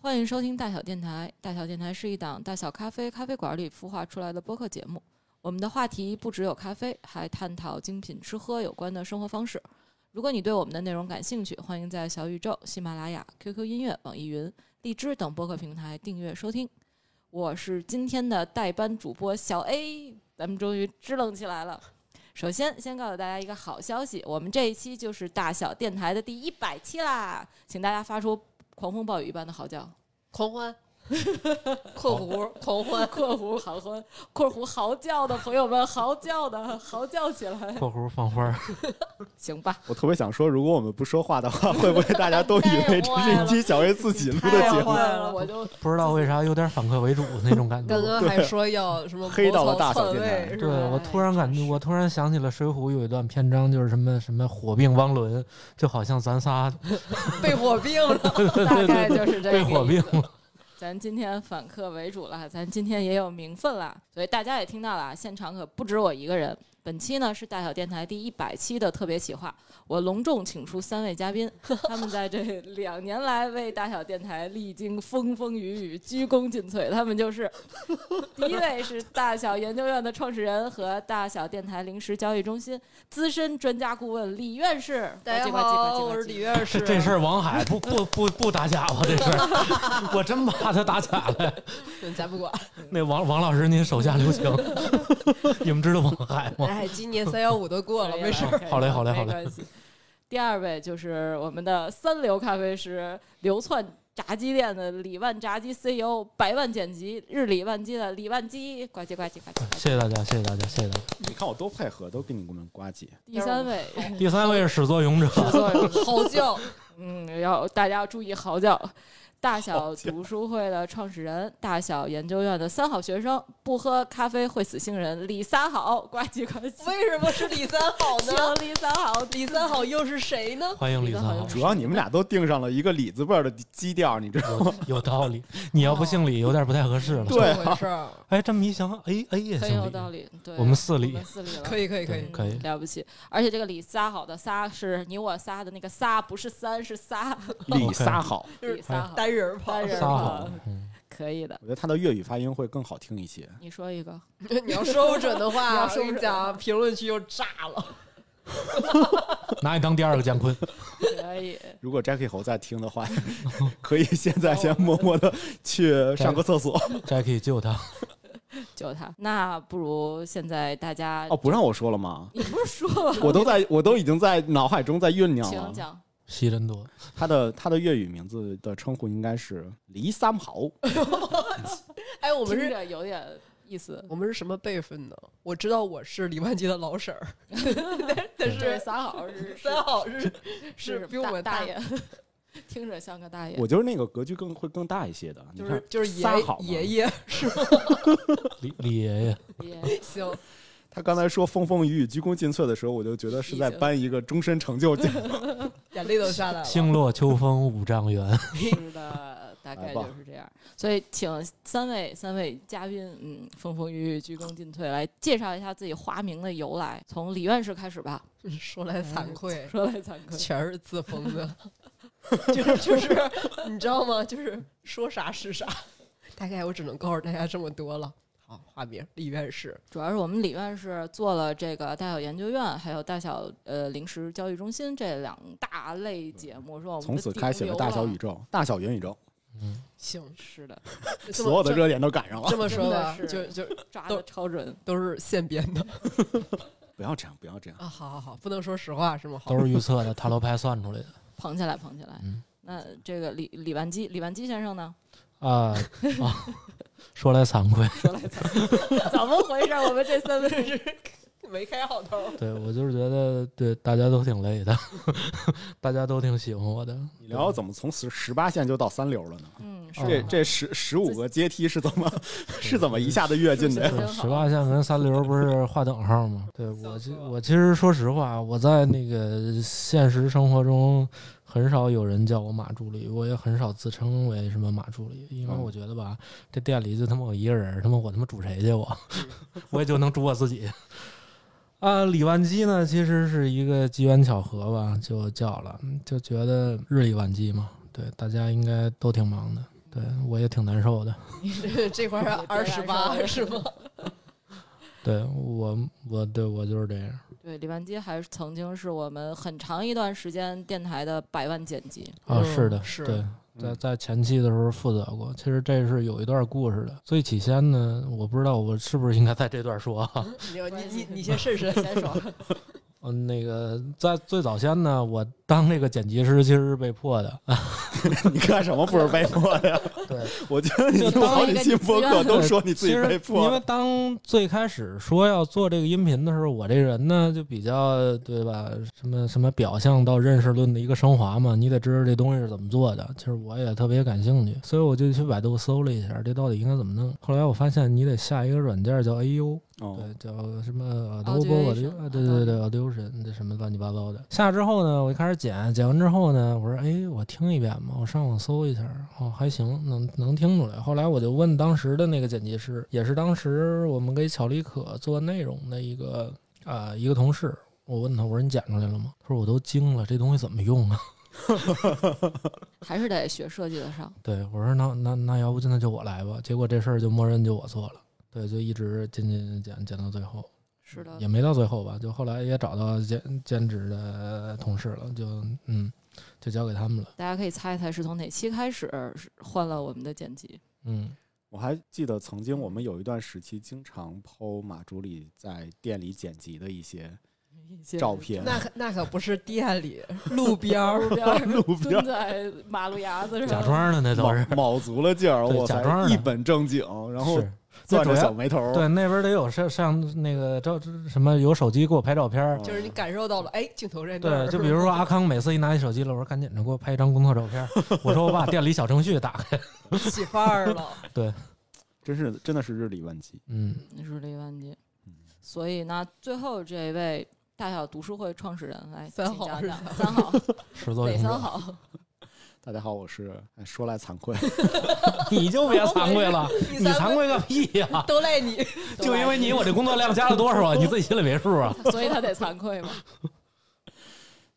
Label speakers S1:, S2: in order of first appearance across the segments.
S1: 欢迎收听大小电台。大小电台是一档大小咖啡咖啡馆里孵化出来的播客节目。我们的话题不只有咖啡，还探讨精品吃喝有关的生活方式。如果你对我们的内容感兴趣，欢迎在小宇宙、喜马拉雅、QQ 音乐、网易云、荔枝等播客平台订阅收听。我是今天的代班主播小 A，咱们终于支棱起来了。首先，先告诉大家一个好消息，我们这一期就是大小电台的第一百期啦！请大家发出狂风暴雨一般的嚎叫，
S2: 狂欢，括弧狂 欢，
S1: 括弧好欢，括弧嚎叫的朋友们，嚎叫的，嚎叫起来，
S3: 括弧放花，
S1: 行吧？
S4: 我特别想说，如果我们不说话的话，会不会大家都以为这是一期小 A 自己录的节
S2: 太
S4: 目？
S2: 坏了，
S1: 我就
S3: 不知道为啥有点反客为主那种感觉
S2: 刚。刚还说要什么
S4: 黑道的大小
S2: 小
S4: 电台
S3: 对我突然感觉，我突然想起了《水浒》有一段篇章，就是什么什么火并汪伦，就好像 咱仨
S2: 被火并 了，
S1: 大概就是这
S3: 被
S1: 个。
S3: 火并了。
S1: 咱今天反客为主了，咱今天也有名分啦，所以大家也听到了啊，现场可不止我一个人。本期呢是大小电台第一百期的特别企划，我隆重请出三位嘉宾， 他们在这两年来为大小电台历经风风雨雨、鞠躬尽瘁。他们就是第一位是大小研究院的创始人和大小电台临时交易中心资深专家顾问李院士。
S2: 大家
S1: 呱唧呱唧呱唧呱
S2: 好，
S1: 唧
S2: 我是李院士。
S3: 这这事儿王海不不不不打假吧？这事儿 我真怕他打假了。
S2: 嗯咱不管。
S3: 那王王老师您手下留情， 你们知道王海吗？
S2: 哎，今年三幺五都过
S1: 哎
S2: 了，没事。
S1: 可以了
S3: 好嘞好嘞
S1: 没
S3: 好嘞
S1: 关系。第二位就是我们的三流咖啡师流窜炸鸡店的李万炸鸡 CEO，百万剪辑日理万机的李万机，呱唧呱唧呱唧。呱唧
S3: 谢谢大家，谢谢大家，谢谢大家。
S4: 你看我多配合，都跟你们呱唧。
S1: 第三位，
S2: 哎
S3: 第三位是始作俑者，
S2: 嚎叫，
S1: 嗯，要大家要注意嚎叫。大小读书会的创始人，大小研究院的三好学生，不喝咖啡会死杏仁，李三好，呱唧呱唧。
S2: 为什么是李三好呢？
S1: 请李三好，
S2: 李三好又是谁呢？
S3: 欢迎李 三好。
S4: 主要你们俩都定上了一个李字辈儿的基调，你知道吗？
S3: 有有道理，你要不姓李有点不太合适了。
S4: 对啊
S2: 这么回事儿，
S3: 哎，这么一想，哎哎也
S1: 很有
S3: 姓
S1: 道
S3: 李，
S1: 理。对，
S3: 我们四里
S1: 我们四里了，
S2: 可以，可以，可以
S3: 对。可以
S1: 嗯了不起。而且这个李仨好的仨是你我仨的那个仨，不是三是 仨，
S4: 李仨好，
S1: 李仨好，
S2: 单人旁
S1: 单人
S3: 仨
S1: 好
S3: 好。嗯
S1: 可以 的。
S4: 我觉得他的粤语发音会更好听一些。
S1: 你说一个，
S2: 你要说不准的
S1: 你要说
S2: 话，我
S1: 不准
S2: 跟你讲，啊评论区又炸了。
S3: 拿你当第二个姜昆，
S1: 可以。
S4: 如果 Jackie 猴在听的话， 可以现在先默默的去上个厕所。
S3: Jackie 救他。
S1: 就他，那不如现在大家
S4: 哦，，不让我说了吗？
S1: 你不是 说吗
S4: 我都在，我都已经在脑海中在酝酿
S1: 请
S4: 了。
S1: 讲，
S3: 西真多，
S4: 他的他的粤语名字的称呼应该是李三好。
S2: 哎，我
S1: 我
S2: 们
S1: 听
S2: 是，
S1: 着有点意思。
S2: 我们是什么辈分呢？我知道我是李万基的老婶儿， 但
S1: 这
S2: 是
S1: 仨好是
S2: 三好是
S1: 是
S2: 是比我们
S1: 大
S2: 大
S1: 爷， 听着像个大爷。
S4: 我就是那个格局更会更大一些的，你
S2: 就
S4: 看
S2: 是就是爷
S4: 仨好嘛
S2: 爷爷是吗？
S3: 李李爷爷，
S1: 爷
S2: 行，
S4: 他刚才说风风雨雨、鞠躬尽瘁的时候，我就觉得是在颁一个终身成就奖。
S2: 眼泪都下来了。
S3: 星落秋风五丈原。
S1: 是的，大概
S4: 来
S1: 就
S4: 吧
S1: 是这样。所以，请三位三位嘉宾，嗯，风风雨雨、鞠躬尽瘁，来介绍一下自己花名的由来。从李院士开始吧，
S2: 说来惭愧，
S1: 说来惭愧。
S2: 全是自封 的，就是就是，你知道吗？就是说啥是啥。大概我只能告诉大家这么多了。好，化名李院士，
S1: 主要是我们李院士做了这个大小研究院，还有大小呃临时教育中心这两大类节目，是我们的
S4: 从此开启
S1: 顶
S4: 了
S1: 流
S4: 大小宇。宙、大小元宇宙，
S3: 嗯，
S2: 行，
S1: 是 的，
S2: 这么
S4: 所有的热点都赶上了。
S2: 这么说吧，
S1: 真
S2: 就
S1: 的
S2: 就
S1: 抓
S2: 都
S1: 的超准。
S2: 都是现编 的
S4: 不要这样，不要这样。
S2: 啊。好好好，不能说实话是吗？好
S3: 都是预测的，塔罗牌算出来的
S1: 捧起来，捧起来。
S3: 嗯
S1: 那这个李李万基，李万基先生呢？
S3: 啊 啊！说来惭愧，
S1: 说来惭愧， 怎么回事？我们这三位是
S2: 没开好头。
S3: 对我就是觉得，对大家都挺累的， 大家都挺喜欢我的。
S4: 你聊怎么从十十八线就到三流了呢？
S1: 嗯，
S3: 哦
S4: 这这十十五个阶梯是怎么是怎么一下子跃进的呀？
S1: 真好
S3: 十八线跟三流不是划等号吗？对我其，我其实说实话，我在那个现实生活中很少有人叫我马助理，我也很少自称为什么马助理，因为
S4: 嗯
S3: 我觉得吧，这店里就他妈我一个人儿，他妈我他妈煮谁去我，我也就能煮我自己。啊，李万基呢，其实是一个机缘巧合吧，就叫了，就觉得日理万机嘛，对，大家应该都挺忙的。对我也挺难受的。
S2: 这块儿二十八是 吗？
S3: 对我，我对我就是这样
S1: 对，李万基还是曾经是我们很长一段时间电台的百万剪辑。
S3: 啊，
S2: 嗯
S3: 是的，
S2: 是嗯
S3: 对。在在前期的时候负责过，其实这是有一段故事的。最起先呢，我不知道我是不是应该在这段说 啊，
S2: 你你你你先试试，先说。
S3: 嗯，那个在最早先呢，我当这个剪辑师其实是被迫的，
S4: 你干什么不是被迫的呀？
S3: 对，
S4: 我觉得你
S3: 就
S4: 听
S3: 当
S4: 好
S1: 一
S4: 几
S1: 个
S4: 期播
S1: 自
S4: 客
S1: 愿
S4: 都说你自
S3: 其
S4: 己啊
S3: 实
S4: 被迫
S3: 因为
S4: 的，
S3: 当最开始说要做这个音频的时候，我这人呢就比较对吧，什么什么表象到认识论的一个升华嘛，你得知道这东西是怎么做的。其实我也特别感兴趣，所以我就去百度搜了一下，这到底应该怎么弄。后来我发现你得下一个软件叫 AU，
S4: 哦，
S3: 对，叫什么呃 Adobe，
S1: Audition，
S3: Audi- 对啊对对，Audition，这什么乱七八糟的。下之后呢，我就开始剪，剪完之后呢，我说，哎，我听一遍吧，我上网搜一下，哦，还行，能能听出来。后来我就问当时的那个剪辑师，也是当时我们给巧立可做内容的一个啊、一个同事，我问他，我说你剪出来了吗？他说我都惊了，这东西怎么用啊？
S1: 还是得学设计的
S4: 嗯
S1: 上。
S3: 对我说那那那要不就那就我来吧。结果这事儿就默认就我做了，对，就一直剪剪剪剪剪到最后。
S1: 是的，
S3: 也没到最后吧，就后来也找到兼兼职的同事了，就嗯，就交给他们了，
S1: 大家可以猜一猜是从哪期开始是换了我们的剪辑？
S3: 嗯，
S4: 我还记得曾经我们有一段时期经常剖马助理在店里剪辑的一些照片，
S2: 那可那可不是店里，路边儿。
S1: 路边儿
S4: 路边儿
S1: 蹲在马路牙子上，
S3: 假装的那都
S4: 卯
S3: 是。
S4: 卯足了劲儿，
S3: 对
S4: 我
S3: 假
S4: 才
S3: 装的
S4: 一本正经，然后
S3: 是那
S4: 攥着
S3: 主要
S4: 小眉头儿，
S3: 对那边得有摄像那个照什么有手机给我拍照片儿，
S4: 嗯
S2: 就是你感受到了，哎，镜头在那儿。
S3: 哦对，就比如说阿康每次一拿起手机来，我说赶紧的给我拍一张工作照片 儿，我说我把店里小程序打 开，
S2: 起范儿了，
S4: 真是真的是日理万机。
S3: 嗯，
S1: 是李万金
S4: 嗯。
S1: 所以呢，最后这位大小读书会创始人来，
S2: 三好
S1: 请讲
S2: 是
S1: 讲三好，
S3: 始作
S1: 北
S3: 俑
S1: 三
S3: 者，
S1: 好，
S4: 大家好，我是哎说来惭愧，
S3: 你就别惭 愧了，
S2: 你
S3: 你惭愧个屁呀、
S2: 都赖你。
S3: 就因为你，我这工作量加了多少啊？你自己心里没数啊？
S1: 所以他得惭愧嘛。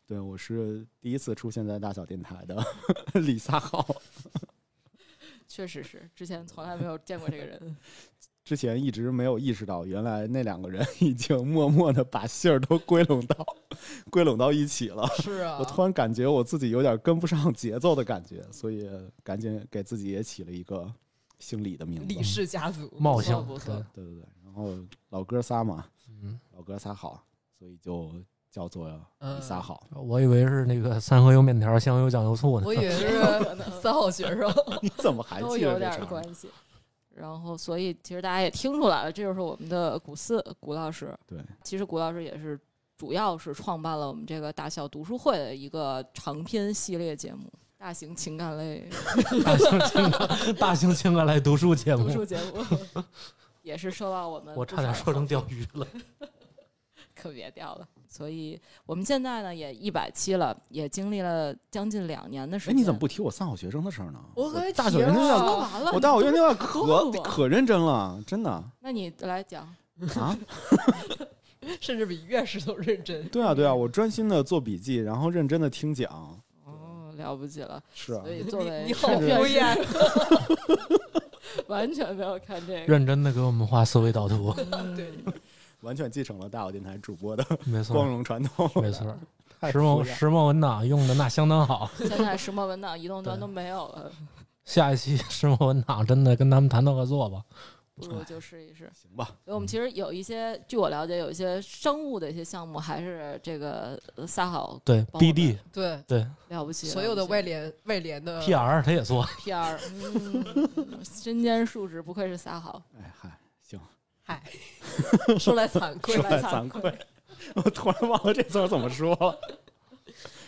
S4: 对我是第一次出现在大小电台的 李萨浩。
S1: 确实是，之前从来没有见过这个人。
S4: 之前一直没有意识到，原来那两个人已经默默的把信儿都归拢到 归拢到一起了。
S2: 是啊，
S4: 我突然感觉我自己有点跟不上节奏的感觉，所以赶紧给自己也起了一个姓李的名字。
S2: 李氏家族
S3: 冒险
S1: 不，错
S3: 对，
S4: 对对对，然后老哥仨嘛，
S3: 嗯，
S4: 老哥仨好，所以就叫做
S2: 嗯
S4: 李仨好。
S3: 我以为是那个三合油面条、香油酱油醋呢。
S2: 我以为是三好学生。
S4: 你怎么还
S1: 嗯都
S4: 记得
S1: 有
S4: 这
S1: 点
S4: 事
S1: 儿
S4: 儿？
S1: 关系。然后，所以其实大家也听出来了，这就是我们的古四古老师。
S4: 对，
S1: 其实古老师也是主要是创办了我们这个大小读书会的一个长篇系列节目，大型情感 类
S3: 大型情感大型情感类读书节
S1: 读
S3: 目
S1: 书，节目， 也是受到我们不
S3: 我差点
S1: 少
S3: 说成钓鱼 了。
S1: 可别掉了。所以我们现在呢也一百期了，也经历了将近两年的时
S4: 哎，
S1: 间。
S4: 你怎么不提我三好学生的事儿呢？
S2: 我刚才
S4: 大
S2: 提
S4: 小学生那
S2: 了
S4: 段
S1: 说完了？
S4: 我大小学那段可
S1: 你都不说我
S4: 可认真了，真的啊！
S1: 那你来讲，
S2: 甚至比院士都认 真。
S4: 对啊，对啊，我专心的做笔记，然后认真的听讲，
S1: 哦，了不起了。
S4: 是啊
S1: 所，以作为
S2: 你你好
S1: 是
S2: 敷衍，啊
S1: 完全没有看这个。嗯
S3: 认真的给我们画思维导 图，
S2: 对，
S4: 完全继承了大小电台主播的
S3: 没
S4: 光
S3: 错，
S4: 荣传统。
S3: 没错。
S4: 太
S3: 石
S4: 敷
S3: 墨
S4: 衍
S3: 石墨文档用的那相当 好，
S1: 现在石墨文档、移动端
S3: 对
S1: 都没有了，
S3: 下一期 石墨文档真的跟他们谈谈合作吧。
S1: 不如就试一试。
S4: 行吧，
S1: 所以我们其实有一些，据我了解，有一些商务的一些项目，还是这个呃撒好
S3: 对
S1: 帮我们
S3: ，BD
S2: 对，
S3: 对
S1: 了不起。
S2: 所有的外联外联
S4: 呃
S2: 的
S3: PR 他也做，
S1: PR，嗯，身兼数职，不愧是撒好。
S4: 哎嗨，行，
S2: 说来 惭愧
S4: 说，来
S1: 惭
S4: 惭愧， 我突然忘了这词儿怎么说 了。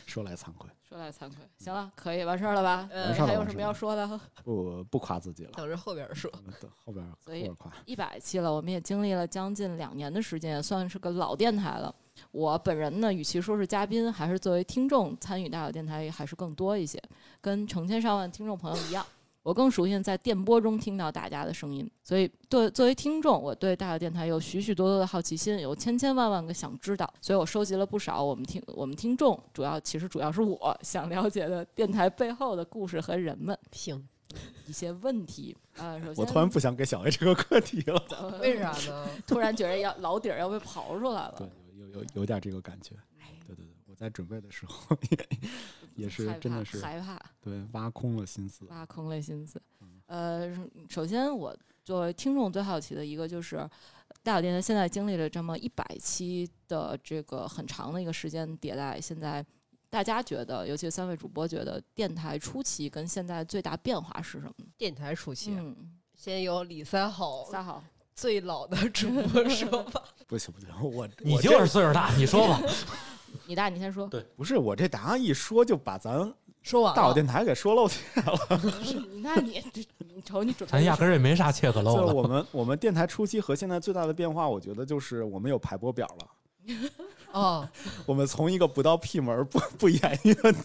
S4: 说来惭愧，
S1: 说来惭愧，行了，可以完事儿了吧？
S2: 嗯完事
S4: 儿了
S1: 还有
S4: 完
S1: 什
S4: 事儿
S1: 么
S4: 了
S1: 要说的？
S4: 不不夸自己了，
S2: 等着后边 说。
S4: 等后边儿后
S1: 所以
S4: 边儿夸。
S1: 一百期了，我们也经历了将近两年的时间，也算是个老电台了。我本人呢，与其说是嘉宾，还是作为听众参与大小电台还是更多一些，跟成千上万听众朋友一样。我更熟悉在电波中听到大家的声音，所以对作为听众，我对大小电台有许许多多的好奇心，有千千万万个想知道，所以我收集了不少我们听我们听众，主要其实主要是我想了解的电台背后的故事和人们。
S2: 行，
S1: 一些问题啊、首先，
S4: 我突然不想给小 A 这个课题了，
S1: 咱们
S2: 为啥呢？
S1: 突然觉得要老底儿要被刨出来
S4: 对
S1: 了？，
S4: 有有有有点这个感觉，
S1: 哎
S4: 对对对，我在准备的时 候也也是
S1: 害怕
S4: 真的是
S1: 害怕
S4: 对挖空了心思，
S1: 挖空了心思。
S4: 嗯
S1: 呃，首先我作为听众最好奇的一个就是，大小电台现在经历了这么一百期的这个很长的一个时间迭代，现在大家觉得，尤其是三位主播觉得，电台初期跟现在最大变化是什么呢？
S2: 电台初期，
S1: 嗯，
S2: 先由李三好
S1: 撒好，
S2: 最老 的主播说吧。
S4: 不行不行，我
S3: 你
S4: 我这
S3: 就是岁数大，你说 吧。
S1: 你大，你先说。
S4: 不是我这答案一说就把
S1: 哦
S4: 咱
S2: 说完
S4: 大小
S2: 了，
S4: 电台给说漏气，
S1: 那你这你瞅你准备
S3: 咱压根儿也没啥切可
S4: 就
S3: 漏
S4: 是
S3: 了。
S4: 我们我们电台初期和现在最大的变化，我觉得就是我们有排播表了，
S2: 哦
S4: 我们从一个不到屁门儿不不演绎的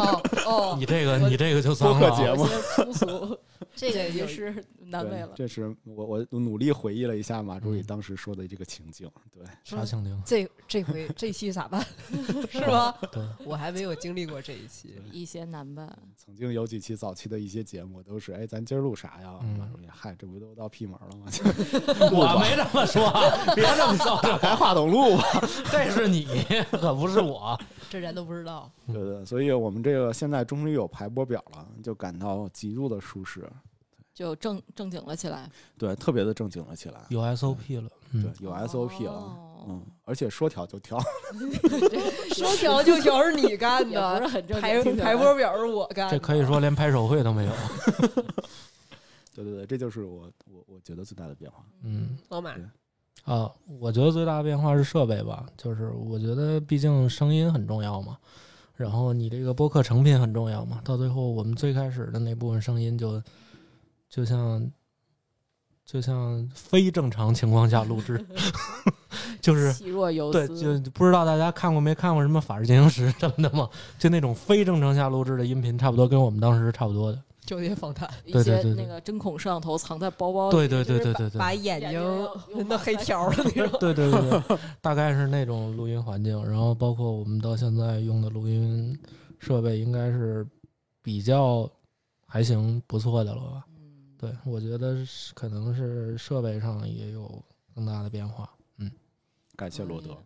S2: 哦哦，
S3: 你这个，
S2: 我
S3: 你这个就脏了
S4: 播客节
S3: 啊。
S4: 目
S1: 有些粗 俗，
S2: 这个
S1: 也
S2: 有
S1: 是难为
S4: 对，
S1: 了。
S4: 这是我我努力回忆了一下马助
S3: 嗯
S4: 理当时说的这个情境，对，
S3: 啥情景？
S2: 这这回这期咋办？ 是吧？
S3: 对，
S2: 我还没有经历过这一期。
S1: 一些难办，
S4: 曾经有几期早期的一些节目都是，哎，咱今儿录啥呀？
S3: 嗯
S4: 马助理，嗨，这不都到屁门儿了吗？
S3: 我没这么说，啊别这么造
S4: 打开话筒录吧。
S3: 这是你，可不是我。
S2: 这咱都不知道。
S4: 对对，所以我们这个现在终于有排播表了，就感到极度的舒适，
S1: 就正正经了起来。
S4: 对，特别的正经了起来，
S3: 有 SOP 了，
S4: 对
S3: 嗯，，
S4: 有 SOP 了。
S1: 哦
S4: 嗯，而且说调就调，
S2: 说调 就调是你 干
S1: 也不是
S2: 的，
S1: 很正经
S2: 排
S1: 听起来
S2: 排播表是我干的。
S3: 这可以说连拍手会都没有。
S4: 对对对，这就是我我我觉得最大的变化。
S3: 嗯
S2: 老马
S3: 啊，我觉得最大的变化是设备吧，就是我觉得毕竟声音很重要嘛，然后你这个播客成品很重要嘛，到最后我们最开始的那部分声音就就像就像非正常情况 下录制， 就是
S1: 细若游
S3: 对，
S1: 丝，
S3: 就不知道大家看过没看过什么《法制进行时》什么的吗？就那种非正常下录制的音频，差不多跟我们当时是差不多的。
S2: 就业访谈，
S1: 一
S3: 对对
S1: 些
S3: 对对
S1: 那个针孔摄像头藏在包包里，
S3: 对对对对对对，
S2: 把眼
S1: 眼
S2: 睛
S1: 睛又
S2: 弄黑条了那 种。
S3: 对对对对，大概是那种录音环境，然后包括我们到现在用的录音设备，应该是比较还行不错的了吧？
S1: 嗯，
S3: 对，我觉得是可能是设备上也有更大的变化。
S4: 感谢罗德
S1: 哎，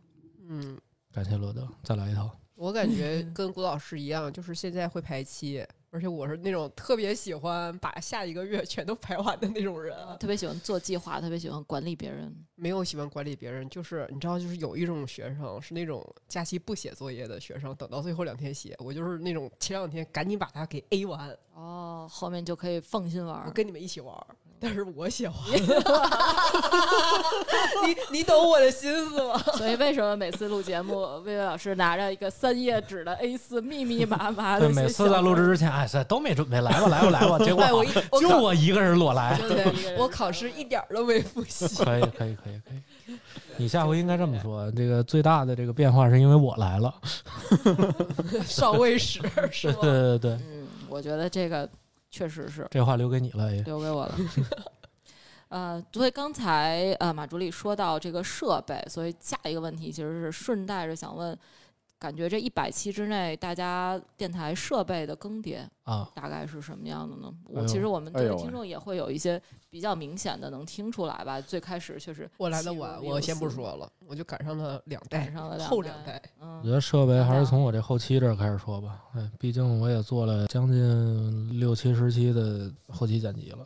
S2: 嗯，
S3: 感谢罗德，再来一套。
S2: 我感觉跟谷老师一样，就是现在会排期，而且我是那种特别喜欢把下一个月全都排完的那种人。啊
S1: 特别喜欢做计划，特别喜欢管理别人。
S2: 没有喜欢管理别人，就是你知道，就是有一种学生是那种假期不写作业的学生，等到最后两天写。我就是那种前两天赶紧把它给 A 完，
S1: 哦，后面就可以放心玩
S2: 我
S1: 儿。
S2: 跟你们一起玩儿，但是我写完了，你你懂我的心思吗？
S1: 所以为什么每次录节目，魏巍老师拿着一个三页纸的 A 4密密麻麻
S3: 对，
S1: 的，
S3: 每次在录制之前，哎，塞都没准备，来吧来吧来吧，结果
S2: 哎，我一我
S3: 就
S2: 考
S3: 我一个人裸来。
S2: 对对，我考试一点儿都没复 习。
S3: 可以可以可以可以， 你下回应该这么说，这个最大的这个变化是因为我来了。
S2: 少尉史是
S3: 对
S2: 吗？
S3: 对对对，
S1: 嗯，我觉得这个确实是
S3: 这话留给你了 也。
S1: 留给我了。 呃，所以刚才呃马助理说到这个设备，所以下一个问题其实是顺带着想问，感觉这一百期之内大家电台设备的更迭
S3: 啊，
S1: 大概是什么样的呢？
S3: 哎
S1: 我
S3: 呦
S1: 其实我们对
S4: 哎呦
S1: 着
S4: 喂
S1: 听众也会有一些比较明显的能听出来吧。最开始确实
S2: 我来的
S1: 的
S2: 晚，我先不，说了，我就赶上了两代
S1: 赶，上了
S2: 后
S1: 两
S2: 两代。
S3: 我
S4: 哎
S3: 觉
S1: 嗯，
S3: 得设备还是从我这后期这儿开始说吧。哎，毕竟我也做了将近六七十期的后期剪辑了。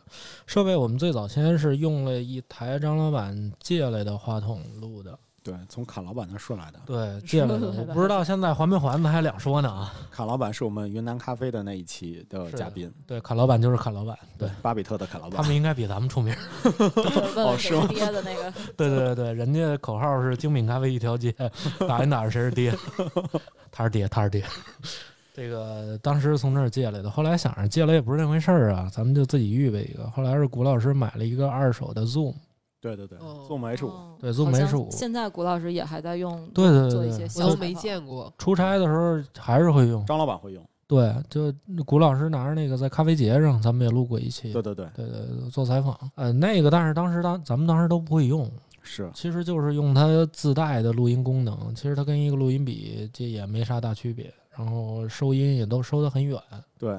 S3: 设备我们最早先是用了一台张老板借来的话筒录的，
S4: 对，从卡老板那儿顺来的。
S3: 对，借来的，我不知道现在还没还呢，还两说呢啊。
S4: 卡老板是我们云南咖啡的那一期的
S3: 是的
S4: 嘉宾，
S3: 对，卡老板就是卡老板，对
S4: 巴比特的卡老
S3: 他
S4: 板。
S3: 们应该比咱们出名。
S1: 问问
S4: 哦是
S1: 谁
S4: 吗
S1: 是爹的那 个，
S3: 对对对对，人家口号是“精品咖啡一条 街”，打人哪是谁是 爹，他是爹，他是爹。这个当时从这儿借来的，后来想着借来也不是那回事儿啊，咱们就自己预备一个。后来是谷老师买了一个二手的 Zoom，
S4: 对对对
S2: 哦
S4: ，Zoom H 五，
S1: 哦
S3: 对 Zoom
S1: 好像
S3: H 五
S1: 现在谷老师也还在用，
S3: 对对
S1: 做
S3: 对
S1: 一
S3: 对
S1: 些，
S2: 我
S1: 小
S2: 都
S1: 采
S2: 没
S1: 访
S2: 见过，
S3: 出差的时候还是会用。
S4: 张老板会用。
S3: 对，就谷老师拿着那个在咖啡节上，咱们也录过一期。
S4: 对对对，
S3: 对对对，做采访，呃，那个，但是当时当咱们当时都不会用，
S4: 是
S3: 其实就是用它自带的录音功能，其实它跟一个录音笔这也没啥大区别，然后收音也都收得很远，
S4: 对，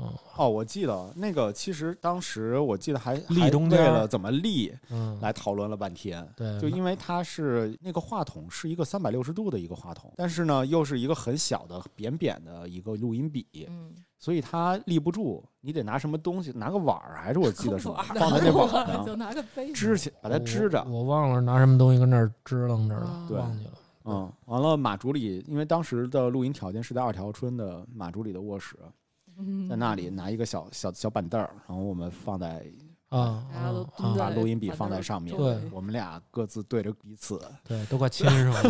S3: 嗯
S4: 哦，我记得那个，其实当时我记得还
S3: 立
S4: 还
S3: 中
S4: 为
S3: 间儿
S4: 了怎么立
S3: 嗯，
S4: 来讨论了半天。
S3: 对，
S4: 就因为它是那个话筒是一个三百六十度的一个话筒，但是呢又是一个很小的扁扁的一个录音笔，
S1: 嗯，
S4: 所以它立不住，你得拿什么东西，拿个碗儿还是我记得 是
S1: 碗儿
S4: 放在那啊碗
S1: 我 就
S4: 上
S1: 拿个杯子，
S4: 支起，把
S3: 哦
S4: 它支着。
S3: 我我忘了拿什么东西跟那儿支棱着了，
S1: 哦
S4: 对
S3: 忘记了。
S4: 嗯，完了马竹里，因为当时的录音条件是在二条村的马竹里的卧室，
S1: 嗯
S4: 在那里拿一个小小小板凳儿，然后我们放在
S3: 啊
S1: 大家都
S3: 啊
S1: 蹲在
S4: 把录音笔放在上面
S1: 板凳儿周围
S3: 对
S4: 我们俩各自对着彼此，
S3: 对，都快 亲上了。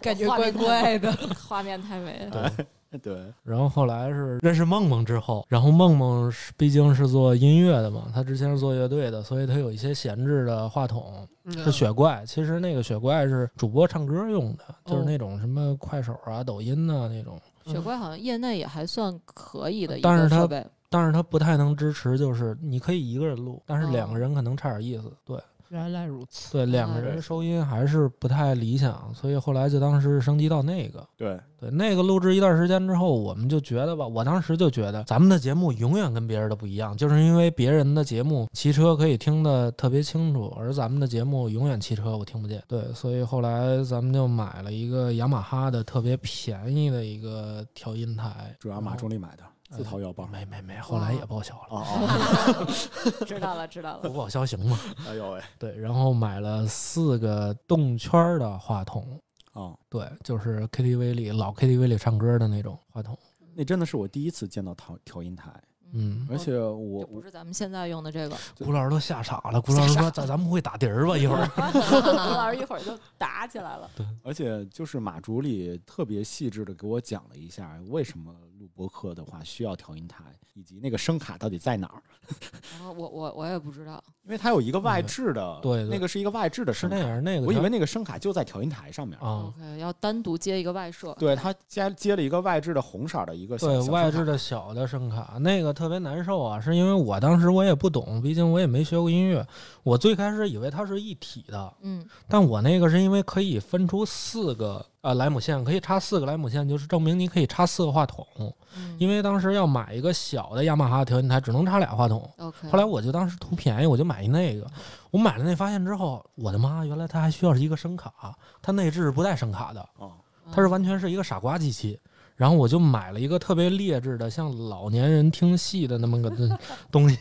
S2: 感觉怪怪的。
S1: 画面太美了。
S3: 对，
S4: 对，
S3: 然后后来是认识梦梦之后，然后梦梦是毕竟是做音乐的嘛，她之前是做乐队的，所以她有一些闲置的话筒
S2: 嗯啊
S3: 是雪怪。其实那个雪怪是主播唱歌用的，就是
S2: 哦
S3: 那种什么快手啊、抖音呐、那种。
S2: 嗯
S1: 雪怪好像业内也还算可以的一
S3: 但是
S1: 个
S3: 它
S1: 设备，
S3: 但是它不太能支持，就是你可以一个人录，但是
S1: 哦
S3: 两个人可能差点意思。对
S2: 原来如此，
S3: 对，两个人收音还是不太理想，所以后来就当时升级到那个。
S4: 对，
S3: 对，那个录制一段时间之后，我们就觉得吧，我当时就觉得咱们的节目永远跟别人的不一样，就是因为别人的节目骑车可以听得特别清楚，而咱们的节目永远骑车我听不见。对，所以后来咱们就买了一个雅马哈的特别便宜的一个调音台，
S4: 主要马中立买的，
S3: 然后
S4: 自掏腰包。
S3: 没没没，后来也报销了。
S4: 哦哦，
S1: 知道了知道
S3: 不
S1: 了。
S3: 报销行吗？
S4: 哎呦喂，
S3: 对，然后买了四个动圈儿的话筒，
S4: 哦，
S3: 对，就是 KTV 里老 KTV 里唱歌的那种话筒，
S4: 那真的是我第一次见到调调音台，
S3: 嗯。
S4: 而且我
S1: 就不是咱们现在用的这个，
S4: 对
S3: 古老师都吓傻了。古老师
S2: 吓傻
S3: 说：“咱咱们会打笛儿吧？一会儿。
S1: 刘 老师一会儿就打起来了。
S4: 而且就是马竹里特别细致的给我讲了一下哎为什么录播客的话需要调音台，以及那个声卡到底在哪儿，
S1: 然后我我我也不知道，
S4: 因为它有一个外置的，
S3: 对对
S4: 那个是一个外置的”
S3: 是
S4: 声
S3: 那
S4: 卡，
S3: 样，那个
S4: 我以为哦那个声卡就在调音台上面。
S3: 啊，
S1: OK，要单独接一个外设。
S4: 对，它接接了一个外置的红色的一个小
S3: 对
S4: 小声
S3: 外
S4: 卡
S3: 置的小的声卡，那个特别难受啊，是因为我当时我也不懂，毕竟我也没学过音乐。我最开始以为它是一体的，
S1: 嗯，
S3: 但我那个是因为可以分出四个呃莱姆线，可以插四个莱姆线，就是证明你可以插四个话筒。
S1: 嗯
S3: 因为当时要买一个小的雅马哈调音台，只能插俩话筒。
S1: OK，
S3: 后来我就当时图便宜，我就买一那个。我买了那发现之后，我的妈，原来它还需要是一个声卡，它内置是不带声卡的，
S4: 哦，
S1: 嗯
S3: 它是完全是一个傻瓜机器。然后我就买了一个特别劣质的，像老年人听戏的那么个东 东西，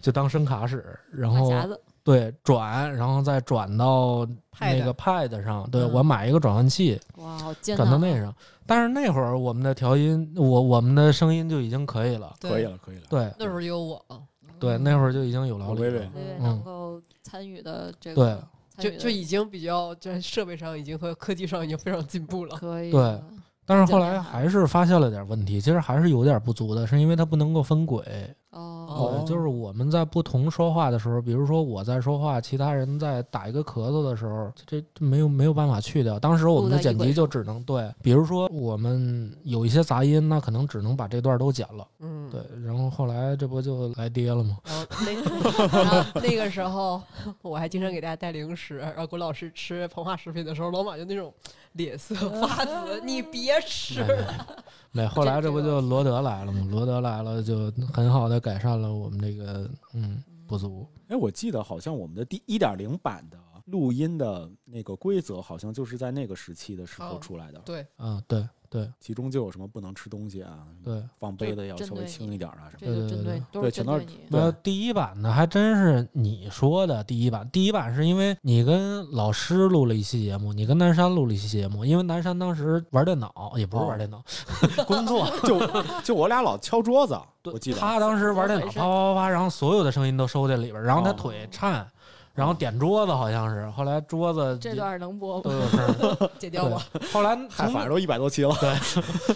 S3: 就当声卡使。然
S1: 马
S3: 后
S1: 匣子，
S3: 对转，然后再转到那个 Pad 上。对我买一个转换器，
S1: 哇，好啊艰
S3: 转到
S1: 难。
S3: 那上。但是那会儿我们的调音，我我们的声音就已经可以了。
S4: 可以，了，可以了。
S3: 对
S2: 那时候有我，啊
S3: 对，那会儿就已经有老
S4: 我
S3: 李
S4: 微
S3: 了
S4: 微。
S1: 微微
S3: 嗯
S1: 嗯能够参与的这
S3: 对
S1: 个，参
S2: 就
S1: 与的
S2: 就已经比较在设备上已经和科技上已经非常进步了。
S1: 可以
S3: 对
S1: 了
S3: 但是后来还是发现了点问题，其实还是有点不足的，是因为它不能够分轨。
S1: 哦，
S4: 哦
S3: 对，就是我们在不同说话的时候，比如说我在说话，其他人在打一个咳嗽的时候，这这没有没有办法去掉。当时我们的剪辑就只能对，比如说我们有一些杂音，那可能只能把这段都剪了。
S2: 嗯，
S3: 对，然后后来这不就来跌了吗？
S2: 然后 那然后那个时候， 我还经常给大家带零食，然后郭老师吃膨化食品的时候，老马就那种脸色发紫，你别吃
S3: 没。没，没后来这不就罗德来了吗？罗德来了就很好的改善了我们这个嗯不足。
S4: 哎，我记得好像我们的第一点零版的录音的那个规则，好像就是在那个时期的时候
S2: 哦
S4: 出来的，
S2: 对，
S3: 啊，对对
S4: 其中就有什么不能吃东西啊，
S3: 对，
S4: 放杯子要
S1: 针
S4: 稍微
S1: 对
S4: 轻
S1: 你
S4: 一点啊什
S1: 这
S4: 么
S1: 就
S3: 对
S1: 针
S3: 对
S1: 对
S3: 对
S1: 都是
S4: 对全
S1: 针
S4: 都是
S1: 对你。
S3: 那第一版呢，还真是你说的第一版。第一版是因为你跟老师录了一期节目，你跟南山录了一期节目，因为南山当时玩电脑，也不
S4: 哦
S3: 是玩电脑，工作。
S4: 的，就就我俩老敲 桌子，我记得
S3: 他当时玩电脑，
S1: 我本
S3: 啪
S1: 身
S3: 啪啪啪，然后所有的声音都收在里边儿，然后他
S4: 哦
S3: 腿颤，然后点桌子好像是，后来桌子
S1: 这段能播
S3: 都
S1: 吗？
S3: 有声 儿。
S2: 剪掉我。
S3: 对，后来
S4: 嗨，
S3: 从
S4: 反正都一百多期 了，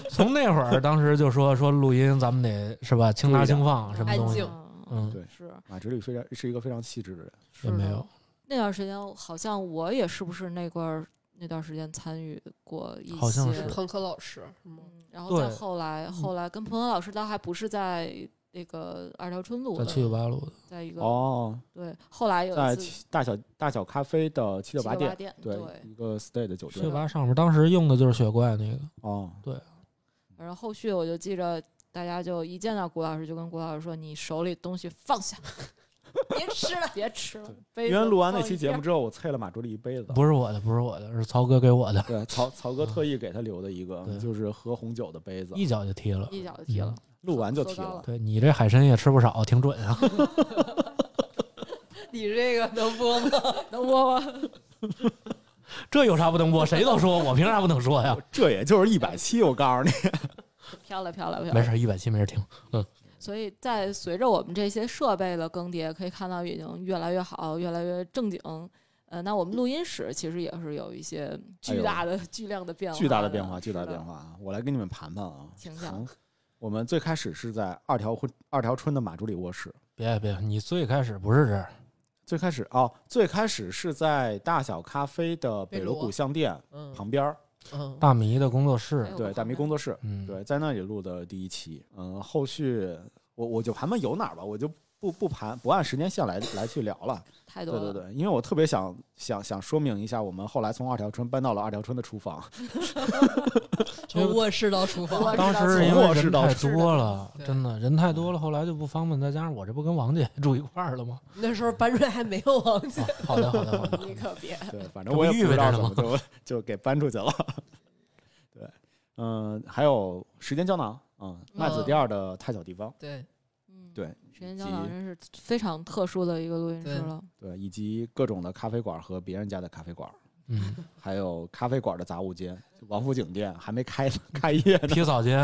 S3: 从那会儿，当时就说说录音，咱们得是吧，轻拿轻放啊什么
S2: 安
S3: 东西
S2: 静，
S3: 嗯，
S4: 对
S1: 是
S4: 马哲里啊非常是一个非常细致的人，
S1: 是
S3: 也没
S1: 的
S3: 有。
S1: 那段时间，好像我也是不是那块儿那段时间参与过一些，
S3: 好像是
S2: 朋克老师是吗？
S1: 嗯，然后再
S3: 对
S1: 后来后来跟彭彭老师，他还不是在那个二条村录
S3: 在
S1: 的，
S3: 七九八录的，
S1: 在一个、
S4: 哦，
S1: 对，后来有
S4: 在
S1: 一次
S4: 七大小大小咖啡的七
S1: 七
S4: 六八
S1: 店
S4: 店，，
S1: 对，
S4: 一个 stay 的酒
S3: 七
S4: 店
S3: 九，八上面当时用的就是雪怪那个。
S4: 哦，
S3: 对，
S1: 反正后续我就记着，大家就一见到谷老师就跟谷老师说：“你手里东西放下，
S2: 别 吃了，
S1: 别吃 了。”
S4: 因为录完那期节目之后，我啐了马助理一杯子。
S3: 不是我的，不是我的，是曹哥给我的，
S4: 对，曹曹哥特意给他留的一个
S3: 对，
S4: 就是喝红酒的杯子，
S3: 一脚就踢了。
S1: 一脚就踢了，
S3: 嗯
S4: 录完就
S1: 糟
S4: 踢
S1: 糕
S4: 了
S1: 了。
S3: 对你这海参也吃不少，挺准啊。
S2: 你这个能播吗？
S1: 能播吗？
S3: 这有啥不能播？谁都说，我凭啥不能说 呀？
S4: 这也就是一百七，我告诉你，
S1: 飘了飘了飘
S3: 没
S1: 了。
S3: 事，一百期没人听。
S1: 所以在随着我们这些设备的更迭，可以看到已经越来越好，越来越正经。呃，那我们录音室其实也是有一些巨大的、巨量的变化，
S4: 哎巨大的变化，巨大的
S1: 的
S4: 变。化啊！我来跟你们盘盘啊，
S1: 请讲
S4: 从我们最开始是在二条婚二条村的马助理卧室，
S3: 别别，你最开始不是这样，
S4: 最开始哦，最开始是在大小咖啡的北
S2: 北锣
S4: 锣鼓巷店
S2: 嗯
S4: 旁边儿，
S2: 嗯，
S3: 大迷的工作室
S1: 哎，呦
S4: 对，大迷工作室，
S3: 嗯，
S4: 对，在那里录的第一期。嗯，后续我我就盘盘有哪儿吧，我就不不盘不按时间线来来去聊了。
S1: 太多
S4: 对
S1: 了。
S4: 对对，因为我特别想想想说明一下，我们后来从二条村搬到了二条村的厨房，
S2: 从卧室到厨房，
S3: 当
S1: 我知
S3: 时
S1: 道
S3: 因为
S4: 我知
S3: 人
S4: 道
S3: 太
S4: 是
S3: 多了，
S2: 对
S3: 真的人太多
S4: 嗯
S3: 了，后来就不方便。再加上我这不跟王姐住一块儿了吗？
S2: 那时候搬出来还没有王 姐
S3: 啊，好的，好的，好的。
S1: 你可 别，
S4: 对，反
S3: 这
S4: 正
S3: 不
S4: 我也
S3: 预
S4: 不
S3: 备着
S4: 知道
S3: 呢
S4: 怎么
S3: 吗
S4: 就 就给搬出去了。对，嗯，还有时间胶囊，嗯，麦子
S2: 嗯
S4: 店儿的太小地方，
S2: 对，
S1: 嗯，
S4: 对
S1: 时间胶囊真是非常特殊的一个录音室 了。
S4: 对，以及各种的咖啡馆和别人家的咖啡馆，
S3: 嗯，
S4: 还有咖啡馆的杂物间，就王府井店还没开呢，开业呢。
S3: 皮草间，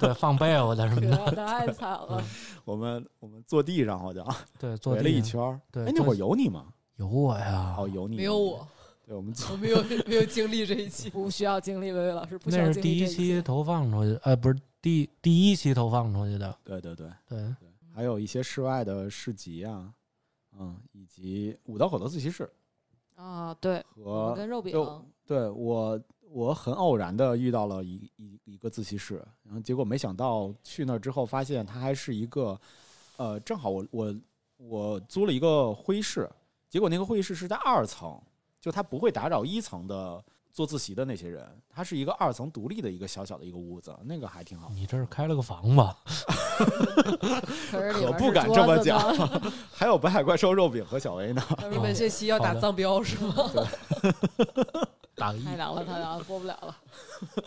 S3: 对，放被窝的什么的，
S4: 啊
S1: 可太惨
S4: 嗯
S1: 了，
S4: 我们我们坐地上好像
S3: 对，坐
S4: 围
S3: 地
S4: 了一
S3: 上
S4: 圈儿。
S3: 对
S4: 哎，那
S3: 坐
S4: 会儿有你吗？
S3: 有我呀，
S4: 哦，有你，
S2: 没有我，
S4: 对，我们坐
S2: 我没有没有经历这一期，
S1: 不需要经历薇薇老师，不需要
S3: 那
S1: 经
S3: 是
S1: 历
S3: 第一
S1: 这
S3: 期投放出去，呃，不是第第一期投放出去的，
S4: 对对对，
S3: 对，
S4: 还有一些室外的市集啊，嗯，以及五道口的自习室
S1: 啊，对，我们
S4: 和
S1: 跟肉饼
S4: 就对我我很偶然的遇到了一一一个自习室，然后结果没想到去那儿之后发现它还是一个，呃，正好我我我租了一个会议室，结果那个会议室是在二层，就它不会打扰一层的做自习的那些人，它是一个二层独立的一个小小的一个屋子，那个还挺好。
S3: 你这是开了个房吧？
S1: 可是里
S4: 可
S1: 边
S4: 不
S1: 是
S4: 敢
S1: 桌
S4: 这么
S1: 子呢
S4: 讲， 哦还有北海怪兽肉饼和小 A 呢，
S2: 你们这期要打脏标是吗？
S3: 打个一
S1: 太难 了，太难了，播不了了。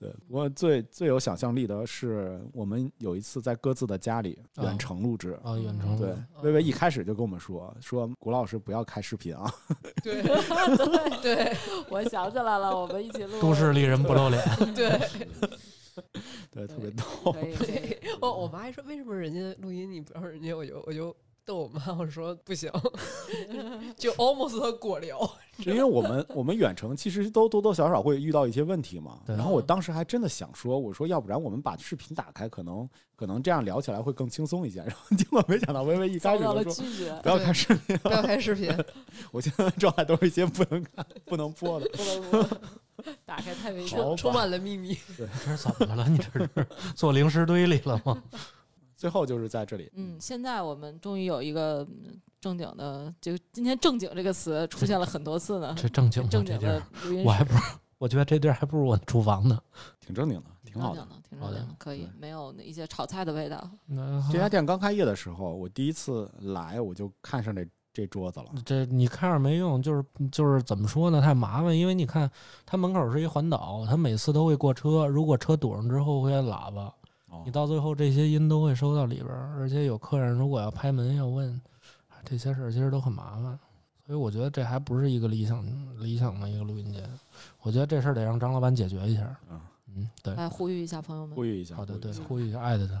S4: 对，不过最最有想象力的是，我们有一次在各自的家里
S3: 哦
S4: 远程录制。
S3: 啊，远程
S4: 对
S3: 的，
S1: 哦
S4: 薇薇一开始就跟我们说，说谷老师不要开视频啊，
S2: 对
S1: 对，我想起来了，我们一起录
S3: 都市丽人不露脸，
S2: 对
S4: 对，特
S1: 对
S4: 别逗。
S1: 可以，可以
S2: 对，我我妈还说为什么人家录音你不让人家，我就我就逗我妈，我说不行， 就 almost 和果 聊，
S4: 因为我们我们远程其实都多多少少会遇到一些问题嘛。
S3: 对
S1: 嗯
S4: 然后我当时还真的想说，我说要不然我们把视频打开，可能可能这样聊起来会更轻松一些。 然后结果没想到薇薇 一开
S1: 遭
S4: 始
S1: 到了
S4: 就说
S1: 拒绝，
S4: 不要看视频，
S2: 不要开视频，
S4: 我现在状态都是一些不能 看、不能播的。
S1: 不 能播，打开太危险
S4: 好
S1: 了。
S2: 充
S4: 吧
S2: 充满了秘密。
S3: 这是怎么了？你这是坐零食堆里了吗？
S4: 最后就是在这里，
S1: 嗯，现在我们终于有一个嗯正经的，就今天“正经”这个词出现了很多次呢。
S3: 这正经吗？
S1: 正
S3: 这
S1: 经
S3: 地儿
S1: 的，录音
S3: 我还
S1: 室，
S3: 不如，我觉得这地儿还不如我厨房呢。
S4: 挺正经的，挺
S1: 挺
S4: 好
S1: 正
S4: 的
S1: 经。的，挺
S3: 好
S1: 正
S3: 的
S1: 经的，可以
S4: 对，
S1: 没有那一些炒菜的味道。
S3: 那
S4: 这家店刚开业的时候，我第一次来我就看上这这桌子了。
S3: 这你看着没用，就是就是怎么说呢，太麻烦。因为你看，它门口是一环岛，它每次都会过车，如果车堵上之后会按喇叭，
S4: 哦
S3: 你到最后这些音都会收到里边儿。而且有客人如果要拍门要问，哎这些事儿其实都很麻烦。所以我觉得这还不是一个理想理想的一个录音间，我觉得这事儿得让张老板解决一下。
S4: 嗯
S3: 嗯，对，
S1: 来呼吁一下朋友们
S4: 呼，吁一下，
S3: 好的，
S4: 呼吁
S3: 对
S4: 一，下
S3: 呼吁一下，艾特他。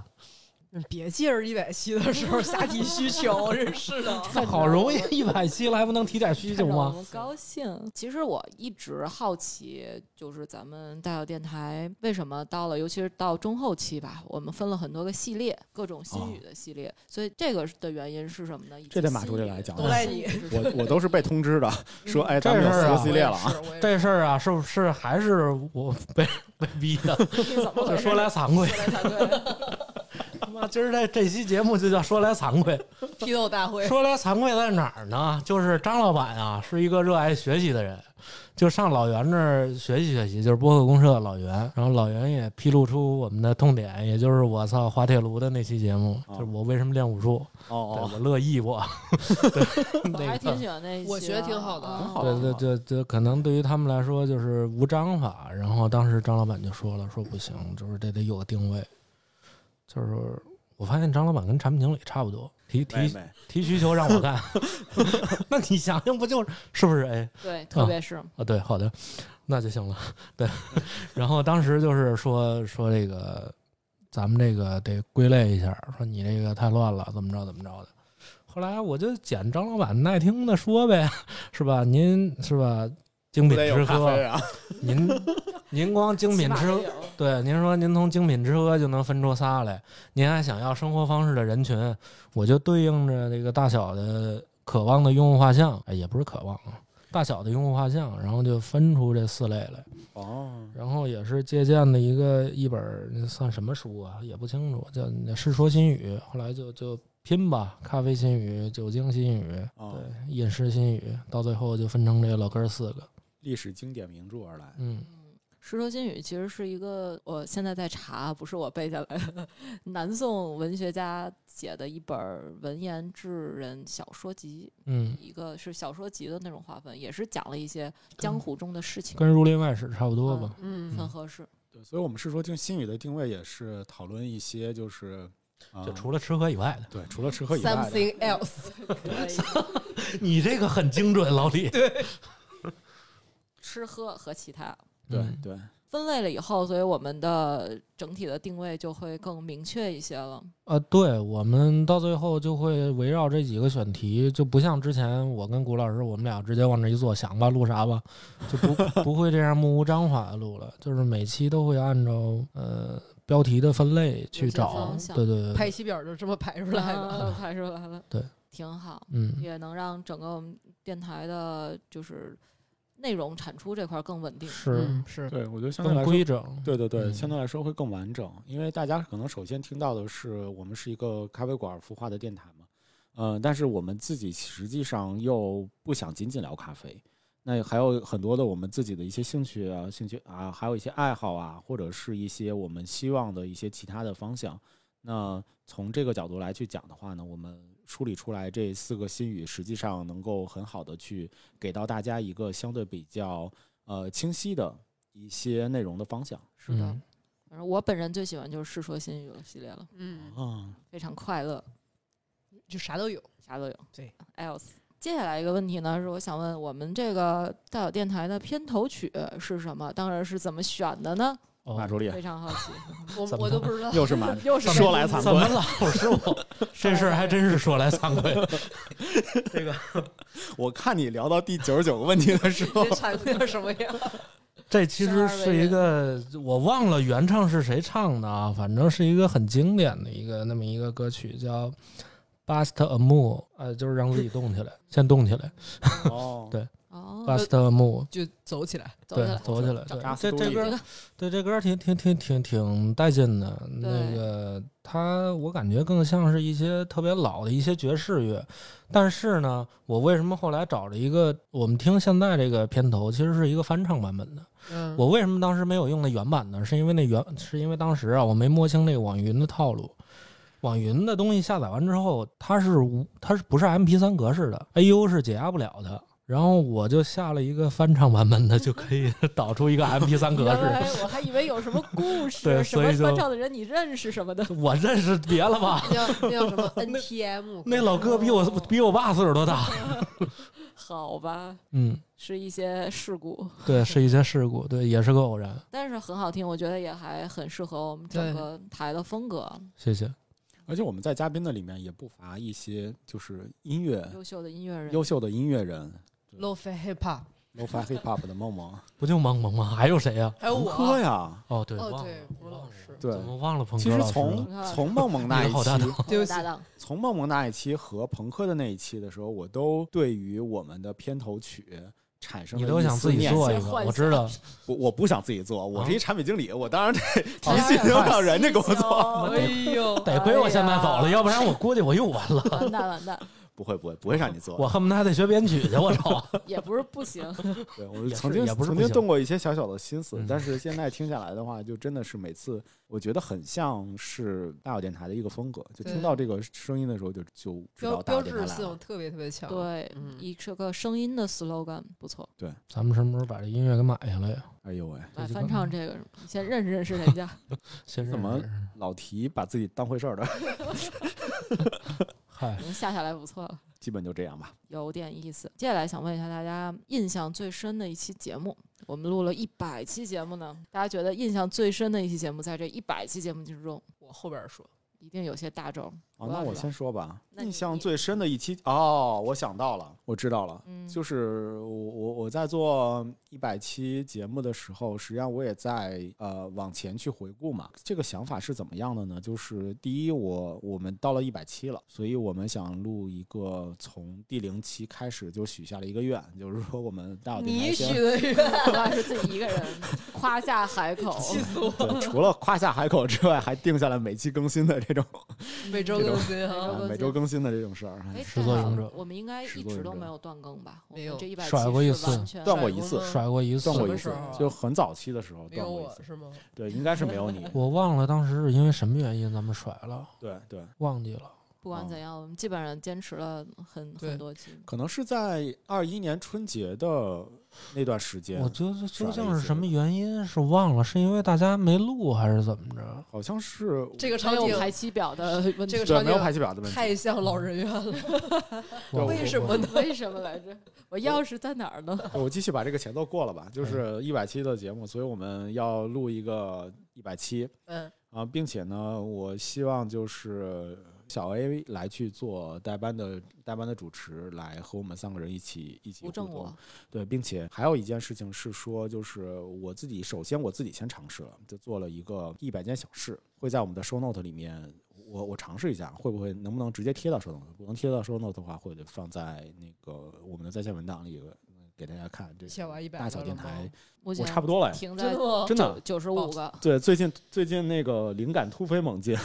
S2: 嗯别借着一百期的时候瞎提需求，真 是的。
S1: 看着
S3: 好容易
S1: 我
S3: 一百期了，还不能提点需求
S1: 看着我
S3: 吗？
S1: 们高兴。其实我一直好奇，就是咱们大小电台为什么到了，尤其是到中后期吧，我们分了很多个系列，各种新语的系列。所以这个的原因是什么呢？以及
S4: 哦这得马
S1: 新
S4: 助理
S1: 语
S4: 来讲
S1: 的
S2: 了都赖
S1: 新语
S2: 你
S1: 是什么
S4: 我我都是被通知的，说哎，
S3: 这
S4: 咱们有
S3: 事儿啊
S4: 四个系列了啊。
S2: 我也是，
S3: 这事儿啊，是不是还是我被被逼的？
S1: 怎么
S3: 就
S1: 回事
S3: 说来惭愧，
S1: 说来惭愧。
S4: 他妈
S3: 妈，今儿这这期节目就叫说来惭 愧。
S2: 批斗大会，
S3: 说来惭愧在哪儿呢？就是张老板啊，是一个热爱学习的人，就上老袁那儿学习学习，就是播客公社的老袁。然后老袁也披露出我们的痛点，也就是我操滑铁卢的那期节目，
S4: 哦
S3: 就是我为什么练武术，对
S4: 哦
S3: 我乐意 我。
S1: 我还挺喜欢那一期的，
S2: 我觉得挺好的啊
S1: 嗯
S4: 很啊好
S3: 对对对对，可能对于他们来说就是无章法。然后当时张老板就说了，说不行，就是这得有个定位。就是我发现张老板跟产品经理差不多，提
S4: 哦，没
S3: 提
S4: 没
S3: 提需求让我干， 那你想想不就是是不是？哎
S4: 嗯
S1: 对，特别是
S3: 啊，对，好的，那就行了。 对，然后当时就是说说这个，咱们这个得归类一下，说你这个太乱了，怎么着怎么着的。后来我就捡张老板耐听的说呗，是吧？您是吧？精
S4: 不
S3: 品
S4: 得
S3: 之
S4: 有咖啡
S3: 喝，
S4: 啊？
S3: 您您光精品之
S1: 起码得有
S3: 对，您说您从精品之歌就能分出仨来，您还想要生活方式的人群，我就对应着这个大小的渴望的用户画像，哎，也不是渴望啊，大小的用户画像，然后就分出这四类来，
S4: 哦，
S3: 然后也是借鉴的一个一本儿那算什么书啊，也不清楚，叫《世说新语》，后来就就拼吧，咖啡新语、酒精新语、
S4: 哦
S3: 对饮食新语，到最后就分成这老哥儿四个，
S4: 历史经典名著而来，
S1: 《
S3: 嗯，
S1: 世说新语》其实是一个我现在在查，不是我背下来的，南宋文学家写的一本儿文言志人小说集，
S3: 嗯，
S1: 一个是小说集的那种划分，也是讲了一些江
S3: 嗯
S1: 湖中的事情，
S3: 跟《儒林外史》差不多
S1: 嗯
S3: 吧。
S2: 嗯，
S1: 很合适。
S4: 对，所以我们是说定新语的定位也是讨论一些就是，啊
S3: 就除了吃喝以外的，
S4: 对除了吃喝以外的，
S2: Something else，
S3: 你这个很精准，老李。对，
S1: 吃喝和其他
S3: 嗯
S4: 对对，
S1: 分类了以后，所以我们的整体的定位就会更明确一些了。
S3: 啊，对，我们到最后就会围绕这几个选题，就不像之前我跟谷老师，我们俩直接往这一坐，想吧录啥吧，就 不不会这样目无章法的录了。就是每期都会按照呃标题的分类去
S1: 有些
S3: 找
S1: 方，向
S3: 对
S4: 嗯
S3: 对
S2: 排
S3: 对，
S2: 期表就这么排出来的。
S1: 啊排出来 了，
S3: 对，
S1: 挺好，
S3: 嗯，
S1: 也能让整个我们电台的就是内容产出这块儿更稳定。
S3: 是
S2: 嗯是，
S4: 对我觉得相对
S3: 更
S4: 来说，
S3: 规整，
S4: 对对对，
S3: 嗯
S4: 相对来说会更完整，因为大家可能首先听到的是我们是一个咖啡馆孵化的电台嘛，呃，但是我们自己实际上又不想仅仅聊咖啡。那还有很多的我们自己的一些兴趣啊、兴趣啊，还有一些爱好啊，或者是一些我们希望的一些其他的方向。那从这个角度来去讲的话呢，我们梳理出来这四个新语，实际上能够很好的去给到大家一个相对比较呃清晰的一些内容的方向。
S1: 是的，
S3: 嗯
S1: 反正我本人最喜欢就是《世说新语》了系列了，
S2: 嗯，
S4: 嗯，
S1: 非常快乐，
S2: 就啥都有。
S1: 啥都有。
S2: 对
S1: ，else。接下来一个问题呢，是我想问我们这个大小电台的片头曲是什么？当然是怎么选的呢？
S4: 马
S3: 哦，
S4: 助理
S1: 非常好奇，
S2: 我
S3: 怎么
S2: 我都不知 道，
S4: 又是马，
S1: 又是
S4: 说来 惭
S3: 怎么
S4: 愧，
S3: 老是我？ 这事儿还真是说来惭愧。这个
S4: 我看你聊到第九十九个问题的时候
S2: 这，产生了什么呀？
S3: 这其实是一个我忘了原唱是谁唱的啊，反正是一个很经典的一个那么一个歌曲叫《Bust a Move》，呃，就是让自己动起来，先动起来
S4: 哦
S3: 对
S1: 哦，
S3: ，Bust a Move，
S2: 就走起来，
S1: 走起
S3: 对
S1: 来，，
S3: 走起来，
S4: 找
S3: 对
S4: 扎，
S3: 这
S4: 斯杜
S3: 这
S4: 利
S3: 歌，对这歌挺挺挺挺挺带劲的。那
S1: 对
S3: 个它，我感觉更像是一些特别老的一些爵士乐，但是呢，我为什么后来找了一个我们听现在这个片头，其实是一个翻唱版本的。
S2: 嗯，
S3: 我为什么当时没有用那原版呢？是因为那原是因为当时啊，我没摸清那个网云的套路。网云的东西下载完之后，它是无它是不是 MP3 格式的？AU 是解压不了的。然后我就下了一个翻唱版本的，就可以 导出一个 MP3 格
S1: 原来
S3: 式。
S1: 我还以为有什么故 事，
S3: 对
S1: 什
S3: 所以
S1: 么
S3: 就
S1: 翻唱的人你认识什么的。
S3: 我认识别了吧？
S2: 那叫那叫什 么 NTM？
S3: 那老哥比我比我爸岁数都大。
S1: 好吧，
S3: 嗯，
S1: 是一些事故，
S3: 对，是一些事故，对，也是个偶然。
S1: 但是很好听，我觉得也还很适合我们整
S2: 对
S1: 个台的风格。
S3: 谢谢。
S4: 而且我们在嘉宾的里面也不乏一些就是音乐
S1: 优秀的音乐人，
S4: 优秀的音乐人
S2: lofi hip hop，
S4: ，lofi hip hop 的梦梦，
S3: 不就萌萌吗？还有谁呀、
S2: 还有我
S4: 彭科呀。
S3: 哦，对，
S2: 哦
S3: 忘了
S2: 对，吴老师，
S4: 对
S3: 怎，么忘了朋
S4: 其
S3: 克
S4: 实
S3: 老师
S4: 从
S3: 了？
S4: 从梦梦那
S3: 你
S4: 一
S3: 的好搭
S4: 期
S3: 档，
S1: 对
S2: 对不起
S1: 搭档，
S4: 从梦梦那一期和朋克的那一期的时候，我都对于我们的片头曲产生
S3: 你
S4: 了
S3: 都
S4: 一
S3: 想
S4: 丝
S3: 自己
S4: 念
S3: 做
S4: 想
S3: 一个，我知道，
S4: 我我不想自己做，我是一产品经理，我当然得
S1: 哦
S4: 提心让人家给我做。
S2: 哎呦，
S3: 得亏我现在走了，
S2: 哎呀
S3: 要不然我估计我又完了。
S1: 完蛋完蛋，
S4: 不会不会不会让你做，
S3: 我恨不得还得学编曲去，我操！
S1: 也不是不行。
S4: 对我
S3: 也
S4: 曾
S3: 是
S4: 经
S3: 也不是
S4: 曾
S3: 不
S4: 经
S3: 行
S4: 动过一些小小的心思
S3: 嗯，
S4: 但是现在听下来的话，就真的是每次我觉得很像是大小电台的一个风格，就
S2: 对
S4: 听到这个声音的时候就就知
S2: 标
S4: 道大
S2: 标
S4: 小电
S2: 志
S4: 台来
S2: 性
S4: 了。
S2: 特别特别强。，
S1: 对
S2: 嗯，
S1: 以这个声音的 slogan 不错，
S3: 咱们什么时候把这音乐给买下来呀？
S4: 哎呦喂，
S1: 买
S3: 这就
S1: 翻
S3: 跟
S1: 唱这个，你先认识认识人家。
S3: 先
S4: 怎
S3: 认
S4: 么
S3: 识认识
S4: 老提把自己当回事儿的，
S3: 嗨，
S1: 能下下来不错了，
S4: 基本就这样吧。
S1: 有点意思。接下来想问一下大家印象最深的一期节目，我们录了一百期节目呢，大家觉得印象最深的一期节目，在这一百期节目之中，
S2: 我后边说，
S1: 一定有些大 招。
S4: 哦，
S1: 我
S4: 那
S1: 要
S4: 我
S1: 是
S4: 先说吧。
S1: 那
S4: 印
S1: 你
S4: 象
S1: 你
S4: 最深的一期哦，我想到了，我知道了，
S1: 嗯
S4: 就是我我我在做一百期节目的时候，实际上我也在呃往前去回顾嘛。这个想法是怎么样的呢？就是第一，我我们到了一百期了，所以我们想录一个从第零期开始就许下了一个愿，就是说我们大小电台
S2: 你许
S4: 先。
S2: 的愿，
S1: 主要是自己一个人夸下海口，
S2: 气死我！
S4: 对，除了夸下海口之外，还定下了每期更新的这种、
S2: 每周更新啊，
S4: 啊
S1: 更
S4: 每
S1: 新
S4: 周更新的这种事儿。
S1: 哎，
S3: 始作
S1: 但
S3: 俑者
S1: 我们应该
S4: 始
S1: 一
S4: 作
S1: 直
S4: 俑
S1: 都
S4: 者
S1: 没有断更吧？我
S2: 没
S1: 们
S2: 有
S1: 这一百
S3: 甩过一次
S1: 完全
S4: 断过一次
S2: 甩
S3: 甩过一次
S4: 断，过
S2: 什
S4: 一
S2: 么时
S4: 次
S2: 候啊，
S4: 就很早期的时候
S2: 没有
S4: 断过一
S2: 我
S4: 次。嗯
S2: 是吗？
S4: 对，应该是没 有你。
S3: 我忘了当时是因为什么原因咱们甩了，
S4: 对对，
S3: 忘记了。
S1: 不管怎样，我们基本上坚持了很
S2: 啊对
S1: 很多期。
S4: 可能是在二一年春节的那段时间
S3: 我，觉得究
S4: 甩了
S3: 竟
S4: 一
S3: 是
S4: 次
S3: 什么原因是忘了，是因为大家没录还是怎么着？
S4: 好像是
S2: 这个
S1: 还
S2: 场
S1: 有
S2: 景
S1: 排期表的问题
S2: 这，个
S4: 对
S2: 场
S4: 没有排
S2: 景
S4: 期表的问题，
S2: 太像老人院了，
S4: 对
S3: 我
S2: 为什么？呢？
S1: 为什么来着？我钥匙在哪儿呢？
S4: 我继续把这个前奏过了吧，
S2: 哎
S4: 就是一百期的节目，所以我们要录一个一百期
S2: 嗯，
S4: 啊，并且呢，我希望就是小 A 来去做代班的代班的主持，来和我们三个人一起一起
S1: 扶
S4: 互
S1: 正
S4: 动。
S1: 我，
S4: 对，并且还有一件事情是说，就是我自己首先我自己先尝试了，就做了一个一百件小事，会在我们的 show note 里面，我我尝试一下，会不会能不能直接贴到 show note？不能贴到 show note 的话，会得放在那个我们的在线文档里给大家看。这
S2: 写完一百
S4: 大小
S2: 个
S4: 电
S2: 了
S4: 台
S2: 吗，
S1: 目
S4: 我
S1: 前
S4: 差不多了、哎，
S1: 停
S2: 真
S1: 在
S2: 的吗？
S4: 真的。
S1: 九十五个，
S4: 对，最近最近那个灵感突飞猛进，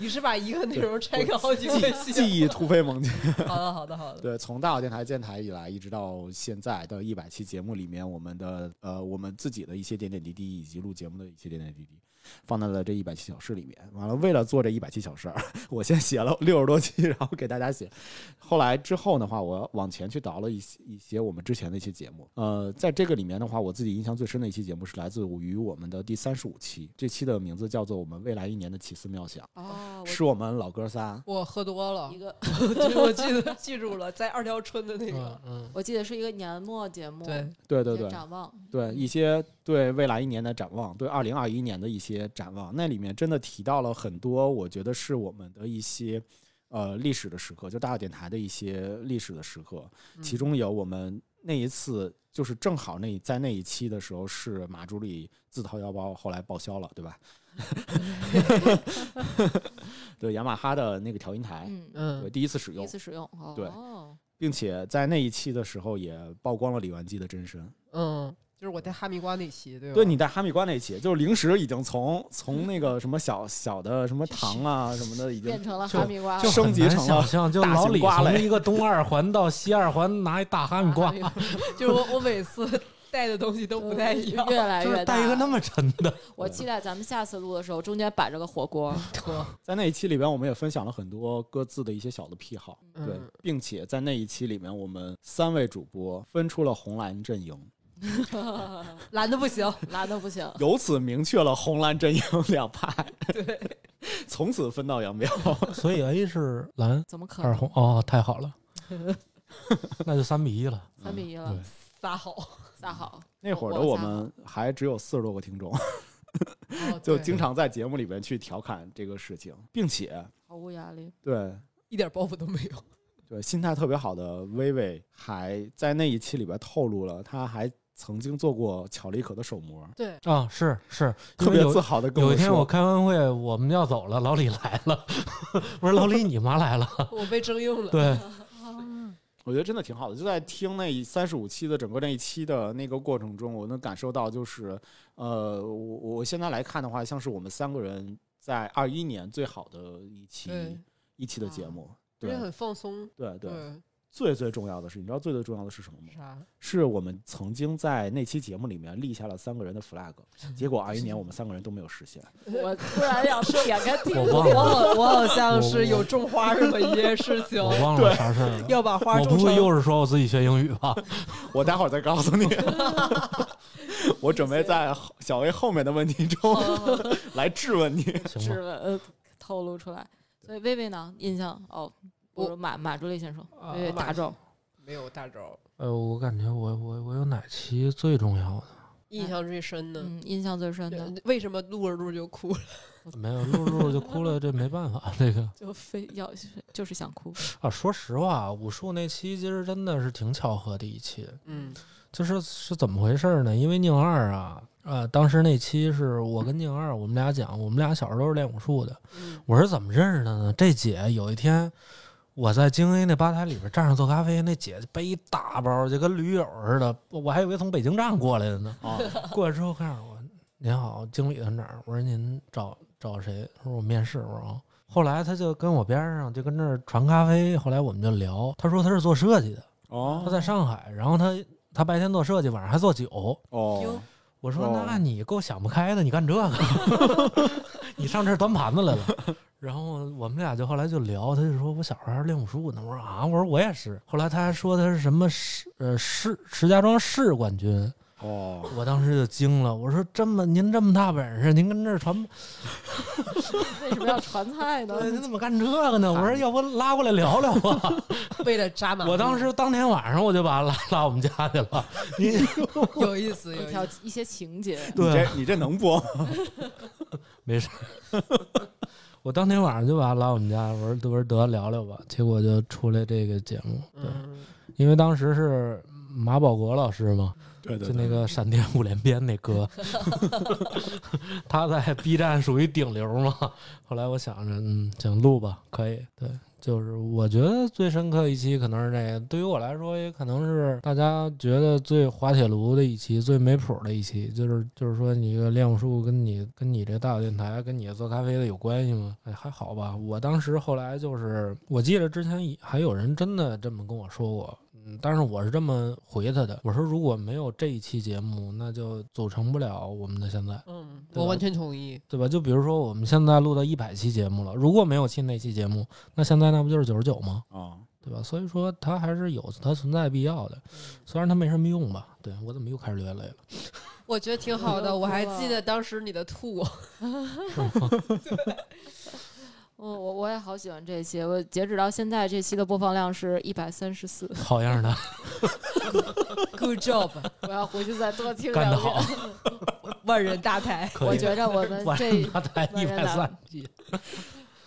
S2: 你是把一个内容拆开好几
S4: 记
S2: 个
S4: 记
S2: 写？
S4: 忆突飞猛进。
S2: 好的，好的，好的。
S4: 对，从大小电台建台以来，一直到现在的一百期节目里面，我们的呃，我们自己的一些点点滴滴，以及录节目的一些点点滴滴，放在了这一百期小事里面。完了，为了做这一百期小事儿， 我先写了六十多期，然后给大家写。后来之后的话，我往前去倒了一些一些我们之前的一些节目。呃，在这个里面的话，我自己印象最深的一期节目是来自于我们的第三十五期，这期的名字叫做《我们未来一年的奇思妙想》，
S1: 哦，
S4: 是我们老哥仨。
S2: 我喝多了
S1: 我一，个，
S2: 就是我记得 记住了，在二条村的那个
S3: 嗯，嗯，
S1: 我记得是一个年末节目，
S2: 嗯对，
S4: 对
S1: 一
S4: 对
S1: 些
S4: 对，
S1: 展望，
S4: 对一些对未来一年的展望，对二零二一年的一些展望，那里面真的提到了很多，我觉得是我们的一些呃历史的时刻，就大小电台的一些历史的时刻，
S2: 嗯
S4: 其中有我们那一次。就是正好那在那一期的时候是马助理自掏腰包，后来报销了，对吧？ 对雅马哈的那个调音台，
S1: 嗯，
S2: 嗯，
S4: 对第一次使
S1: 第一
S4: 用，
S1: 次使用，哦，
S4: 哎对并且在那一期的时候也曝光了李元基的真身。
S2: 嗯，就是我带哈密瓜那期，对吧？
S4: 对，你在哈密瓜那一期，就是零食已经从从那个什么小小的什么糖啊什么的，已经
S1: 变成了
S3: 就
S1: 哈密瓜，
S4: 就升级成了
S3: 想象，就
S4: 大
S3: 老
S4: 型
S3: 李
S4: 瓜
S3: 从
S4: 类
S3: 一个东二环到西二环拿一大哈密瓜，
S2: 就是我我每次带的东西都不太一样，
S1: 越来
S3: 就是
S1: 越
S3: 带一个那么沉的，
S1: 我期待咱们下次录的时候，中间摆着个火锅，
S2: 嗯
S4: 在那一期里边，我们也分享了很多各自的一些小的癖好，对
S2: 嗯，
S4: 并且在那一期里面，我们三位主播分出了红蓝 阵营，
S2: 懒的不行，
S1: 拉的不行。
S4: 由此明确了红蓝阵营两派，对， 从此分道 扬镳。
S3: 所以 A 是蓝，
S1: 怎么可
S3: 二
S1: 能？
S3: 红哦，太好 了，那就三比一了。
S1: 三比一了
S4: 对，
S2: 撒好，
S1: 撒好！
S4: 那会儿的
S1: 我
S4: 我
S1: 撒
S4: 们还只有四十多个听众，
S2: 哦
S4: 就
S2: 对
S4: 经常在节目里边去调侃这个事情，并且
S1: 毫无压力，
S4: 对
S2: 一点包袱都没有，
S4: 对，心态特别好的薇薇还在那一期里边透露了，她还曾经做过巧力可的手模，
S2: 对，
S3: 啊、是 是，因
S4: 特
S3: 为
S4: 别
S3: 有
S4: 自豪的跟
S3: 有一
S4: 我
S3: 天我
S4: 说，
S3: 开完会，我们要走了，老
S2: 啊
S3: 李来了，我说老李你妈来了，
S2: 我被征用了，
S3: 对，
S4: 我觉得真的挺好的。就在听那三十五期的整个那一期的那个过程中，我能感受到，就是呃，我我现在来看的话，像是我们三个人在二一年最好的一期
S2: 对，
S4: 一期的
S2: 啊
S4: 节目。
S2: 而
S4: 对
S2: 且很放松。
S4: 对对，
S2: 对，
S4: 最最重要的是，你知道最最重要的是什么吗？
S2: 啥？
S4: 是我们曾经在那期节目里面立下了三个人的 flag，结果二一年我们三个人都没有实现。
S1: 我突然想说掩盖自己
S3: 我
S1: 的
S3: 忘
S2: 我
S3: 了
S2: 好，我好 像
S3: 我
S2: 是有种花这么一件事情
S3: 我，忘了啥事 儿了。
S2: 要把花
S3: 我
S2: 种
S3: 不
S2: 成
S3: 会又是说我自己学英语 吧？
S4: 我待会儿再告诉你，我准备在后小 A 后面的问题中
S1: 哦
S4: 来质问你。
S3: 行吧
S1: 质，问呃透露出来。所以薇薇呢，印象哦，不是马马助理先说，
S2: 啊
S1: 薇薇
S2: 马
S1: 打中，
S2: 没有大招。
S3: 呃，我感觉我我我有哪期最重 要的？
S2: 印象最深的，
S1: 嗯，印象最深的
S2: 对为什么录着录着就哭了？
S3: 没有露露就哭了，这没办法，这个
S1: 就非要就是想 哭，
S3: 啊，说实话，武术那期其实真的是挺巧合的一期，
S2: 嗯，
S3: 就是是怎么回事呢？因为宁二啊，呃，当时那期是我跟宁二，我们俩讲，我们俩小时候都是练武术的。
S2: 嗯
S3: 我是怎么认识的呢？这姐有一天，我在京 A 那吧台里边站着做咖啡，那姐背一大包，就跟驴友似的，我还以为从北京站过来的呢。
S4: 啊，
S3: 过来之后看着我，您好，经理团长，我说您找找谁？他说我面试，我说啊。后来他就跟我边上就跟那儿传咖啡，后来我们就聊，他说他是做设计的，他
S4: 哦
S3: 在上海，然后他他白天做设计，晚上还做酒。
S4: 哦，
S3: 我说、
S4: 哦
S3: 那你够想不开的，你干这个，你上这儿端盘子来了。然后我们俩就后来就聊，他就说我小时候还是练武术呢。我说啊，我说我也是。后来他还说他是什么市呃市石家庄市冠军，
S4: 哦，
S3: 我当时就惊了，我说这么您这么大本事，您跟这儿传，
S1: 为什么要传菜呢？
S3: 您怎么干这个呢？我说要不拉过来聊聊吧。
S2: 为了扎马路，
S3: 我当时当天晚上我就把他拉拉我们家去了。您
S2: 有意思， 有
S1: 一
S2: 意
S1: 条
S2: 思。
S1: 一些情 节，
S4: 你
S3: 对
S4: 这你这能播？
S3: 没事儿，我当天晚上就把他拉我们家，我说我说得聊聊吧。结果就出来这个节目，对，
S2: 嗯，
S3: 因为当时是马保国老师嘛，
S4: 对对
S3: 就那个闪电五连鞭那 哥， 他在 B 站属于顶流嘛。后来我想着，嗯，行，录吧，可以。对，就是我觉得最深刻一期可能是这个，对于我来说，也可能是大家觉得最滑铁卢的一期，最没谱的一期。就是就是说，你这个练武术跟你跟你这大小电台跟你做咖啡的有关系吗？哎，还好吧。我当时后来就是，我记得之前也还有人真的这么跟我说过，嗯，但是我是这么回他的，我说如果没有这一期节目，那就组成不了我们的现在，
S2: 嗯，
S3: 对吧
S2: 我完全同意。
S3: 对吧？就比如说我们现在录到一百期节目了，如果没有去那期节目，那现在那不就是九十九吗？
S4: 啊，
S3: 对吧？所以说它还是有它存在必要
S1: 嗯
S3: 的，虽然它没什么用吧。对我怎么又开始流眼泪了？
S2: 我觉得挺好的，
S1: 我都
S2: 我还
S1: 哭了
S2: 记得当时你的吐，
S1: 我我我也好喜欢这些，我截止到现在这期的播放量是一百三十四，
S3: 好样的，
S2: Good job，
S1: 我要回去再多听
S3: 干
S1: 两
S3: 得好
S1: 遍。，
S2: 万人大 台。
S3: 可
S1: 我
S3: 以。
S1: 觉着我们
S3: 晚
S1: 这
S3: 上他才一百三十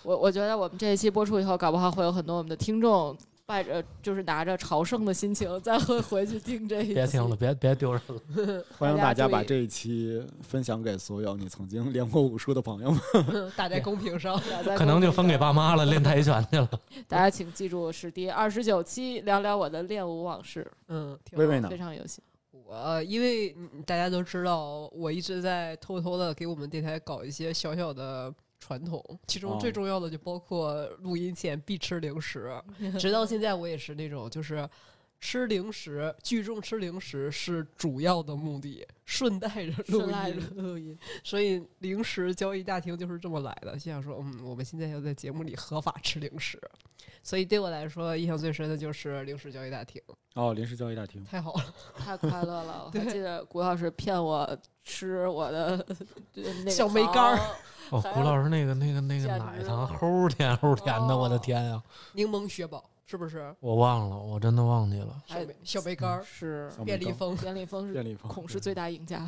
S1: 我我觉得我们这一期播出以后，搞不好会有很多我们的听众带着就是拿着朝圣的心情再会回去听这一期。
S3: 别听了，，别别丢人了。
S4: 欢迎
S1: 大家
S4: 大家
S1: 注意
S4: 把这一期分享给所有你曾经练过武术的朋友们。
S2: 打在公屏上，
S3: 可能就分给爸妈了，练跆拳去了。
S1: 大家，请记住是第二十九期，聊聊我的练武往事，
S2: 嗯，挺
S4: 薇
S2: 好。
S4: 薇呢
S1: 非？常有幸。
S2: 我因为嗯大家都知道，我一直在偷偷的给我们电台搞一些小小的传统，其中最
S4: 哦
S2: 重要的就包括录音前必吃零 食，直到现在我也是那种就是。吃零食，聚众吃零食是主要的目的，顺带着录
S1: 顺带着
S2: 音，录音，所以零食交易大厅就是这么来的。心想说，嗯，我们现在要在节目里合法吃零食，所以对我来说，印象最深的就是零食交易大厅，
S4: 哦，临时教育大厅。
S2: 太好了，
S1: 太快乐了！我还
S2: 对
S1: 记得谷老师骗我吃我的那个
S2: 小梅干儿
S1: 糖，
S3: 哦，
S1: 还
S3: 谷
S1: 要
S3: 老师那个那个那个
S1: 简
S3: 奶
S1: 直
S3: 糖
S1: 了
S3: 齁甜齁甜的，我的
S1: 哦
S3: 天啊呀！
S2: 柠檬雪宝是不是？
S3: 我忘了，我真的忘记了。
S2: 小梅小梅干儿、
S1: 是
S4: 嗯小梅
S2: 便
S4: 干
S2: 利蜂。
S1: 袁立峰
S4: 练
S1: 是
S4: 立方
S1: 孔是最大赢家。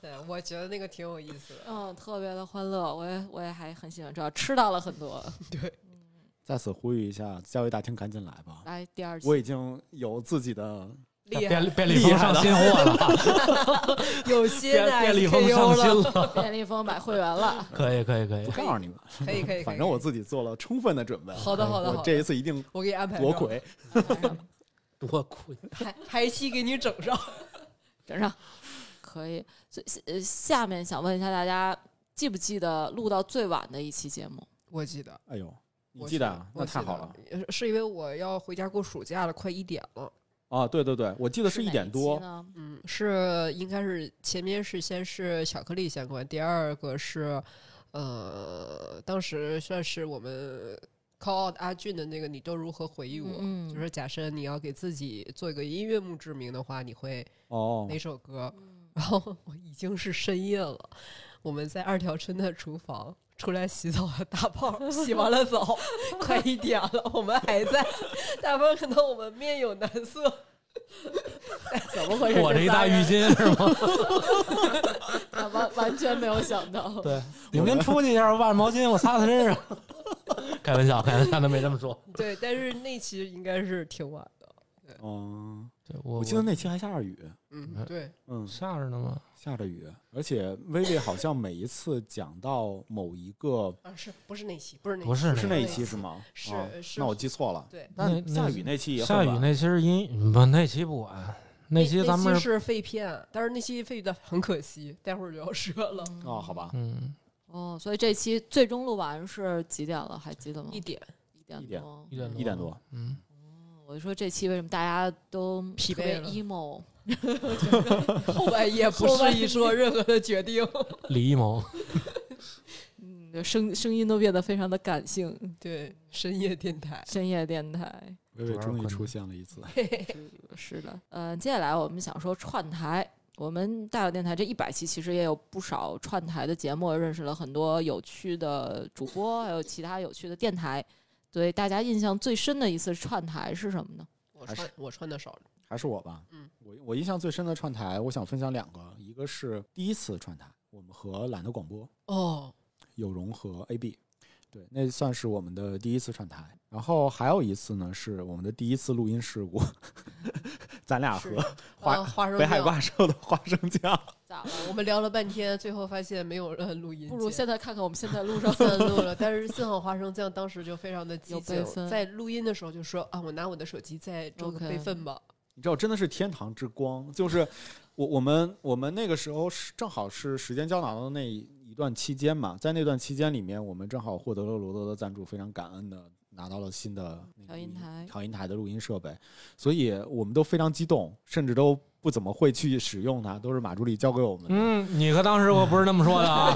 S2: 对，我觉得那个挺有意 思的。
S1: 嗯，特别的欢乐，我也我也还很喜欢，主要吃到了很多。
S4: 在此呼吁一下，教育大厅赶紧来吧！
S1: 来第二期
S4: 我，已经有自己的
S2: 厉害，
S3: 便便利蜂上新货了，
S2: 有新
S3: 便
S2: 的
S3: 便利蜂上
S2: SKU 了，
S3: 新了，
S1: 便利蜂买会员 了，
S3: 可以可以可以
S4: 不，告诉你们，
S2: 可以可以可以，
S4: 反正我自己做了充分的准备。
S2: 好的好的好
S4: 我
S2: 的，
S4: 这一次一定
S2: 我给你安排
S4: 夺
S2: 上，
S4: 魁。
S3: 多亏
S2: 排排期给你整上。
S1: 整上可以。所以呃下面想问一下大家，记不记得录到最晚的一期节目？
S2: 我记得，
S4: 哎呦，你
S2: 我
S4: 记得啊？
S2: 我
S4: 那
S2: 记
S4: 太好
S2: 得
S4: 了，
S2: 呃 是因为我要回家过暑假了，快一点了。
S4: 啊！对对对，我记得是一
S1: 哪
S4: 点
S1: 期
S4: 多。
S1: 呢。
S2: 嗯，是应该是前面是先是巧克力相关，第二个是呃，当时算是我们 call out 阿俊的那个，你都如何回忆我？
S1: 嗯嗯
S2: 就是假设你要给自己做一个音乐墓志铭的话，你会
S4: 哦
S2: 哪首歌？ 然后我已经是深夜了，我们在二条村的厨房。出来洗澡的大胖洗完了澡，快一点了，我们还在。大胖看到我们面有难色，
S1: 怎么回事？
S3: 裹着
S1: 这
S3: 一
S1: 仨
S3: 大浴
S1: 人，
S3: 巾是吗？
S1: 啊完 完全没有想 到。
S3: 对，你们先出去一下，我把毛巾我擦擦身上。 开玩笑，开玩笑，他没这么说。
S2: 对，但是那期应该是挺晚的。
S4: 哦，
S3: 对我
S4: 我记得那期还下着雨，
S2: 嗯，对，
S4: 嗯，
S3: 下着呢吗？
S4: 下着雨，而且薇薇好像每一次讲到某一个，
S2: 啊，是不是那期？不是那
S3: 不是
S4: 是那
S2: 那
S4: 一期是？吗？
S2: 是
S4: 啊
S2: 是
S4: 那我记错了。
S2: 对，
S3: 那
S4: 但下
S3: 那
S4: 雨那期也很
S3: 下雨
S4: 晚
S3: 那期是阴不，那期不管，那期咱们
S2: 是废片，但是那期废的很可惜，待会儿就要折了。
S4: 哦，好吧，
S3: 嗯
S1: 哦，所以这期最终录完是几点了？还记得吗？
S2: 一点
S1: 一点
S4: 一点
S1: 多。
S4: 一点多，
S3: 嗯，
S1: 我就说这期为什么大家都
S2: 疲
S1: 特别
S2: 惫了
S1: emo？
S2: 后半夜不适宜做任何的决定。
S3: 李一谋
S1: 嗯，就声声音都变得非常的感性。
S2: 对，深夜电台。
S1: 深夜电台，
S3: 嗯主
S4: 薇薇
S3: 要是
S4: 终于
S3: 困
S4: 出
S3: 难
S4: 现了一次。
S1: 是的，呃，接下来我们想说串台。我们大小电台这一百期其实也有不少串台的节目，认识了很多有趣的主播，还有其他有趣的电台。对大家印象最深的一次串台是什么呢？
S2: 我
S4: 还
S2: 穿
S4: 是
S2: 我穿的少，
S4: 还是我吧。
S2: 嗯，
S4: 我我印象最深的串台，我想分享两个，一个是第一次串台，我们和懒得广播
S2: 哦，
S4: 有容和 AB，对，那算是我们的第一次串台。然后还有一次呢，是我们的第一次录音事故， 咱俩
S2: 是
S4: 和花
S2: 花花生
S4: 北海
S2: 酱
S4: 怪兽的花生酱，
S1: 咋了？
S2: 我们聊了半天，最后发现没有人录音，。
S1: 不如现在看看我们现在路 上
S2: 算录了，但是幸好花生酱当时就非常的激
S1: 有
S2: 进
S1: 备，份
S2: 在录音的时候就说啊，我拿我的手机再做个
S1: OK
S2: 备份吧。
S4: 你知道，真的是天堂之光，就是我我们我们那个时候是正好是时间胶囊的那一段期间嘛，在那段期间里面，我们正好获得了罗德的赞助，非常感恩的拿到了新的那个
S1: 调音台
S4: 调音台的录音设备，所以我们都非常激动，甚至都不怎么会去使用它，都是马助理教给我们的。
S3: 嗯，你可当时可不是那么说的啊！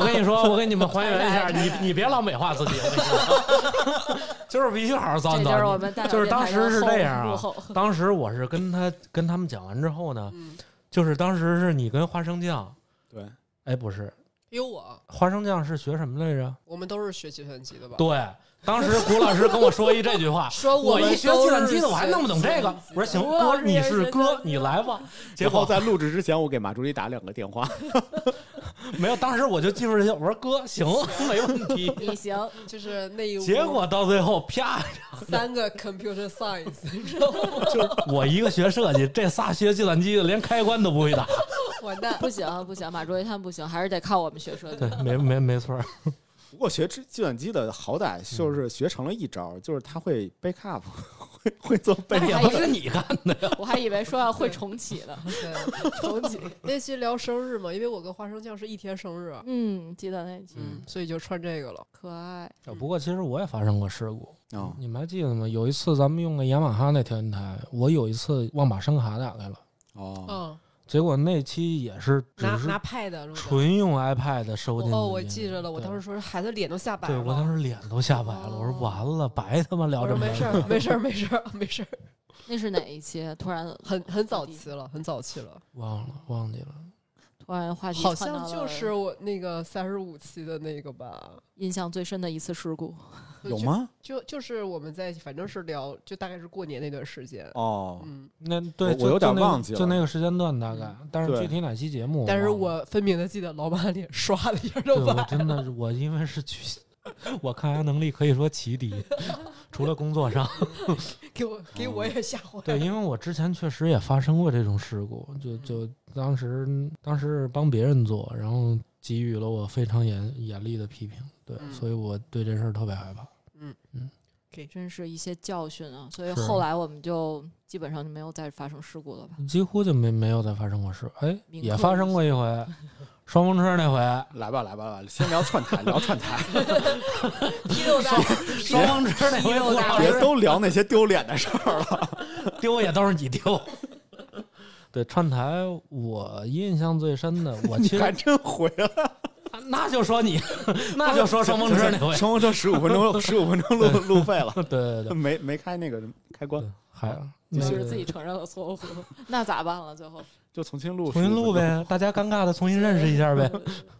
S3: 我跟你说，我给你们还原一下，你你别老美化自己，我跟你说 就是必须好好造
S1: 这
S3: 一
S1: 就是我
S3: 造。
S1: 们大小
S3: 就是
S1: 电
S3: 当
S1: 台
S3: 时
S1: 的
S3: 是
S1: 后
S3: 这样啊
S1: 幕 后
S3: 当时我是跟他跟他们讲完之后呢，
S2: 嗯，
S3: 就是当时是你跟花生酱，
S4: 对，
S3: 哎，不是
S2: 有我，
S3: 花生酱是学什么来着？
S2: 我们都是学计算机的吧？，
S3: 对，当时古老师跟我说一这句 话
S2: 说
S3: 我
S2: 们
S3: 一学计算机的，我还弄不懂这个。我说行，
S1: 古老
S3: 哥
S1: 师
S3: 你
S1: 也是
S3: 是
S1: 学
S3: 哥
S1: 计，
S3: 你来吧。结
S4: 然后
S3: 果
S4: 在录制之前，我给马助理打两个电话，
S3: 没有，当时我就记住这些，我说哥行，没问题。
S1: 你行，
S2: 就是那一屋
S3: 结果到最后啪，
S2: 三个 computer science，你知道吗？
S3: 就是我一个学设计，这仨学计算机的连开关都不会打。
S2: 完蛋，
S1: 不行不行，马卓一他们不行，还是得靠我们学设计。
S3: 对，没没 没错儿，
S4: 不过学计计算机的好歹就是学成了一招，就是他会 backup，会会做备
S3: 也
S4: 份。
S3: 不是你干的呀。
S1: 我还以为说要会重启呢，
S2: 对
S1: 重启。
S2: 那期聊生日嘛，因为我跟花生酱是一天生日，
S1: 嗯，记得那集
S2: 嗯，所以就穿这个了。
S1: 可爱，
S3: 不过其实我也发生过事故，
S4: 哦
S3: 你们还记得吗？有一次咱们用的雅马哈那调音台，我有一次忘把声卡打开了，
S4: 哦，
S2: 嗯，
S3: 结果那期也啊是只
S2: 拿
S3: 是
S2: 拿 pad 录的。
S3: 纯用 iPad 收进去的。
S2: 哦，我记着了，我
S3: 对
S2: 当时说是孩子脸都吓白
S3: 对
S2: 了。
S3: 我当时脸都吓白了，我说完了，白他妈聊
S2: 我
S3: 这
S2: 说
S3: 么
S2: 没
S3: 多
S2: 事儿， 没事儿，没事儿，没事儿，
S1: 那是哪一期？啊突然
S2: 很很早期了，很早期了，
S3: 忘了忘记了。
S1: 突然话题
S2: 好
S1: 窜到
S2: 像
S1: 了
S2: 就是我那个三十五期的那个吧。
S1: 印象最深的一次事故。
S4: 有吗？
S2: 就就是我们在反正是聊，就大概是过年那段时间，
S4: 哦，
S2: 嗯，
S3: 那对
S4: 我
S3: 就
S4: 我有点
S3: 就那个
S4: 忘记了
S3: 就那个时间段大概，但是
S4: 对
S3: 具体哪期节目忘了，
S2: 但是我分明的记得老马脸刷了一下
S3: 哦对
S2: 就
S3: 我
S2: 白，
S3: 真的是我因为是去我抗压能力可以说极低， 除了工作上。
S2: 给我给我也吓坏了。
S3: 哦对，因为我之前确实也发生过这种事故，就就当时当时帮别人做，然后给予了我非常严严厉的批评。对，
S2: 嗯
S3: 所以我对这事儿特别害怕。
S1: 真是一些教训啊！所以
S3: 是
S1: 后来我们就基本上就没有再发生事故 了吧？
S3: 几乎就没没有再发生过事，哎，
S1: 铭
S3: 也
S1: 刻
S3: 发
S1: 于
S3: 生过一回，双风车那回，
S4: 来吧，来吧，来吧，先聊串台，聊串台，
S2: 批 斗大
S3: 双风车 那回
S2: 肉大
S3: 我
S4: 别都聊那些丢脸的
S3: 啊
S4: 事儿了。
S3: 丢也都是你丢。 对串台，我印象最深的，我其
S4: 你还
S3: 实
S4: 真回来，
S3: 啊那就说你，那就说双风车那回，
S4: 双风车十五分 钟，十五分钟路路费了，
S3: 对对对，
S4: 没没开那个开关
S3: 对，还
S1: 就
S3: 那
S1: 是
S3: 个
S1: 自己承认了错误，那咋办了？最后
S4: 就重新录，
S3: 重新录。呗，大家尴尬的重新认识一下呗。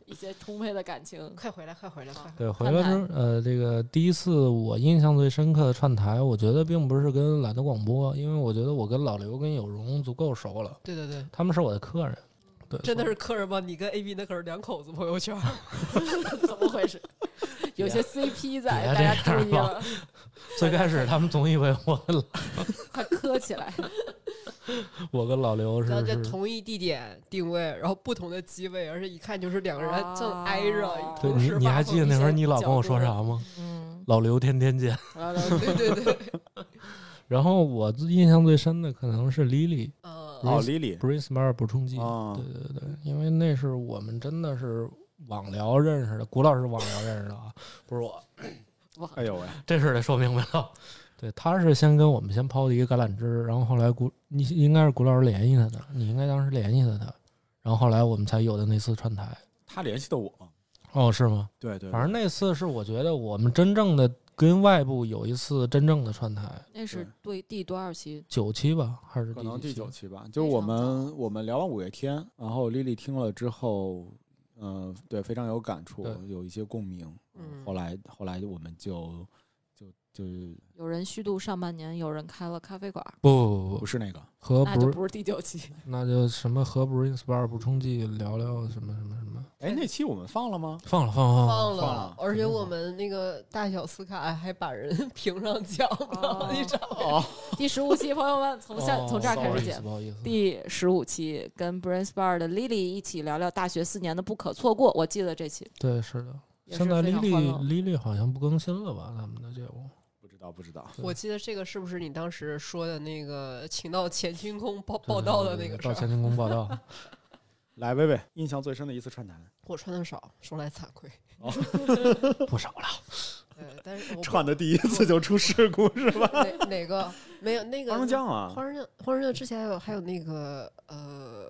S1: 一些充沛的感情，
S2: 快回来，快回来，快回来！
S3: 对，回来之后，呃，这个第一次我印象最深刻的串台，我觉得并不是跟懒得广播，因为我觉得我跟老刘跟有容足够熟了，
S2: 对对对，
S3: 他们是我的客人。对，
S2: 真的是客人吗？你跟 AB 那可是两口子朋友圈，
S1: 怎么 回事？有些 CP 在，
S3: 别
S1: 大家
S3: 这样
S1: 注意
S3: 吧
S1: 了，
S3: 最开始他们总以为我跟
S1: 快磕起 来！
S3: 我跟老刘是
S2: 咱在
S3: 是
S2: 同一地点定位，然后不同的机位，而且一看就是两个人
S4: 哦
S2: 正挨着
S1: 啊。
S3: 对
S2: 同
S3: 你
S2: 时，
S3: 你
S2: 发
S3: 还记得
S2: 挥
S3: 那会儿
S2: 一些
S3: 你老跟我
S2: 角
S3: 说
S2: 度
S3: 啥？吗？
S1: 嗯，
S3: 老刘天天见。
S1: 然后
S2: 对对对，
S3: 然后我印象最深的可能是 Lily
S2: 嗯，
S4: 哦，李李
S3: Brain Smart 补充剂。
S4: 啊，
S3: 对对对，因为那是我们真的是网聊认识的，古老师网聊认识的啊，不是我，
S1: 哇，
S4: 哎呦 喂，
S3: 这事儿得说明白了。 对，他是先跟我们先抛的一个橄榄枝，然后后来古你应该是古老师联系他的，你应该当时联系他的，然后后来我们才有的那次串台。
S4: 他联系的我，
S3: 哦，是吗？
S4: 对对，
S3: 反正那次是我觉得我们真正的跟外部有一次真正的串台，
S1: 那是对第多少期？
S3: 九期吧，还是
S4: 可能
S3: 第
S4: 第
S3: 几
S4: 九
S3: 期？
S4: 期吧，就是
S1: 非
S4: 我
S1: 常
S4: 们我们聊完五月天，然后 Lily 听了之后，嗯、对，非常有感触
S3: 对，
S4: 有一些共鸣。
S2: 嗯
S4: 后来后来我们就就就是
S1: 有人虚度上半年，有人开了咖啡馆，
S3: 不不不
S4: 不
S3: 不，
S4: 是那个，
S3: 和
S1: 那就
S3: Bru
S1: 不是第九 期。
S3: 那就什么和 Brain Spar 补充剂聊聊什么什么什么，
S4: 哎，那期我们放了吗？
S3: 放了放了放了，
S2: 忘了
S4: 放哦了，
S2: 而
S3: 嗯
S2: 且我们那个大小斯卡还把人 评上奖了
S1: 哦，
S2: 你知道吗？
S4: 哦，
S1: 第十五期，朋友们，从下
S3: 哦
S1: 从这儿开始
S3: sorry，
S1: 剪。
S3: 不好意思，
S1: 第十五期跟 Brain Spar 的 Lily 一起聊聊大学四年的不可错过，我记得这期
S3: 对，是的，
S1: 也是
S3: 现在
S1: 非
S3: Lily
S1: 常欢乐
S3: Lily 好像不更新了吧？他们的节目
S4: 不知道不知道，
S3: 对
S2: 我记得这个是不是你当时说的那个请到前清宫报
S3: 对
S2: 报道的那
S3: 对
S2: 个
S3: 对
S2: 事
S3: 到前
S2: 儿？
S3: 清宫报道，
S4: 来薇薇，印象最深的一次串台，
S2: 我穿的少，说来惭愧。
S4: 哦
S3: 不少了，
S2: 呃，但是我不
S4: 串的第一次就出事故是吧？
S2: 哪哪个没有那个
S4: 花生酱啊，
S2: 花生酱，花生酱之前还有还有那个呃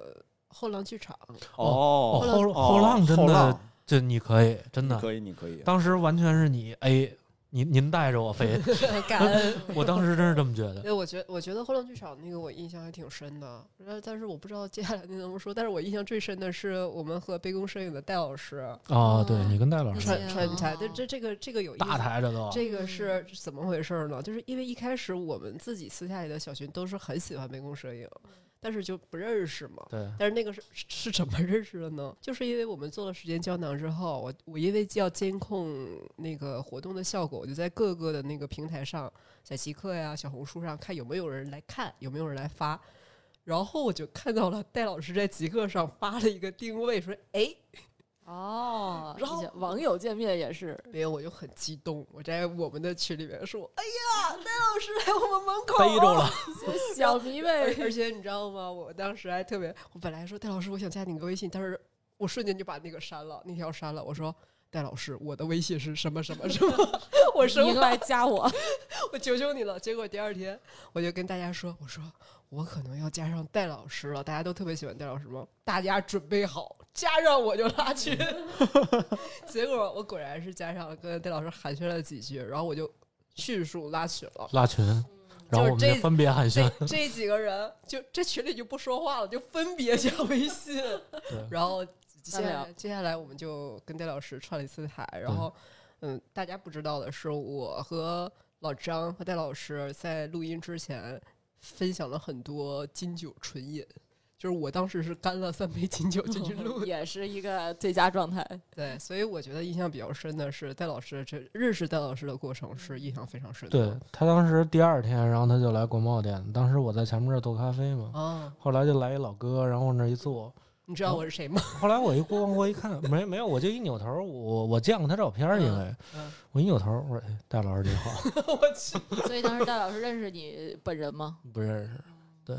S2: 后浪剧场，
S4: 哦
S3: 哦后
S4: 哦
S3: 后浪真
S4: 后
S3: 的
S4: 浪，
S3: 这你可以，真
S4: 你
S3: 的，
S4: 可以你可以，
S3: 当时完全是你 A，您您带着 我飞，
S2: 感恩。
S3: 我当时真是这么觉得。
S2: 对，我觉我觉得后浪剧场那个我印象还挺深的，但但是我不知道接下来你能不能说，但是我印象最深的是我们和杯弓蛇影的戴老师
S3: 哦
S1: 哦，
S3: 对你跟戴老师
S1: 哎
S2: 串
S1: 呀
S2: 串台，这这这个这个有意
S3: 大
S2: 思。
S3: 台着都，
S2: 这个是怎么回事儿呢？就是因为一开始我们自己私下里的小群都是很喜欢杯弓蛇影，但是就不认识嘛。
S3: 对，
S2: 但是那个是是是怎么认识的呢？ 就是因为我们做了时间胶囊之后，我我因为既要监控那个活动的效果，我就在各个的那个平台上，在极客呀、小红书上看有没有人来看，有没有人来发。然后我就看到了戴老师在极客上发了一个定位，说：“哎，
S1: 哦，
S2: 然后
S1: 以前网友见面也 是
S2: 没有！”我就很激动，我在我们的群里面说：“哎呀，戴老师来我们门口
S3: 逮着了，
S1: 小迷
S2: 而
S1: 妹，
S2: 而且你知道吗？我当时还特别，我本来说戴老师，我想加你个微信，但是我瞬间就把那个删了，那条删了。我说戴老师，我的微信是什么什么什么，我生
S1: 您
S2: 怕
S1: 来加我，
S2: 我求求你了。结果第二天我就跟大家说，我说我可能要加上戴老师了，大家都特别喜欢戴老师吗？大家准备好，加上我就拉群。结果我果然是加上了，跟戴老师寒暄了几句，然后我就迅速拉群 了。
S3: 拉群，
S1: 嗯
S3: 然后我们就分别 寒暄，
S2: 这这几个人就这群里就不说话了，就分别加微信，
S3: 对
S2: 然后接下
S1: 大
S2: 来
S1: 了
S2: 接下来我们就跟戴老师串了一次台，然后嗯，大家不知道的是，我和老张和戴老师在录音之前分享了很多金酒纯饮。就是我当时是干了三杯琴酒 进去录 的。
S1: 也是一个最佳状态。
S2: 对，所以我觉得印象比较深的是戴老师这认识戴老师的过程是印象非常深
S3: 对
S2: 的。
S3: 他当时第二天，然后他就来国贸店，当时我在前面这儿斗咖啡嘛，
S1: 嗯
S2: 啊，
S3: 后来就来一老哥，然后往那儿一坐，
S2: 你知道我是谁吗？
S3: 后来我一过往过一看，没没有，我就一扭头，我我见过他照片儿，因为、
S2: 嗯
S3: 我一扭头，我说哎戴老师你好，
S2: 我去，
S1: 所以当时戴老师认识你本人吗？
S3: 不认识，对，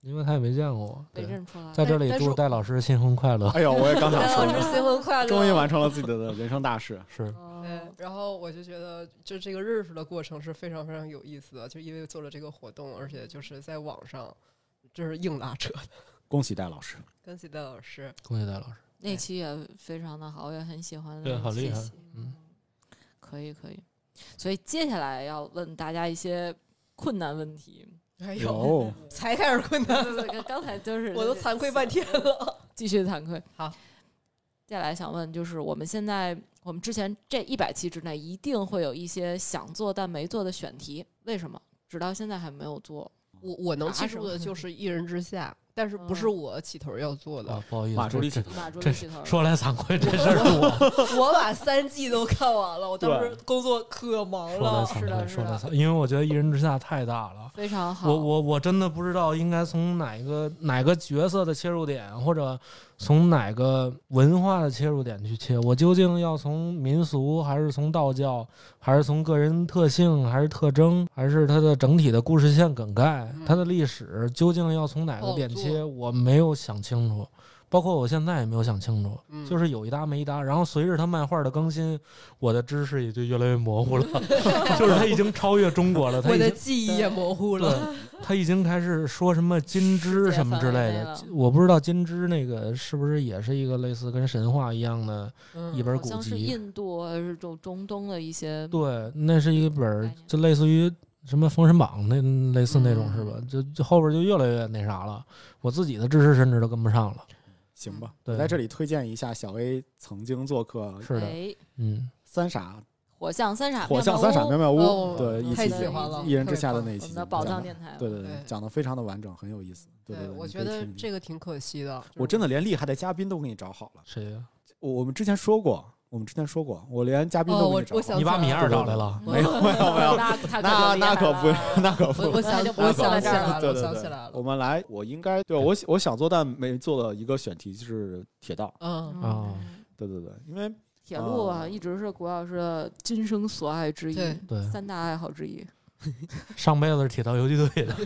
S3: 因为他也没见过我，
S1: 没
S3: 对，
S1: 认出来。
S3: 在这里
S2: 但是
S3: 祝戴老师新婚快乐，
S4: 哎呦，我也刚想
S2: 戴
S4: 说
S2: 老
S4: 呢，
S2: 师新婚快乐！
S4: 终于完成了自己的人生大事。
S3: 是
S2: 对
S1: 哦，
S2: 嗯然后我就觉得，就这个认识的过程是非常非常有意思的，就因为做了这个活动，而且就是在网上，这是硬拉扯的，
S4: 恭喜戴老师，
S2: 跟随戴老师。
S3: 恭喜戴老师，
S1: 那期也非常的好，我也很喜欢。
S3: 对好厉害
S1: 谢谢
S3: 嗯，
S1: 可以可以。所以接下来要问大家一些困难问 题。
S2: 哎呦，
S4: 有
S2: 才开始困难，
S1: 对刚才 就是
S2: 我都惭愧半天了。
S1: 继续惭愧。
S2: 好，
S1: 接下来想问就是，我们现在我们之前这一百期之内一定会有一些想做但没做的选题，为什么？直到现在还没有做。
S2: 我我能记
S1: 拿手
S2: 住的就是一人之下，但是不是我起头要做的
S3: 啊，，不好意思，
S4: 马助理
S3: 这
S4: 请
S3: 这
S1: 马助
S3: 这
S1: 理起头了，
S3: 说来惭愧，这 事儿是我
S2: 我把三 季都看完了，我当时工作可忙
S3: 说来
S2: 了。
S1: 是
S3: 惭
S1: 的
S3: 愧，
S1: 是
S3: 说来
S1: 的
S3: 惭愧，因为我觉得一人之下太大了。
S1: 非常好。
S3: 我我我真的不知道应该从哪个哪个角色的切入点，或者从哪个文化的切入点去切。我究竟要从民俗，还是从道教，还是从个人特性，还是特征，还是它的整体的故事线梗概
S2: 嗯，哦
S3: 它的历史究竟要从哪个点
S2: 不好
S3: 切？我没有想清楚，包括我现在也没有想清楚。
S2: 嗯
S3: 就是有一搭没一搭。然后随着他漫画的更新，我的知识也就越来越 模糊了，就是他已经超越中国了，他
S2: 我
S3: 已
S2: 的
S3: 经。
S2: 记忆也模糊
S3: 对
S2: 了。，
S3: 他已经开始说什么金枝什么之类
S1: 世界范围内
S3: 的
S1: 了，
S3: 我不知道金枝那个是不是也是一个类似跟神话一样的
S2: 嗯
S3: 一本
S1: 好
S3: 古
S1: 像是
S3: 籍。
S1: 印度还是中中东的一些
S3: 对，那是一
S1: 概
S3: 本
S1: 念
S3: 就类似于什么《封神榜》那类似那种
S2: 嗯
S3: 是吧？就就后边就越来越那啥了，我自己的知识甚至都跟不上了。
S4: 行吧？
S3: 嗯对
S4: 我在这里推荐一下小 A 曾经做客
S3: 是的，
S1: 哎，
S3: 嗯，
S4: 三傻
S1: 火象三傻，
S4: 火象
S1: 妙
S4: 三傻
S1: 屋
S4: 妙妙
S2: 哦
S4: 屋，对，一
S1: 太
S4: 起
S1: 喜欢了
S4: 一人之下的那一
S1: 我们的
S4: 期讲的，
S1: 宝藏电台，嗯
S4: 对对对
S2: 对，
S4: 讲的非常的完整，很有意思。对对，
S2: 我
S4: 你
S2: 觉
S4: 可
S2: 得
S4: 以听一听
S2: 这个挺可惜的。
S4: 我真的连厉害的嘉宾都给你找好了。
S3: 谁呀？
S4: 我我们之前说过，我们之前说过，我连嘉宾
S2: 哦
S4: 都
S2: 我
S4: 给你找
S2: 我
S4: 好
S2: 想
S4: 了。
S3: 你把米二找来了？
S4: 没有没有没
S1: 嗯
S4: 有，
S1: 那他
S4: 那那可不，那可不
S2: 我。我想
S1: 那就不
S2: 我
S1: 会坐在
S2: 想起
S1: 这儿
S2: 来了，
S4: 对
S2: 我
S4: 对
S2: 想
S4: 对
S2: 起来
S4: 我
S2: 了。
S4: 们来，我应该对我我想做但没做的一个选题就是铁道。
S2: 嗯，
S3: 哦
S1: 嗯
S4: 对对对，因为
S1: 铁路啊，
S4: 哦
S1: 一直是谷老师的今生所爱之一，
S2: 对
S3: 对
S1: 三大爱好之一。
S3: 上辈子是铁道游击队的，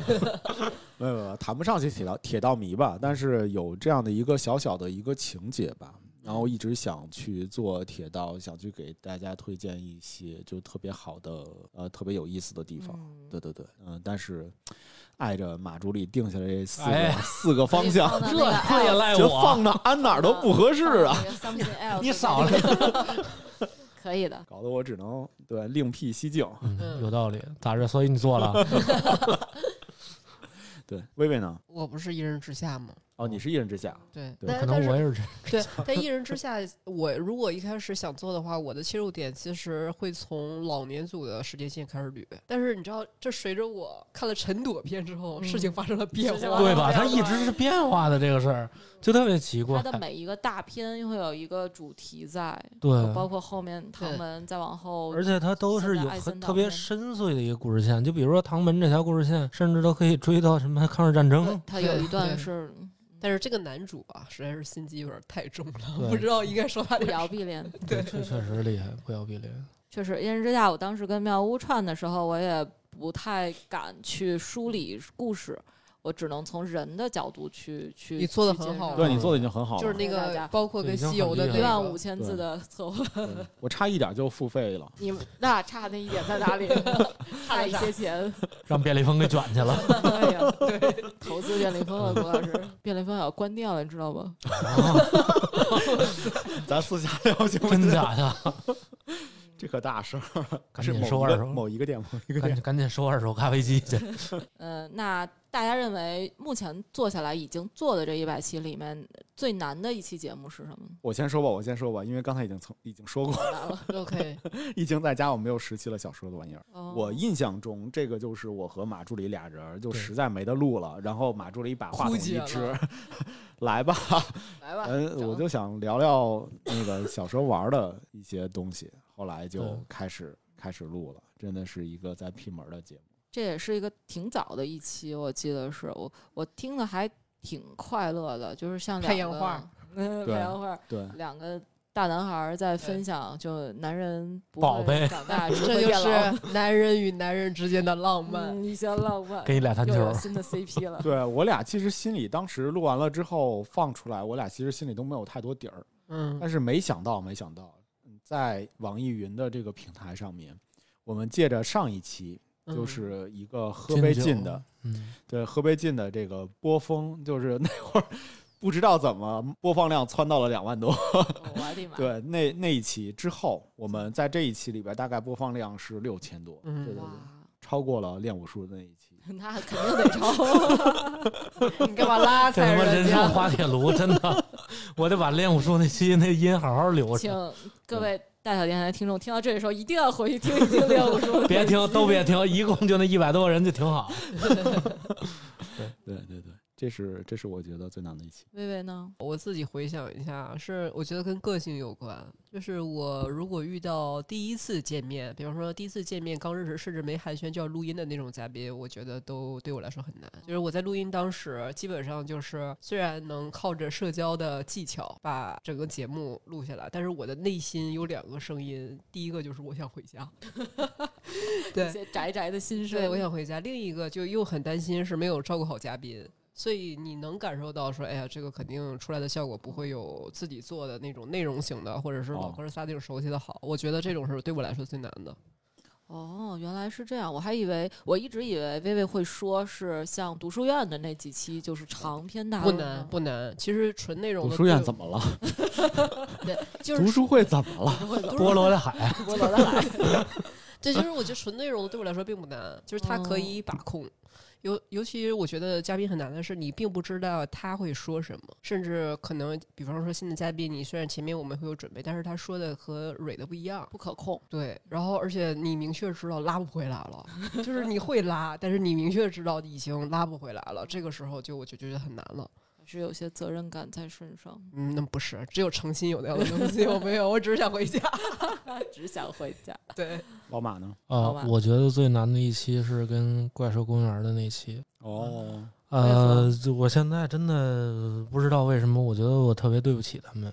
S4: 没有没有谈不上去铁道铁道迷吧，但是有这样的一个小小的一个情节吧。然后一直想去做铁道，想去给大家推荐一些就特别好的呃特别有意思的地方。
S1: 嗯
S4: 对对对，嗯、但是碍着马助理定下来这四个、
S3: 哎
S4: 四个方向，
S1: 这
S3: 这也哎赖
S4: 就
S3: 我。啊
S4: 放到安哪儿都不合适 啊，
S1: 啊
S3: 你少
S1: 来， 可以的。
S4: 搞得我只能对另辟蹊径。
S3: 嗯，有道理，咋着？所以你做了。
S4: 对，薇薇呢？
S2: 我不是一人之下吗？
S4: 哦，你是一人之
S3: 嗯
S4: 下，
S2: 对，
S4: 对
S2: 但但
S3: 可能
S2: 是
S3: 我也是这
S2: 对，啊但一人之下，我如果一开始想做的话，我的切入点其实会从老年组的时间线开始捋。但是你知道，这随着我看了陈朵篇之后，
S1: 嗯
S2: 事情发生了变
S1: 事情
S2: 化。
S1: 发
S3: 对
S1: 生
S3: 吧？
S1: 不
S3: 它
S1: 了
S3: 一
S1: 了
S3: 直是变化的这个事儿，就特别奇怪
S1: 它。的每一个大片会有一个主题在，
S4: 嗯
S3: 对，
S1: 包括后面唐门，再往后
S3: 而且它都是有
S1: 现在爱森
S3: 很
S1: 岛
S3: 特别
S1: 片
S3: 深邃的一个故事线，就比如说唐门这条故事线，甚至都可以追到什么抗日战争。
S1: 它有一
S2: 对
S1: 段
S2: 对
S1: 是
S2: 但是这个男主啊，实在是心机有点太重了，
S3: 对
S2: 不知道应该说他
S1: 不
S2: 点啥
S1: 摇必 连。
S2: 对
S3: 确确实厉害，不要比脸。
S1: 确实，一人之下，我当时跟妙屋串的时候，我也不太敢去梳理故事，我只能从人的角度去去。
S2: 你做得
S1: 去
S2: 很
S1: 介
S2: 好
S1: 绍
S4: 对你做的已经很好了。
S2: 就是那
S1: 大
S2: 个
S1: 家
S2: 包括
S3: 对
S2: 跟
S3: 已经
S2: 西游
S3: 很
S2: 的
S3: 厉
S2: 那
S3: 害
S1: 一
S2: 个
S1: 万五千字
S4: 对
S1: 的策划，
S4: 对我差一点就付费了。
S1: 你们那差那一点在 哪里？差一些钱，
S3: 让便利蜂给卷去了，
S1: 哎呀， 对，投资便利蜂了，郭老师，便利蜂要关掉了，你知道吗？
S4: 咱私下聊行吗？
S3: 啊真假的？
S4: 啊这可大事儿，
S3: 赶
S4: 是
S3: 紧
S4: 某
S3: 收
S4: 一
S3: 二
S4: 个
S3: 手，
S4: 某一个店，某一个
S3: 赶
S4: 店
S3: 紧赶紧收二手咖啡机去。
S1: 嗯，那大家认为目前做下来已经做的这一百期里面最难的一期节目是什么呢？
S4: 我先说吧，我先说吧，因为刚才已经曾已经说过，
S1: 来了，
S2: OK，
S4: 易经在家我没有十期了，想说的玩意儿。
S1: 哦
S4: 我印象中，这个就是我和马助理俩人儿就
S3: 对
S4: 实在没得录了，然后马助理把话
S2: 枯
S4: 筒
S2: 竭
S4: 一
S2: 了
S4: 支， 来 吧，
S1: 来吧，
S4: 嗯，我就想聊聊那个小时候玩的一些东西，后来就
S3: 对
S4: 开始开始录了，真的是一个在闭门的节目。
S1: 这也是一个挺早的一期，我记得是我我听的还挺快乐的，就是像两
S2: 太阳
S1: 个
S2: 花，
S1: 嗯
S4: 对
S1: 太阳花，
S4: 对，
S1: 两个大男孩儿在分享，就男人不
S3: 宝
S1: 会
S3: 贝
S1: 长大，只
S2: 这
S1: 会
S2: 就
S1: 变老，
S2: 是男人与男人之间的浪漫。
S1: 嗯，一些浪漫，
S3: 给你俩弹
S1: 又
S3: 球
S1: 有，新的 CP 了。
S4: 对我俩其实心里当时录完了之后放出来，我俩其实心里都没有太多底儿，
S2: 嗯，
S4: 但是没想到，没想到，嗯在网易云的这个平台上面，我们借着上一期
S2: 嗯
S4: 就是一个喝杯
S3: 劲
S4: 劲的，，
S3: 嗯，
S4: 对，喝杯劲的这个波峰，就是那会儿不知道怎么播放量窜到了两万多。
S1: 我的妈！
S4: 对，那那一期之后，我们在这一期里边大概播放量是六千多，
S2: 嗯
S4: 对对对
S1: 哇，，
S4: 超过了练武术的那一期。
S1: 那肯定得抽。
S2: 你干嘛拉
S3: 这
S2: 踩
S3: 他妈
S2: 人
S3: 真是
S2: 家？
S3: 滑铁卢，真 的，我得把练武术那期那音好好留
S1: 请
S3: 着，
S1: 各位大小电台听众听到这里的时候，一定要回去听一听六叔。
S3: 别听都别听，一共就那一百多个人就挺好。
S4: 对对对，这是这是我觉得最难的一期。
S1: 薇薇呢？
S2: 我自己回想一下，是我觉得跟个性有关。就是我如果遇到第一次见面，比方说第一次见面刚认识，甚至没寒暄就要录音的那种嘉宾，我觉得都对我来说很难。就是我在录音当时，基本上就是虽然能靠着社交的技巧把整个节目录下来，但是我的内心有两个声音，第一个就是我想回家， 对
S1: 一，些宅宅的心
S2: 对，
S1: 声，
S2: 我想回家。另一个就又很担心是没有照顾好嘉宾，所以你能感受到说，哎呀，这个肯定出来的效果不会有自己做的那种内容型的，或者是老
S4: 哦
S2: 哥仨那种熟悉的好。我觉得这种是对我来说最难的。
S1: 哦，原来是这样，我还以为我一直以为薇薇会说是像读书院的那几期，就是长篇大
S2: 不
S1: 论
S2: 难
S1: 呢，
S2: 不难。其实纯内容
S4: 读
S2: 的
S4: 书院
S2: 对
S4: 怎么了？
S2: 就
S4: 读
S2: 是
S4: 书会怎么了？
S3: 波罗的海，
S1: 我老得来。
S2: 对，就是我觉得纯内容对我来说并不难，就是它可以把控。尤尤其我觉得嘉宾很难的是，你并不知道他会说什么，甚至可能，比方说新的嘉宾，你虽然前面我们会有准备，但是他说的和蕊的不一样，
S1: 不可控。
S2: 对，然后而且你明确知道拉不回来了，就是你会拉，但是你明确知道已经拉不回来了，这个时候就我就觉得很难了。
S1: 还是有些责任感在身上，
S2: 嗯，那不是，只有诚心有那样的东西，我没有，我只是想回家。
S1: 只想回 家。
S2: 对，
S4: 老马呢？
S1: 好吧
S3: 啊，我觉得最难的一期是跟怪兽公园的那期。
S4: 哦，
S3: 呃，就我现在真的不知道为什么，我觉得我特别对不起他们，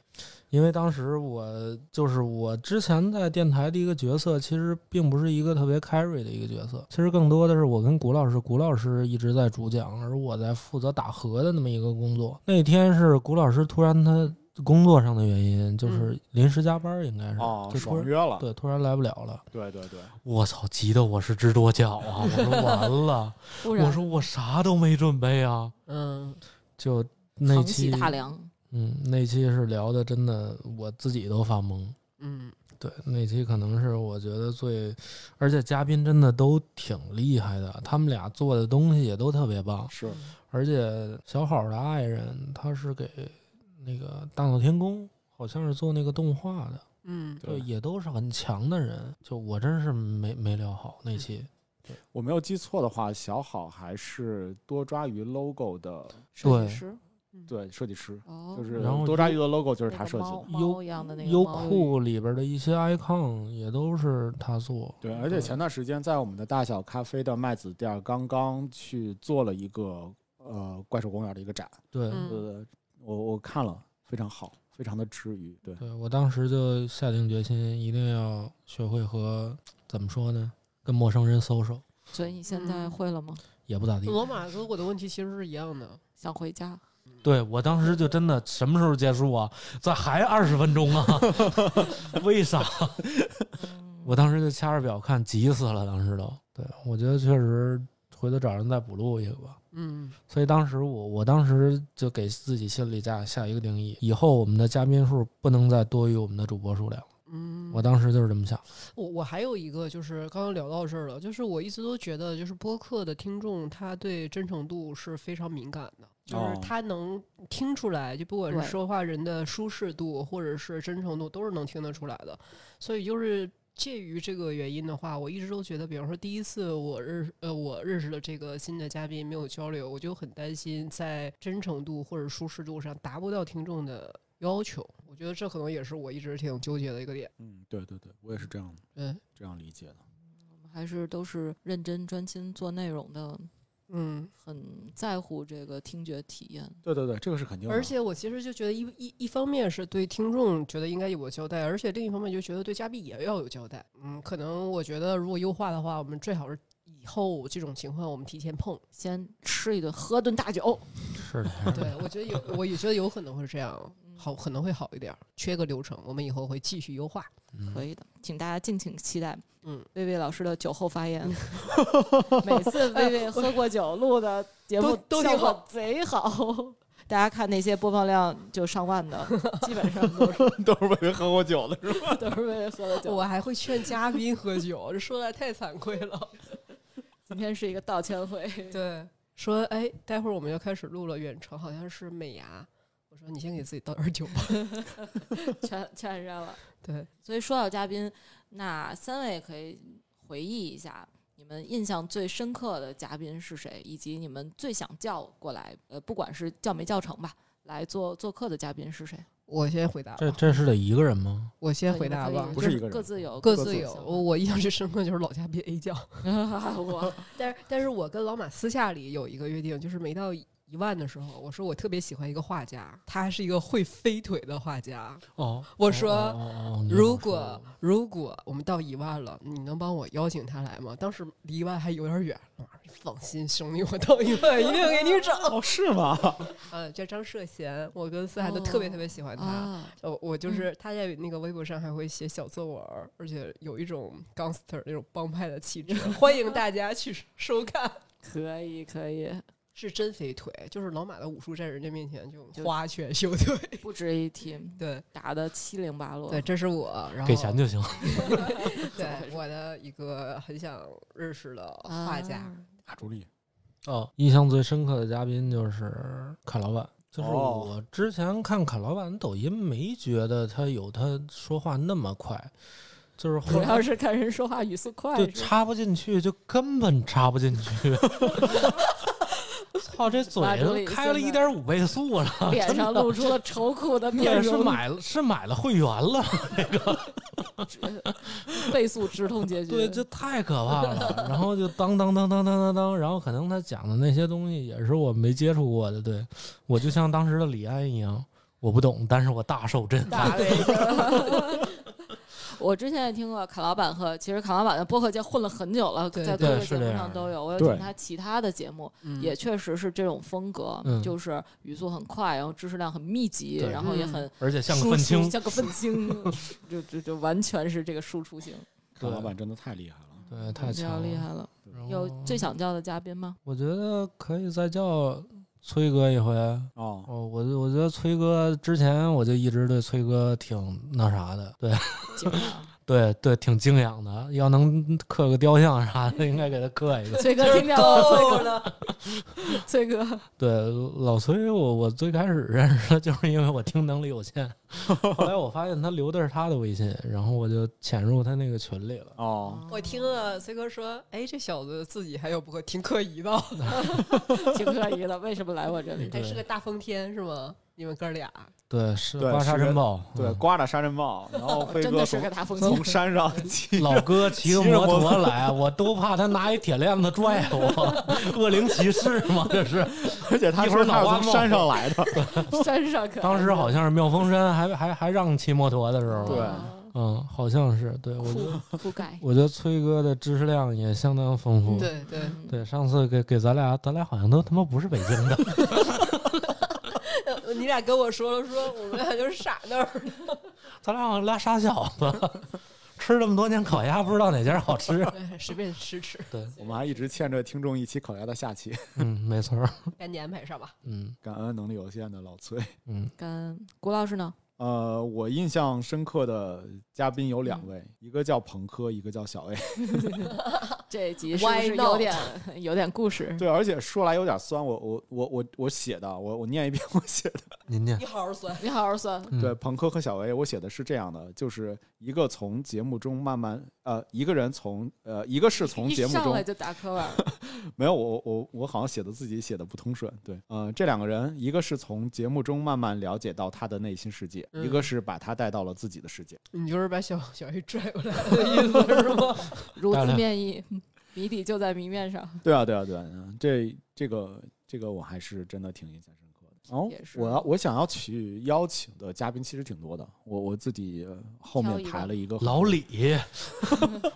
S3: 因为当时我就是我之前在电台的一个角色，其实并不是一个特别 carry 的一个角色，其实更多的是我跟谷老师，谷老师一直在主讲，而我在负责打和的那么一个工作。那天是谷老师突然他工作上的原因，就是临时加班，应该是
S4: 哦，
S3: 嗯就突
S4: 爽
S3: 然
S4: 约了。
S3: 对突然来不了了。
S4: 对对对，
S3: 我操，急得我是直跺脚啊！我说完了，
S1: 不然
S3: 我说我啥都没准备啊，
S2: 嗯，
S3: 就那
S1: 扛起
S3: 期，
S1: 大梁，
S3: 嗯，那期是聊的真的我自己都发懵。
S2: 嗯，
S3: 对，那期可能是我觉得最，而且嘉宾真的都挺厉害的，他们俩做的东西也都特别棒，
S4: 是
S3: 而且小好的爱人他是给那个大闹天宫，好像是做那个动画的，
S2: 嗯，
S3: 就
S4: 对
S3: 也都是很强的人，就我真是没没聊好那期。
S1: 嗯
S4: 我没有记错的话，小好还是多抓鱼 logo 的
S1: 设计
S3: 对
S1: 师
S4: 对设计师，
S1: 哦，
S4: 就是
S3: 然后
S4: 多抓鱼的 logo 就
S1: 那个
S4: 是他设计
S1: 猫
S4: 的。
S1: 猫一样的那个
S3: 优
S1: 猫
S3: 酷里边的一些 icon 也都是他做。
S4: 对，而且前段时间在我们的大小咖啡的麦子店儿刚刚去做了一个呃怪兽公园的一个展，
S3: 对、
S2: 嗯
S4: 呃，我我看了，非常好，非常的治愈。对，
S3: 对，我当时就下定决心，一定要学会和怎么说呢，跟陌生人 social
S1: 所以你现在
S2: 嗯
S1: 会了吗？
S3: 也不咋地。
S2: 罗马跟我的问题其实是一样的。
S1: 想回家？
S3: 对我当时就真的什么时候结束啊？咋还二十分钟啊？ 为啥？
S1: 嗯
S3: 我当时就掐着表看，急死了，当时都。对，我觉得确实回头找人再补录一个吧。
S2: 嗯，
S3: 所以当时我我当时就给自己心里下下一个定义：以后我们的嘉宾数不能再多于我们的主播数量。
S2: 嗯，
S3: 我当时就是这么想。
S2: 我我还有一个就是刚刚聊到这儿了，就是我一直都觉得，就是播客的听众他对真诚度是非常敏感的，就是
S4: 哦
S2: 他能听出来，就不管是
S1: 对
S2: 说话人的舒适度或者是真诚度，都是能听得出来的。所以就是介于这个原因的话，我一直都觉得，比方说第一次我认呃我认识了这个新的嘉宾没有交流，我就很担心在真诚度或者舒适度上达不到听众的要求。我觉得这可能也是我一直挺纠结的一个点。
S4: 嗯，对对对，我也是这样
S2: 对，
S4: 这样理解的。
S1: 还是都是认真专心做内容的，
S2: 嗯。
S1: 很在乎这个听觉体验。
S4: 对对对，这个是肯定的。
S2: 而且我其实就觉得一一一方面是对听众觉得应该有个交代，而且另一方面就觉得对嘉宾也要有交代。嗯，可能我觉得如果优化的话，我们最好是以后这种情况我们提前碰。
S1: 先吃一顿，喝顿大酒，
S3: 是的，
S2: 对，我觉得有，我也觉得有可能会这样，
S1: 嗯
S2: 好可能会好一点儿，缺个流程，我们以后会继续优化。
S3: 嗯
S1: 可以的，请大家敬请期待。
S2: 嗯，
S1: 薇薇老师的酒后发言，每 次薇薇喝过酒录的节目
S2: 都都挺好
S1: 效果贼好。大家看那些播放量就上万的，基本上都是
S4: 都是为喝过酒的是吧？
S1: 都是薇薇喝的酒。
S2: 我还会劝嘉宾喝酒，这说的太惭愧 了。
S1: 今天是一个道歉会，
S2: 对，说哎，待会儿我们要开始录了，远程好像是美牙，我说你先给自己倒点儿酒吧。
S1: 全全删了。
S2: 对，
S1: 所以说到嘉宾，那三位可以回忆一下你们印象最深刻的嘉宾是谁，以及你们最想叫过来，呃，不管是叫没叫成吧，来做做客的嘉宾是谁？
S2: 我先回答吧。
S3: 这这是得一个人吗？
S2: 我先回
S1: 你们
S2: 答
S1: 可以
S2: 吧。
S4: 不
S1: 就是
S4: 一个人
S1: 各自有
S2: 各
S4: 各
S2: 自
S4: 自
S2: 有，我印象最深刻就是老嘉宾 A 酱，
S1: 我
S2: 但是但是我跟老马私下里有一个约定，就是每到一万的时候，我说我特别喜欢一个画家，他是一个会飞腿的画家。
S3: 哦，
S2: 我说
S3: 哦哦哦你
S2: 如
S3: 好说
S2: 果如果我们到一万了，你能帮我邀请他来吗？当时离一万还有点远，老马说放心，兄弟，我到一万一定给你整。
S4: 哦，是吗？哦
S2: 呃，叫张涉贤，我跟思涵都特别特别喜欢他。
S1: 啊，
S2: 呃，我就是他在那个微博上还会写小作文儿，而且有一种 gangster 那种帮派的气质， 欢迎大家去收看。
S1: 可以可以，
S2: 是真飞腿，就是老马的武术在人家面前就
S1: 就
S2: 花拳绣腿。
S1: 不值一提，
S2: 对
S1: 打的七零八落。
S2: 对，这是我，然后
S3: 给
S1: 哦
S3: 钱就行，
S2: 对我的一个很想认识的
S1: 啊，
S2: 画家。
S4: 马助理，
S3: 哦，印象最深刻的嘉宾就是侃老板，就是
S4: 哦
S3: 我之前看侃老板抖音没觉得他有他说话那么快，就是后
S1: 主
S3: 来
S1: 要是看人说话语速快
S3: 就是
S1: 吧，
S3: 插不进去，就根本插不进去。 操，这 嘴
S1: 马助理
S3: 都开了一
S1: 现
S3: 点
S1: 在
S3: 五倍 速了，
S1: 脸上
S3: 真的
S1: 露出了愁苦的面
S3: 对，是
S1: 容，
S3: 买了是买了会员了，
S1: 倍速止痛结局。
S3: 对，这太可怕了。 然后就当当当当当当当，然后可能他讲的那些东西也是我没接触过的，对我就像当时的李安一样，我不懂，但是我大受 震撼。
S1: 大为的。我之前也听过卡老板和，其实卡老板在播客界混了很久了，
S2: 对
S1: 在各
S3: 对
S1: 个
S3: 是
S1: 节目
S3: 这
S1: 上
S3: 样
S1: 都有。我有
S4: 对
S1: 听他其他的节目，
S2: 嗯
S1: 也确实是这种风格，
S3: 嗯
S1: 就是语速很快，然后知识量很密集，
S3: 对
S1: 然后也
S2: 嗯
S1: 很
S3: 而且像个
S1: 输
S3: 愤
S1: 出
S3: 青，
S1: 像个愤青， 就就就完全是这个输出型，
S3: 对
S4: 看老板真的太厉害了。
S3: 对，太
S1: 比
S3: 强
S1: 较
S3: 了。哦
S1: 厉害了。
S3: 然后
S1: 有最想叫的嘉宾吗？
S3: 我觉得可以再叫崔哥一回。
S4: 哦，
S3: 哦，我就我觉得崔哥之前我就一直对崔哥挺那啥的，对
S1: 景啊
S3: 对对，挺敬仰的。要能刻个雕像啥的，应该给他刻一个。
S1: 崔哥听见了
S2: 够
S1: 吗，
S2: 了，
S1: 崔哥，崔哥，
S3: 哦对，老崔我我最开始认识他就是因为我听能力有 限，后来我发现他留的是他的微信，然后我就潜入他那个群里了。
S4: 哦，
S2: 我听了崔哥说，哎，这小子自己还有不可挺可疑的，
S1: 挺可疑的，为什么来我这里？
S2: 还
S3: 对
S2: 是个大风天是吗？你们哥俩
S3: 对，是
S4: 对
S3: 刮沙
S4: 是
S3: 尘暴，
S4: 对，
S3: 嗯
S4: 刮着沙尘暴，然后飞
S1: 真
S4: 哥
S1: 的是个
S4: 从
S1: 大 风
S4: 从
S1: 景。
S4: 山上骑
S3: 老哥骑个
S4: 骑着
S3: 摩
S4: 摩
S3: 托来，啊我都怕他拿一铁链子拽我，恶灵骑士嘛，这 是。
S4: 而且他
S3: 一会
S4: 说
S3: 儿
S4: 他
S3: 脑
S4: 是
S3: 瓜
S4: 从
S3: 冒
S4: 山
S3: 火
S4: 上来的，
S1: 山上可
S3: 当时好像是妙峰山还还还让骑摩托的时候，
S4: 对
S3: 嗯，好像是。对我觉得
S1: 酷酷盖，
S3: 我觉得崔哥的知识量也相当丰富。
S2: 对对，
S1: 嗯
S3: 对上次给给咱俩，咱俩好像都他妈不是北京的。
S2: 你俩跟我说了，说我们俩就是傻那儿。
S3: 咱俩好像拉傻小子， 吃这么多年烤鸭，不知道哪家好吃。
S2: 哎随便吃吃，
S3: 对，
S4: 我们还一直欠着听众一起烤鸭的下期。
S3: 嗯，没错儿，
S2: 赶紧安排上吧。
S3: 嗯
S4: 感恩能力有限的老崔，
S3: 嗯，
S1: 跟谷老师呢？
S4: 呃，我印象深刻的嘉宾有
S1: 嗯
S4: 两位，一个叫彭科，一个叫小 A。
S1: 这集是不
S2: Why
S1: 是
S2: not？
S1: 有点有点故事？
S4: 对，而且说来有点酸，我我我我我写的，我我念一遍 我写的。
S3: 您念
S2: 你好好酸，
S1: 你好好算，
S3: 嗯
S4: 对，彭科和小 A，我写的是这样的，就是一个从节目中慢慢呃，一个人从呃，一个是从
S1: 一
S4: 节目
S1: 上
S4: 中
S1: 来就打磕 巴，
S4: 没有，我我我好像写的自己写的不通顺。对，呃，这两个人，一个是从节目中慢慢了解到他的内心世界，
S2: 嗯
S4: 一个是把他带到了自己的世界。
S2: 你就是把小小 A 拽过来的意思是吗？
S1: 如
S3: 大
S1: 字
S3: 亮
S1: 面意，谜底就在谜面上。
S4: 对啊，对啊，对啊，嗯这这个这个我还是真的挺印象深刻的。哦
S1: 也，是
S4: 我要我想要去邀请的嘉宾其实挺多的，我我自己呃后
S1: 挑
S4: 面
S1: 一个
S4: 排了一个
S3: 老李，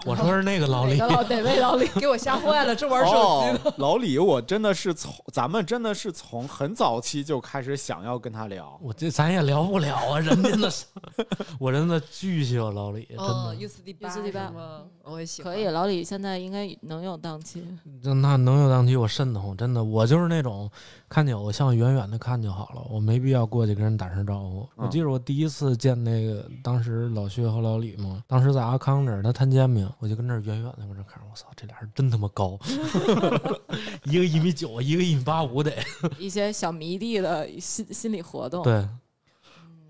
S3: 我说是那个老李，
S1: 哪个老哪位老李？
S2: 给我吓坏了，这玩手机的。
S4: 哦，老李，我真的是从咱们真的是从很早期就开始想要跟他聊，
S1: 嗯
S3: 我这咱也聊不了啊，人家那 是，我真的巨喜欢老李，真
S2: 哦，
S3: 的，
S2: U 四 D 八
S1: U 四 D 八
S2: 吗？我也喜欢。。
S1: 可以，啊老李现在应该能有档 期。
S3: 就那能有当期我瘆得慌，真的，我就是那种看见偶像远远的看就好了，我没必要过去跟人打声招呼。
S4: 嗯
S3: 我记得我第一次见那个当时老薛和老李嘛，当时在阿康这儿，他摊煎饼，我就跟那儿远远的跟那儿看，我操，这俩人真他妈高，一个一米九，一个一米八五得，
S1: 一些小迷弟的心心理活动，
S3: 对，
S1: 嗯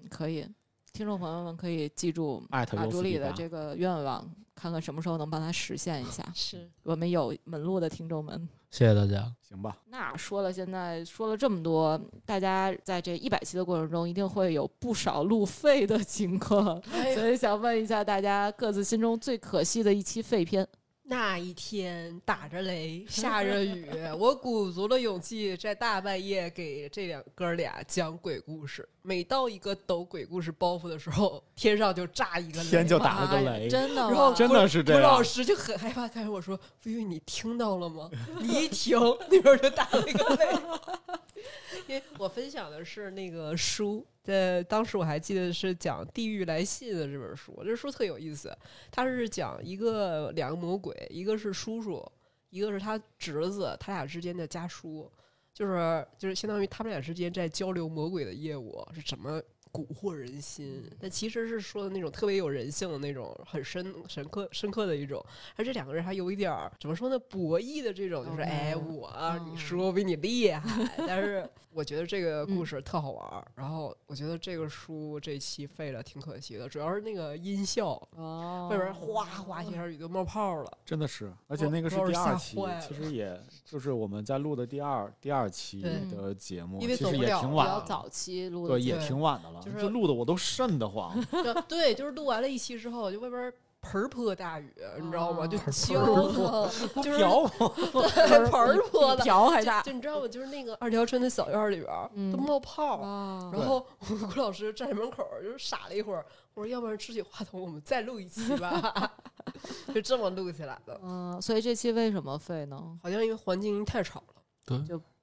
S1: 可以。听众朋友们可以记住
S4: 艾特
S1: 马
S4: 优
S1: 助
S4: 斯
S1: 理
S4: 迪
S1: 的
S4: 达
S1: 这个愿望，看看什么时候能帮他实现一下
S2: 是
S1: 我们有门路的听众们。
S3: 谢谢大家。
S4: 行吧？
S1: 那说了，现在说了这么多，大家在这一百期的过程中，一定会有不少路费的情况，
S2: 哎
S1: 所以想问一下大家各自心中最可惜的一期废片。
S2: 那一天打着雷，下着雨，我鼓足了勇气，在大半夜给这两哥俩讲鬼故事。每到一个抖鬼故事包袱的时候，天上就炸一个雷，
S4: 天就打了个
S1: 妈呀
S4: 雷
S1: 啊真的吗，
S2: 然后
S4: 哎真的是这
S2: 郭
S4: 样
S2: 老师就很害怕，看着我说：“菲菲，你听到了吗？ 你一停，那边就打了一个雷。” 因为我分享的是那个书，呃，当时我还记得是讲《地狱来信》的这本书，这书特有意思，它是讲一个两个魔鬼，一个是叔叔，一个是他侄子，他俩之间的家书。就是就是相当于他们俩之间在交流魔鬼的业务是怎么蛊惑人心，但其实是说的那种特别有人性的那种，很深深刻深刻的一种。而这两个人还有一点儿怎么说呢，博弈的这种，就是
S1: OK
S2: 哎我你
S1: 嗯
S2: 说我比你厉害，但是我觉得这个故事特好玩儿。然后我觉得这个书这期废了，挺可惜的，主要是那个音效。
S1: 哦，
S2: 外边儿哗哗一下雨都冒泡了，
S4: 真的是，
S2: 我
S4: 而且那个是
S2: 我
S4: 第
S2: 吓
S4: 二期
S2: 坏，
S4: 其
S2: 了
S4: 实也就是我们在录的第二第二期
S2: 对
S4: 的节目，
S2: 因为
S4: 其
S2: 走
S4: 实
S2: 不
S4: 也
S2: 了
S4: 挺
S1: 比
S4: 晚
S1: 较
S4: 了，
S1: 早期录的
S4: 对，
S1: 节
S4: 也
S2: 对
S4: 挺晚的了，
S2: 就是
S4: 这录的我都瘆得慌。
S2: 就对，就是录完了一期之后，就外边儿盆儿泼大雨，你知道吗？就
S1: 盆
S2: 浇腾，就是
S4: 瓢
S2: 对盆儿泼
S1: 目，
S2: 的，
S1: 瓢还大
S2: 就你知道吗？就是那个二条村的小院儿里边儿
S1: 嗯
S2: 都冒泡儿。
S1: 哇
S2: 然后我们郭老师站在门口儿就是傻了一会儿，我说要不然支起话筒，我们再录一期吧， 就这么录起来的。
S1: 嗯，所以这期为什么废呢？
S2: 好像因为环境太吵了，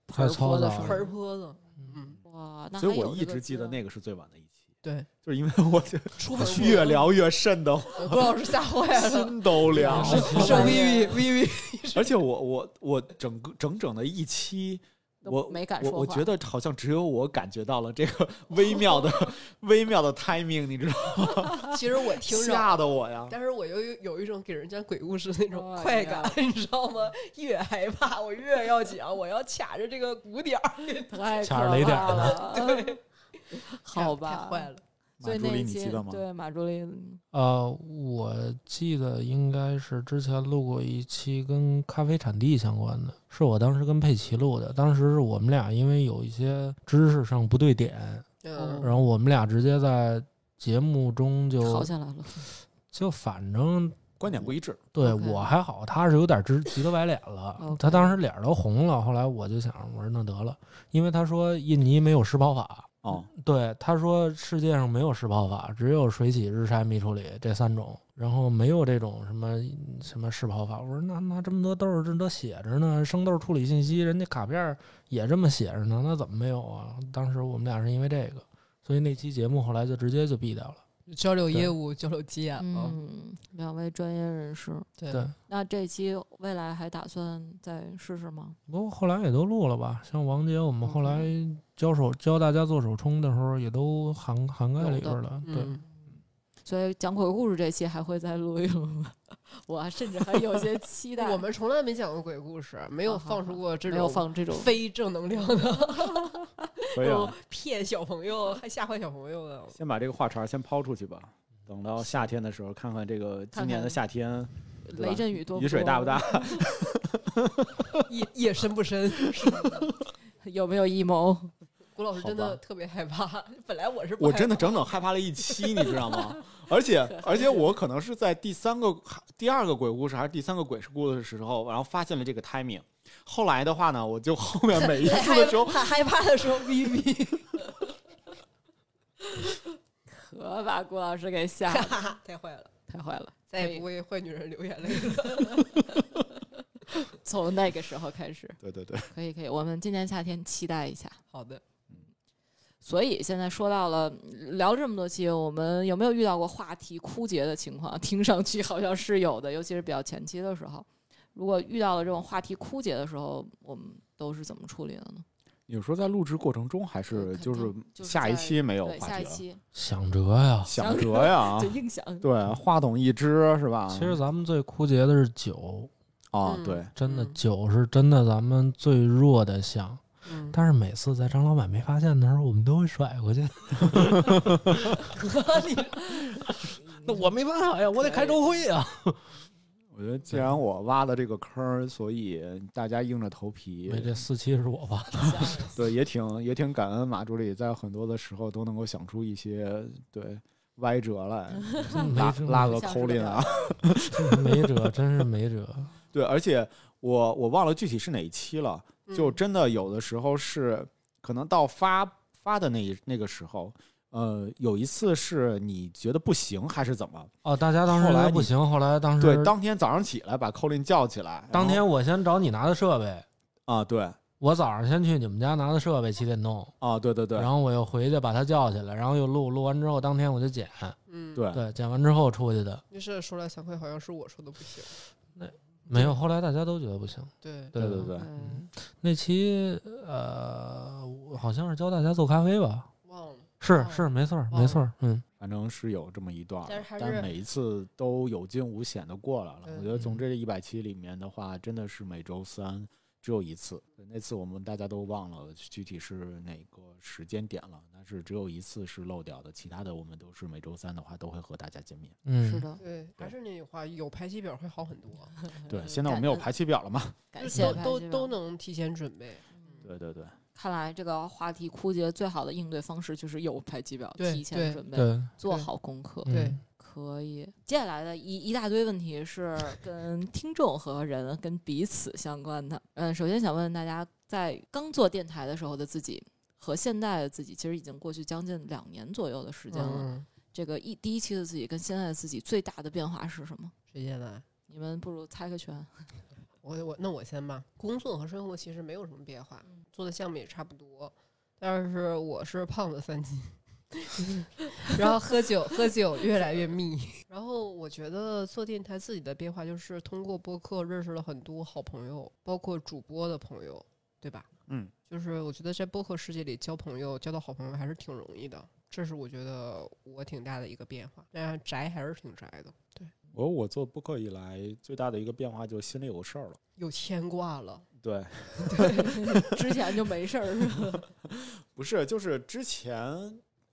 S3: 太
S1: 泼
S3: 嘈
S1: 的
S3: 杂
S1: 时
S3: 了
S2: 盆
S1: 候，
S2: 儿泼的，嗯，
S1: 哇，那
S4: 所以
S1: 还有
S4: 我
S1: 这
S4: 一
S1: 个嗯
S4: 直记
S1: 资
S4: 得
S1: 料
S4: 那个是最晚的一期，
S2: 对，
S4: 就是因为我就
S2: 出门儿
S4: 越聊越瘆得
S2: 泼
S4: 慌，
S2: 郭老师吓 坏了，
S4: 心都凉
S3: 是
S4: 了。
S2: 手微微微微，
S4: 而且我我我整个整整的一期。
S1: 都
S4: 我
S1: 没敢
S4: 我
S1: 说
S4: 我
S1: 话
S4: 觉得好像只有我感觉到了这个 微妙的、微妙的 timing，你知道吗，
S2: 其实我听着
S4: 吓得我呀！
S2: 但是我又有有一种给人家鬼故事那种
S1: 哎
S2: 快
S1: 呀
S2: 感， 你知道吗？越害怕我越要讲，我要卡着这个鼓点儿。
S1: 太
S3: 卡着
S1: 可
S3: 雷点
S1: 怕
S3: 儿
S1: 了，
S2: 对，
S1: 好
S2: 太
S1: 吧，
S2: 坏了。
S1: 所以
S4: 马
S1: 那
S4: 助理
S1: 一
S4: 你
S1: 期
S4: 记得吗？
S1: 对马助理，
S3: 呃，我记得应该是之前录过一期跟咖啡产地相关的，是我当时跟佩奇录的。当时是我们俩因为有一些知识上不对点，
S2: 嗯，
S3: 然后我们俩直接在节目中
S1: 吵
S3: 就
S1: 起来了，
S3: 就反正
S4: 观点不一致，
S3: 对
S1: OK
S3: 我还好，他是有点直急得白脸了
S1: OK，
S3: 他当时脸儿都红了。后来我就想，我说那得了，因为他说印尼没有施暴法，
S1: 嗯
S4: 哦，
S3: 对，他说世界上没有施暴法，只有水洗、日晒、蜜处理这三种，然后没有这种什么什么施暴法。我说那那这么多豆儿这都写着呢，生豆处理信息人家卡片儿也这么写着呢，那怎么没有啊？当时我们俩是因为这个，所以那期节目后来就直接就毙掉了。
S2: 嗯交流
S3: 对
S2: 业务、交流经验嘛。
S1: 嗯，两位专业人士，
S2: 对
S3: 对
S1: 那这期未来还打算再试试吗？
S3: 不过后来也都录了吧，像王杰，我们
S1: 嗯
S3: 后来教手教大家做手冲的时候，也都涵涵盖
S1: 有的
S3: 里边儿了。对，
S2: 嗯，
S1: 所以讲鬼故事这期还会再录一录吗？我甚至还有些期待。
S2: 我们从来没讲过鬼故事，没有
S1: 啊好
S2: 放出过这
S1: 没
S2: 种
S1: 有放这种
S2: 非正能量的，
S4: 可以啊，
S2: 骗小朋友还吓坏小朋友的。
S4: 先把这个话茬儿先抛出去吧。等到夏天的时候，看看这个今年的夏天对吧
S1: 雷阵雨多，
S4: 雨水大不大？？
S2: 夜夜深不深？
S1: 有没有阴谋？
S2: 谷老师真
S4: 好
S2: 的
S4: 吧
S2: 特别害怕，本来我是不
S4: 我
S2: 害
S4: 真的
S2: 怕
S4: 整整害怕了一期，你知道吗？而且而且我可能是在第三个、第二个鬼故事还是第三个鬼故事的时候，然后发现了这个 timing。后来的话呢，我就后面每一
S2: 很
S4: 次的时候，
S2: 很害怕的时候哔哔，
S1: 可把郭老师给吓
S2: 哈
S1: 得
S2: 哈， 太坏了，
S1: 太坏了！
S2: 再也不为坏女人流眼泪了。
S1: 从那个时候开始，
S4: 对对对，
S1: 可以可以，我们今年夏天期待一下。
S2: 好的，
S1: 所以现在说到了聊了这么多期，我们有没有遇到过话题枯竭的情况？ 听上去好像是有的，尤其是比较前期的时候。如果遇到了这种话题枯竭的时候，我们都是怎么处理的呢？
S4: 有时候在录制过程中还
S1: 肯
S4: 是
S1: 定
S4: 就是嗯
S1: 就是
S4: 下一
S1: 在
S4: 期没有
S1: 对，
S4: 话
S1: 下
S4: 题
S1: 一期
S4: 了，
S3: 想辙呀。
S4: 想辙呀
S1: 就，硬想。
S4: 对，话筒一支是吧？
S3: 其实咱们最枯竭的是酒，
S4: 啊，
S2: 嗯
S4: 对，
S3: 真的
S2: 嗯
S3: 酒是真的咱们最弱的项。
S2: 嗯，
S3: 但是每次在张老板没发现的时候，我们都会甩过去。 那我没办法呀，我得开周会呀。
S4: 我觉得既然我挖的这个坑儿，所以大家硬着头皮
S3: 没，这四期是我吧？
S4: 对，也挺也挺感恩马助理，在很多的时候都能够想出一些对歪折来，拉
S3: 没辙
S4: 拉个扣链啊，
S3: 没辙，真是没辙。
S4: 对，而且我我忘了具体是哪一期了，
S2: 嗯
S4: 就真的有的时候是可能到发发的那一那个时候。呃，有一次是你觉得不行还是怎么？
S3: 哦，大家当时
S4: 后来
S3: 觉得
S4: 你
S3: 不行，后来当时
S4: 对，当天早上起来把扣林叫起来，
S3: 嗯当
S4: 然
S3: 天
S4: 后
S3: 我先找你拿的设备，
S4: 啊，对
S3: 我早上先去你们家拿的设备七点弄，
S4: 啊，对对对，
S3: 然后我又回去把他叫起来，然后又录，录完之后当天我就剪，
S2: 嗯，
S4: 对
S3: 对，剪完之后出去的，
S2: 就是说来惭愧，好像是我说的不行。
S3: 没有，后来大家都觉得不行。
S2: 对，
S4: 对
S3: 对
S4: 对对，
S1: 嗯
S3: 那期呃，我好像是教大家做咖啡吧？
S2: 忘了。
S3: 是
S2: 哦
S3: 是，没错儿
S2: 哦
S3: 没错儿，嗯，
S4: 反正是有这么一段儿，
S2: 但是还
S4: 但
S2: 是
S4: 每一次都有惊无险的过来了。
S2: 嗯
S4: 我觉得从这一百期里面的话，真的是每周三只有一次。那次我们大家都忘了具体是哪个时间点了，但是只有一次是漏掉的，其他的我们都是每周三的话都会和大家见面。
S3: 嗯，
S1: 是，的，
S2: 对，还是那句话，有排期表会好很多，
S4: 对，
S2: 嗯
S4: 现在我们有排期表了嘛？
S1: 感
S2: 就是
S1: 谢
S2: 都
S1: 潘
S2: 都
S1: 先生
S2: 都能提前准备。
S4: 对对对，
S1: 看来这个话题枯竭最好的应对方式就是有排期表，
S2: 对
S1: 提前
S2: 对
S1: 准备，
S3: 对
S1: 做
S2: 对
S1: 好功课。
S3: 嗯
S2: 对
S1: 可以，接下来的一一大堆问题是跟听众和人、跟彼此相关的。嗯，首先想问问大家，在刚做电台的时候的自己和现在的自己，其实已经过去将近两年左右的时间了。
S2: 嗯，
S1: 这个一第一期的自己跟现在的自己最大的变化是什么？
S2: 谁先来？
S1: 你们不如猜个拳。
S2: 我我那我先吧。工作和生活其实没有什么变化，
S1: 嗯
S2: 做的项目也差不多，但是我是胖了三斤， 然后喝酒喝酒越来越密。然后我觉得做电台自己的变化就是通过播客认识了很多好朋友，包括主播的朋友，对吧？
S4: 嗯，
S2: 就是我觉得在播客世界里交朋友、交到好朋友还是挺容易的，这是我觉得我挺大的一个变化。但是宅还是挺宅的，对，
S4: 我我做播客以来最大的一个变化就是心里有事儿了。
S2: 有牵挂了。
S4: 对，
S1: 之前就没事儿，是吧？
S4: 不是，就是之前，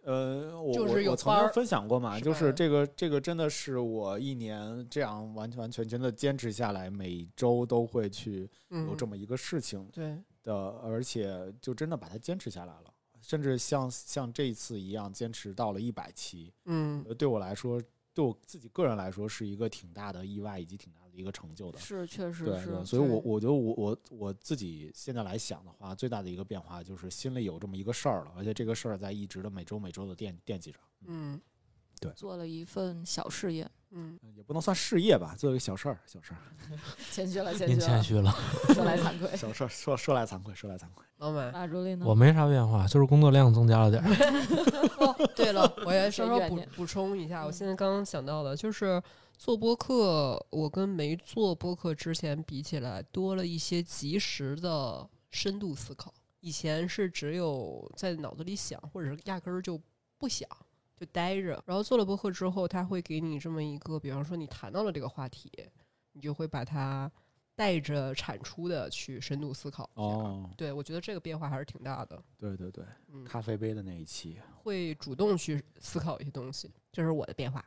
S4: 呃，我
S2: 就是
S4: 我
S2: 有
S4: 我曾
S2: 班
S4: 经
S2: 儿
S4: 分享过嘛，
S2: 是
S4: 就是
S2: 吧
S4: 这个这个真的是我一年这样完完全全的坚持下来，每周都会去
S2: 嗯，
S4: 有这么一个事情
S2: 对，
S4: 的，而且就真的把它坚持下来了。甚至像像这一次一样，坚持到了一百期，
S2: 嗯，
S4: 呃，对我来说，对我自己个人来说，是一个挺大的意外，以及挺大的一个成就的。
S1: 是，确实
S4: 对
S1: 是
S4: 对，。所以我
S2: 对
S4: 我觉得我我我自己现在来想的话，最大的一个变化就是心里有这么一个事儿了，而且这个事儿在一直的每周每周的惦惦记着。
S2: 嗯。
S1: 做了一份小事业，
S2: 嗯，
S4: 嗯也不能算事业吧，做一个小事儿，小事儿，
S1: 谦虚了，谦
S3: 您
S1: 虚
S3: 谦
S1: 了，
S3: 虚了，
S1: 说来惭 愧。
S4: 小事儿，说说来惭愧，说来惭愧。
S2: 老马。
S1: 马助理呢？
S3: 我没啥变化，就是工作量增加了点儿。
S2: 哦， 对了，我也稍稍
S1: 谁怨
S2: 补
S1: 你
S2: 补充一下，我
S1: 嗯
S2: 现在刚刚想到的，就是做播客，我跟没做播客之前比起来，多了一些及时的深度思考。以前是只有在脑子里想，或者是压根儿就不想，就待着。然后做了播客之后，他会给你这么一个，比方说你谈到了这个话题，你就会把它带着产出的去深度思考一下。
S4: 哦，
S2: 对，我觉得这个变化还是挺大的。
S4: 对对对，
S2: 嗯，
S4: 咖啡杯的那一期，
S2: 会主动去思考一些东西，这是我的变化。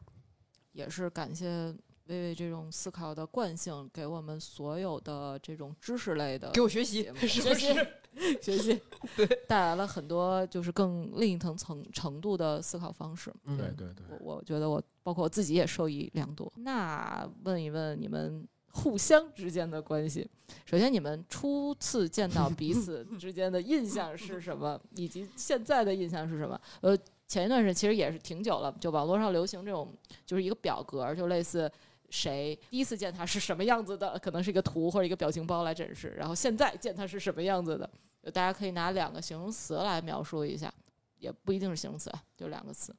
S1: 也是感谢薇薇这种思考的惯性，给我们所有的这种知识类的
S2: 我呃学习
S1: 节目
S2: 是
S1: 学
S2: 不
S1: 习
S2: 是？
S1: 学习，对，带来了很多就是更另一层层程度的思考方式。
S2: 嗯，
S4: 对对
S1: 我我觉得我包括我自己也受益良多。那问一问你们互相之间的关系，首先你们初次见到彼 此之间的印象是什么，以及现在的印象是什么？呃，前一段时间其实也是挺久了，就网络上流行这种就是一个表格，就类似。谁第一次见他是什么样子的？可能是一个图或者一个表情包来展示。然后现在见他是什么样子的，就大家可以拿两个形容词来描述一下，也不一定是形容词啊，就两个词，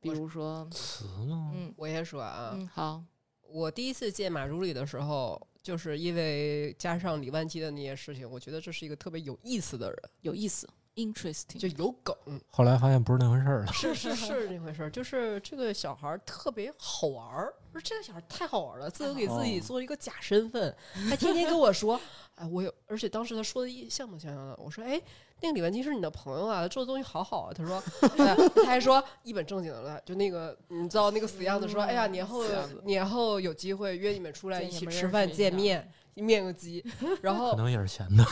S1: 比
S2: 我
S1: 如说
S3: 词吗？
S1: 嗯
S2: 我也说啊，
S1: 嗯，好，
S2: 我第一次见马助理的时候，就是因为加上李万基的那些事情，我觉得这是一个特别有意思的人，
S1: 有意思，interesting，
S2: 就有梗，
S3: 后来发现不是那回事儿了。
S2: 是是是那回事儿。就是这个小孩儿特别好玩儿，不是这个小孩儿太好玩儿了，自己给
S1: 哦
S2: 自己做一个假身份，还天天跟我说，哎，我有，而且当时他说的一像模像样的，我说，哎，那个李文基是你的朋友啊，做的东西好好啊。他说，哎、他还说一本正经的了，就那个你知道那个死样子说，哎呀，年后
S1: 死样子
S2: 年后有机会约你们出来
S1: 见
S2: 一
S1: 你
S2: 起
S1: 们
S2: 吃
S1: 认
S2: 饭
S1: 识一
S2: 见
S1: 下
S2: 面。面个基，然后
S3: 可能也是闲的，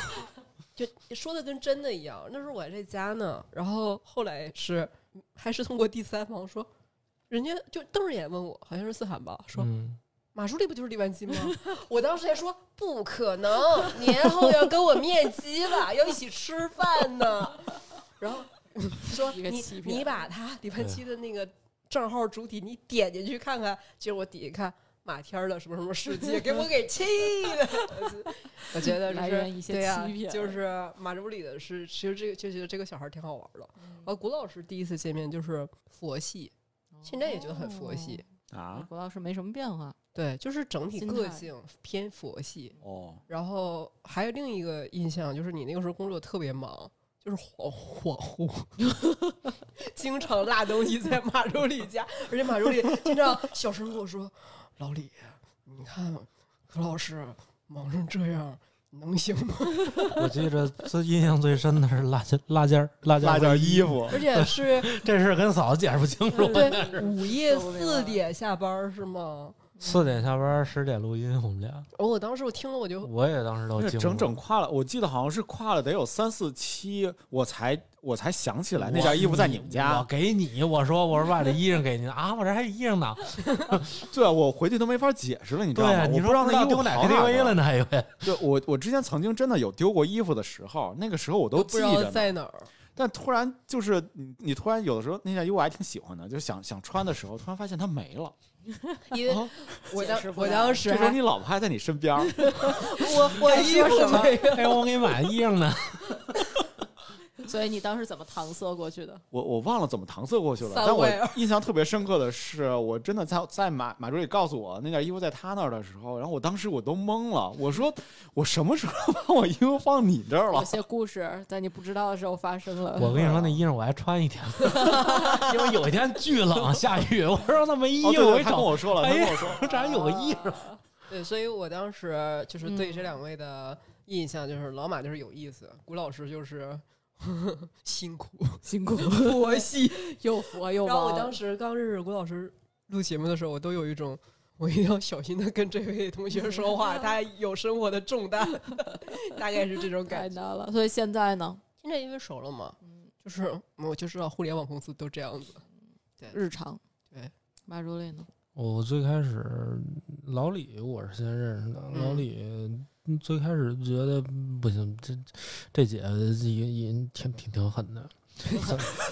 S2: 就说的跟真的一样。那时候我还在家呢，然后后来是还是通过第三方说，人家就瞪着眼问我，好像是思涵吧，说、
S3: 嗯，
S2: 马助理不就是李万基吗？ 我当时还说不可能，年后要跟我面基了，要一起吃饭呢。然后说
S1: 一个
S2: 你
S1: 欺骗
S2: 你把他李万基的那个账号主体你点进去看看，结果我底下看。马天儿的什么什么世界，给我给气的， 我觉得
S1: 来
S2: 就是
S1: 源一些
S2: 对呀
S1: 欺骗，
S2: 就是马助理的是，其实这个就觉得这个小孩儿挺好玩儿的。
S1: 嗯
S2: 啊，古老师第一次见面就是佛系，现在也觉得很佛系，
S1: 哦。
S4: 啊，
S1: 古老师没什么变化，
S2: 对，就是整体
S1: 心
S2: 个
S1: 态
S2: 性偏佛系。
S4: 哦，
S2: 然后还有另一个印象就是你那个时候工作特别忙，就是恍恍惚， 经常落东西在马助理家，而且马助理经常小声跟我说：“老李，你看何老师忙成这样，能行吗
S3: 我记着最印象最深的是辣椒辣椒辣椒
S4: 拉件
S3: 唯一
S4: 衣，服？”
S2: 而且是
S3: 这事儿跟嫂子解释不清楚。
S2: 对午夜
S1: 受不了
S2: 四点下班儿是吗？
S3: 四点下班，十点录音，我们俩，
S2: 哦，我当时我听了我就
S3: 我也当时都
S4: 那
S3: 惊了，
S4: 整整跨了，我记得好像是跨了得有三四期，我才我才想起来那
S3: 我
S4: 件衣服在你们
S3: 我
S4: 家。
S3: 给你，我说我说把这衣裳给您啊，我这还有衣裳呢。
S4: 对啊，我回去都没法解释了，你知
S3: 对
S4: 道吗？
S3: 啊，你
S4: 我
S3: 说
S4: 不知道那
S3: 要
S4: 衣服
S3: 丢
S4: 跑
S3: 哪
S4: 哪儿
S3: KTV 了呢？还以为
S4: 对我，我之前曾经真的有丢过衣服的时候，那个时候我都
S2: 不
S4: 记
S2: 知
S4: 着
S2: 道
S4: 呢
S2: 在哪儿。
S4: 但突然就是你，你突然有的时候那件衣服我还挺喜欢的，就想想穿的时候，突然发现它没了。
S2: 因为
S4: 哦
S2: 我
S1: 解
S2: 当
S1: 释不
S2: 我
S1: 了
S2: 当时
S4: 这时候
S2: 还
S4: 你老婆还在你身边儿，
S2: 我我衣
S1: 说什
S2: 服
S1: 么
S2: 没
S3: 哎，我给你买衣裳呢。
S1: 所以你当时怎么搪塞过 去的？
S4: 我我忘了怎么搪塞过去了。
S2: 三
S4: 但我
S2: 位儿
S4: 印象特别深刻的是，我真的在在马马助理告诉我那件衣服在他那儿的时候，然后我当时我都懵了，我说我什么时候把我衣服放你这儿
S1: 有
S4: 了？哦
S1: 些故事在你不知道的时候发生了。
S3: 我跟你说，那衣裳我还穿一天， 因为有一天巨冷，下雨，我说那没衣
S4: 哦，对
S3: 裳，我一
S4: 对，他跟
S3: 找，
S4: 我说了，他
S3: 哎
S4: 跟
S3: 呀
S4: 我说，
S3: 我这还有个衣裳。
S2: 对，所以我当时就是对
S1: 嗯
S2: 这两位的印象就是老马就是有意思，古老师就是 辛苦
S1: 辛苦
S2: 佛 系。
S1: 又佛又
S2: 然后我
S1: 忙
S2: 当时刚认识古老师录节目的时候，我都有一种我一定要小心的跟这位同学说 话，他有生活的重担， 大概是这种
S1: 太
S2: 感觉。
S1: 难了。所以现在呢，
S2: 现在因为熟了嘛，就是嗯我就知道互联网公司都这样子。
S1: 日常
S2: 对
S1: 马助理呢，
S3: 我最开始老李我是先认识的，
S2: 嗯
S3: 老李嗯最开始觉得嗯不行，这这姐也也挺挺挺狠的，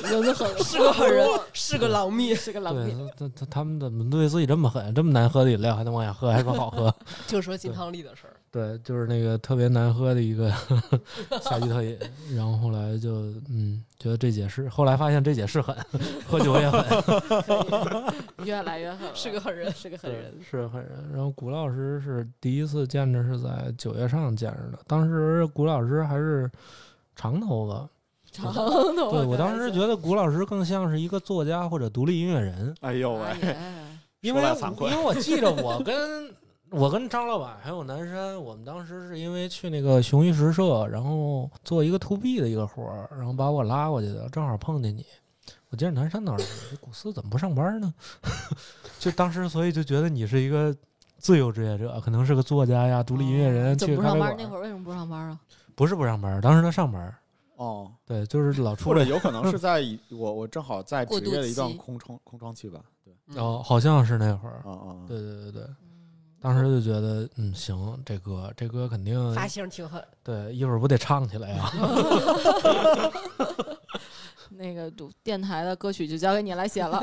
S1: 人很
S2: 是个狠人，是个狼蜜，
S1: 是个狼
S3: 对
S1: 狈。，
S3: 他他他们怎么对自己这么狠？这么难喝的饮料还能往下喝，还不好喝？
S2: 就说金汤力的事儿。
S3: 对，就是那个特别难喝的一个 夏季特饮，然后后来就嗯，觉得这解释，后来发现这解释狠，喝酒也狠，
S1: 可以越来越狠了，
S2: 是个狠人
S1: 是个狠人。
S3: 是狠人。然后古老师是第一次见着是在九月上见着的，当时古老师还是长头发，
S1: 长头发，
S3: 对我当时
S1: 开玩笑
S3: 觉得古老师更像是一个作家或者独立音乐人，
S4: 哎呦
S1: 哎
S4: 喂，
S1: 呀
S3: 因为
S4: 说来
S3: 我
S4: 惭愧
S3: 因为我记得 我跟我跟张老板还有南山，我们当时是因为去那个雄鱼实社，然后做一个 to B 的一个活儿，然后把我拉过去的，正好碰见你。我接着南山那儿，这古斯怎么不上班呢？ 就当时，所以就觉得你是一个自由职业者，可能是个作家呀、独立音乐人。
S1: 哦怎
S3: 去
S1: 么不
S3: 咖
S1: 上
S3: 啡
S1: 班？
S3: 馆
S1: 那会儿为什么不上班啊？
S3: 不是不上班，当时他上班，
S4: 哦，
S3: 对，就是老出
S4: 或
S3: 来
S4: 者有可能是在以我我正好在职
S1: 过渡
S4: 业的一段
S1: 期
S4: 空窗空窗期吧，对，
S3: 哦，好像是那会儿
S4: 啊，啊，
S3: 对对对对，
S1: 嗯
S3: 当时就觉得，嗯，行，这歌这歌肯定
S2: 嗯发型挺狠，
S3: 对，一会儿不得唱起来啊呀、
S1: 那个主电台的歌曲就交给你来写 了，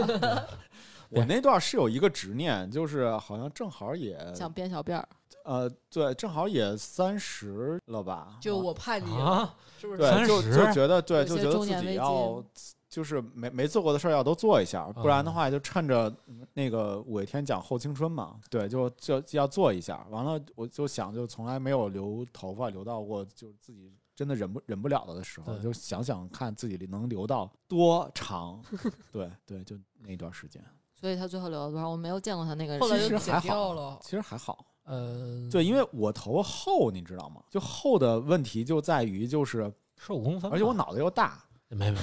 S4: 我那段是有一个执念，就是好像正好也
S1: 想编小辫儿，
S4: 呃，对，正好也三十了吧，
S2: 就
S4: 我
S2: 我盼你，
S3: 啊！
S2: 是不是？
S4: 对，就就
S3: 30
S4: 觉得
S1: 有
S4: 对，就
S1: 些
S4: 觉得
S1: 中
S4: 自
S1: 年
S4: 己
S1: 危
S4: 要
S1: 机，
S4: 就是没没做过的事儿要都做一下，不然的话就趁着嗯那个五月天讲后青春嘛，对，就就就要做一下。完了，我就想，就从来没有留头发留到过，就是自己真的忍不忍不了了的时候，
S3: 对
S4: 就想想看自己能留到多长。对对，就那一段时间，
S1: 所以他最后留了多少？我没有见过他那个
S2: 后来
S1: 人，
S4: 其
S2: 就
S4: 实
S2: 剪
S4: 还
S2: 掉
S4: 好
S2: 了。
S4: 其实还好。
S3: 呃，
S4: 对，因为我头发厚，你知道吗？就厚的问题就在于，就是
S3: 是五公分吧，
S4: 而且我脑袋又大，
S3: 没没，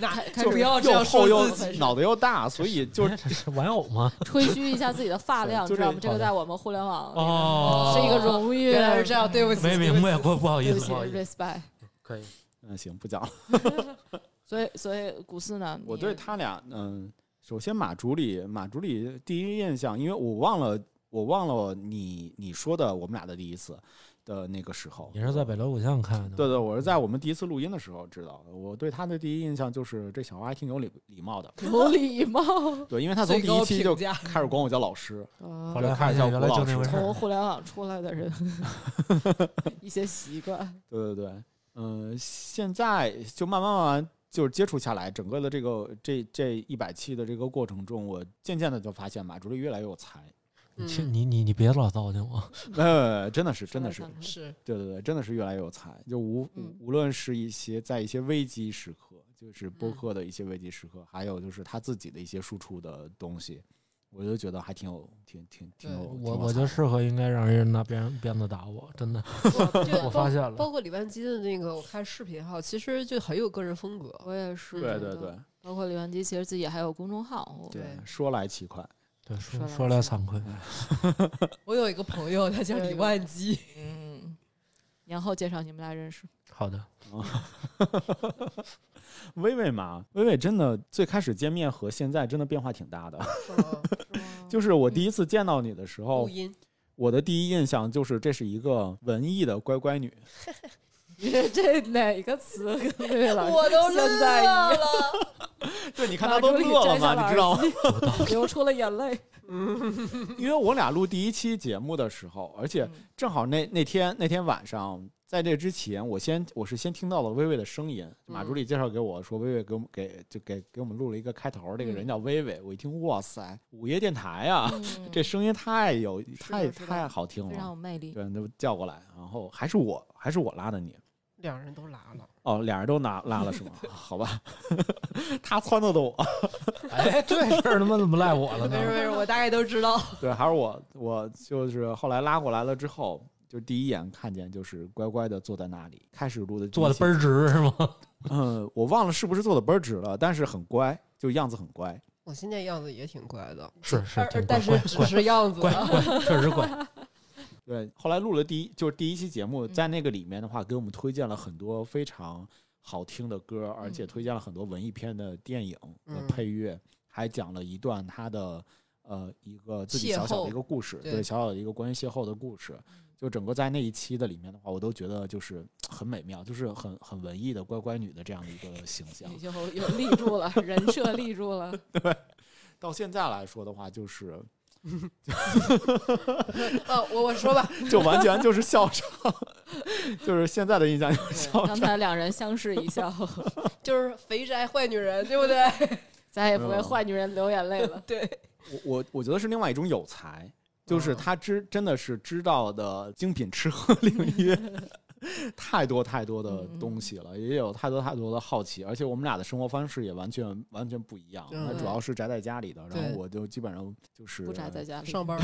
S2: 那
S1: 开开
S2: 就
S1: 始
S2: 不要这
S4: 又
S2: 样
S4: 厚
S2: 说
S4: 又
S2: 自己。
S4: 脑袋又大， 所以就
S3: 哎这是玩偶吗？
S1: 吹嘘一下自己的发量，
S4: 对就
S1: 知道
S4: 这
S1: 吗？这个
S3: 好的
S1: 在我们互联网里
S3: 哦
S1: 是一个荣誉，
S2: 原来是这样，对不起，
S3: 没
S2: 对不
S3: 明白，
S2: 起
S3: 不不好
S1: 对
S3: 意
S1: 不
S3: 思，
S1: 起
S3: 不好意思，
S1: ，respect。
S3: 可以。
S4: 嗯，行，不讲了。
S1: 所以，所以古斯呢？
S4: 我
S1: 你
S4: 对他俩，嗯，首先马主理，马主理第一印象，因为我忘了，我忘了你你说的我们俩的第一次的那个时候
S3: 你。是在北锣鼓巷看的吗？
S4: 对对，我是在我们第一次录音的时候知道的。我对他的第一印象就是这小孩还挺有礼礼貌的。
S1: 有礼貌，
S4: 对，因为他从
S2: 最
S4: 第
S2: 高
S4: 一期就
S2: 评价，
S4: 开始管我叫老师，
S3: 后
S1: 啊
S3: 来发现原来就那回事
S1: 从
S3: 儿。
S1: 互联网出来的 人一些习惯，
S4: 对对对，嗯，现在就慢慢慢慢就是接触下来，整个的这个这这一百期的这个过程中，我渐渐的就发现马助理越来越有才，
S3: 你
S2: 嗯
S3: 去你你你别老糟践我，
S4: 呃，真的是真的是
S1: 说，来看看
S2: 是
S4: 对对对，真的是越来越有才，就无
S1: 嗯
S4: 无论是一些在一些危机时刻，就是播
S2: 嗯
S4: 客的一些危机时刻，还有就是他自己的一些输出的东西，我就觉得还挺有挺挺挺有，挺
S3: 我
S4: 有
S3: 我
S4: 才
S3: 就
S4: 的
S3: 适合应该让人拿鞭鞭子打我，真的，
S2: 对 包
S3: 我发现了。
S2: 包括李万基的那个，我看视频哈，其实就很有个人风格。
S1: 我也是。
S4: 对对对，
S1: 包括李元基，其实自己还有公众号，我
S2: 对
S4: 说来奇快，
S3: 对，说
S1: 说
S3: 说
S1: 来
S3: 来惭愧，
S2: 我有一个朋友，他叫李万 基，
S1: 嗯，年后介绍你们俩认识。
S3: 好 的，
S4: 薇薇嘛，薇薇真的最开始见面和现在真的变化挺大的。
S2: 是吗？
S4: 就是我第一次见到你的时
S3: 哦
S2: 录
S4: 候，
S2: 音
S4: 我的第一印象就是这是一个文艺的乖乖女。
S1: 这哪个词跟对 了？
S2: 我都乐
S1: 现在一样
S2: 了，
S4: 对，你看
S1: 马
S4: 她都
S1: 助理
S4: 乐了
S1: 摘下
S4: 嘛，你知道吗？
S1: 吗？流出了眼泪。
S4: 因为我俩录第一期节目的时候，而且正好那那天那天晚上，在这之前，我先我是先听到了薇薇的声音，马助理介绍给我说，薇薇给我们给就给给我们录了一个开头，这个人叫薇薇，我一听，哇塞，午夜电台啊，
S1: 嗯
S4: 这声音太有
S1: 是的
S4: 太
S1: 是的
S4: 太好听
S1: 非常
S4: 了
S1: 有，魅力。
S4: 啊对，那就叫过来，然后还是我还是我拉的你，
S2: 两人都拉了。
S4: 哦，俩人都拿拉了是 吗？啊好吧，他撺掇的我，
S3: 哎，这事儿他妈怎么赖我了
S2: 没
S3: 呢
S2: 事？没事，我大概都知道。
S4: 对，还是我，我就是后来拉过来了之后，就第一眼看见就是乖乖的坐在那里，开始录的
S3: 坐的倍
S4: 儿，
S3: 儿直是吗？
S4: 嗯，我忘了是不是坐的倍儿直了，但是很乖，就样子很乖。
S2: 我现在样子也挺乖的，
S3: 是是
S2: 而
S3: 挺乖
S2: 但是
S3: 乖
S2: 只是样子啊
S3: 乖
S2: 了。
S3: 乖，确实乖。
S4: 对，后来录了第一，就是第一期节目，在那个里面的话，给我们推荐了很多非常好听的歌，而且
S1: 嗯
S4: 推荐了很多文艺片的电影和
S2: 嗯
S4: 配乐，还讲了一段他的呃一个自己
S2: 邂
S4: 小小
S2: 逅
S4: 的一个故事，
S2: 对嗯
S4: 对，小小的一个关于邂逅的故事。就整个在那一期的里面的话，我都觉得就是很美妙，就是很很文艺的乖乖女的这样的一个形 象
S1: 你。就有立住了，人设立住 了。
S4: 到现在来说的话，就是
S2: 啊，我我说吧，
S4: 就完全就是笑场， 就是现在的印象就是
S1: 对
S4: 笑
S1: 刚
S4: 场。
S1: 才两人相视一 笑，
S2: 就是肥宅坏女人，对不对？
S1: 再也不为
S4: 嗯
S1: 坏女人流眼泪了。
S2: 对，
S4: 我我我觉得是另外一种有才，
S1: 嗯
S4: 就是他知真的是知道的精品吃喝领 域太多太多的
S1: 嗯
S4: 东西了，也有太多太多的好奇，而且我们俩的生活方式也完全完全不一样。
S2: 嗯
S4: 他主要是宅在家里的，然
S2: 对
S4: 后我就基本上就是
S1: 不宅在家里，
S2: 上班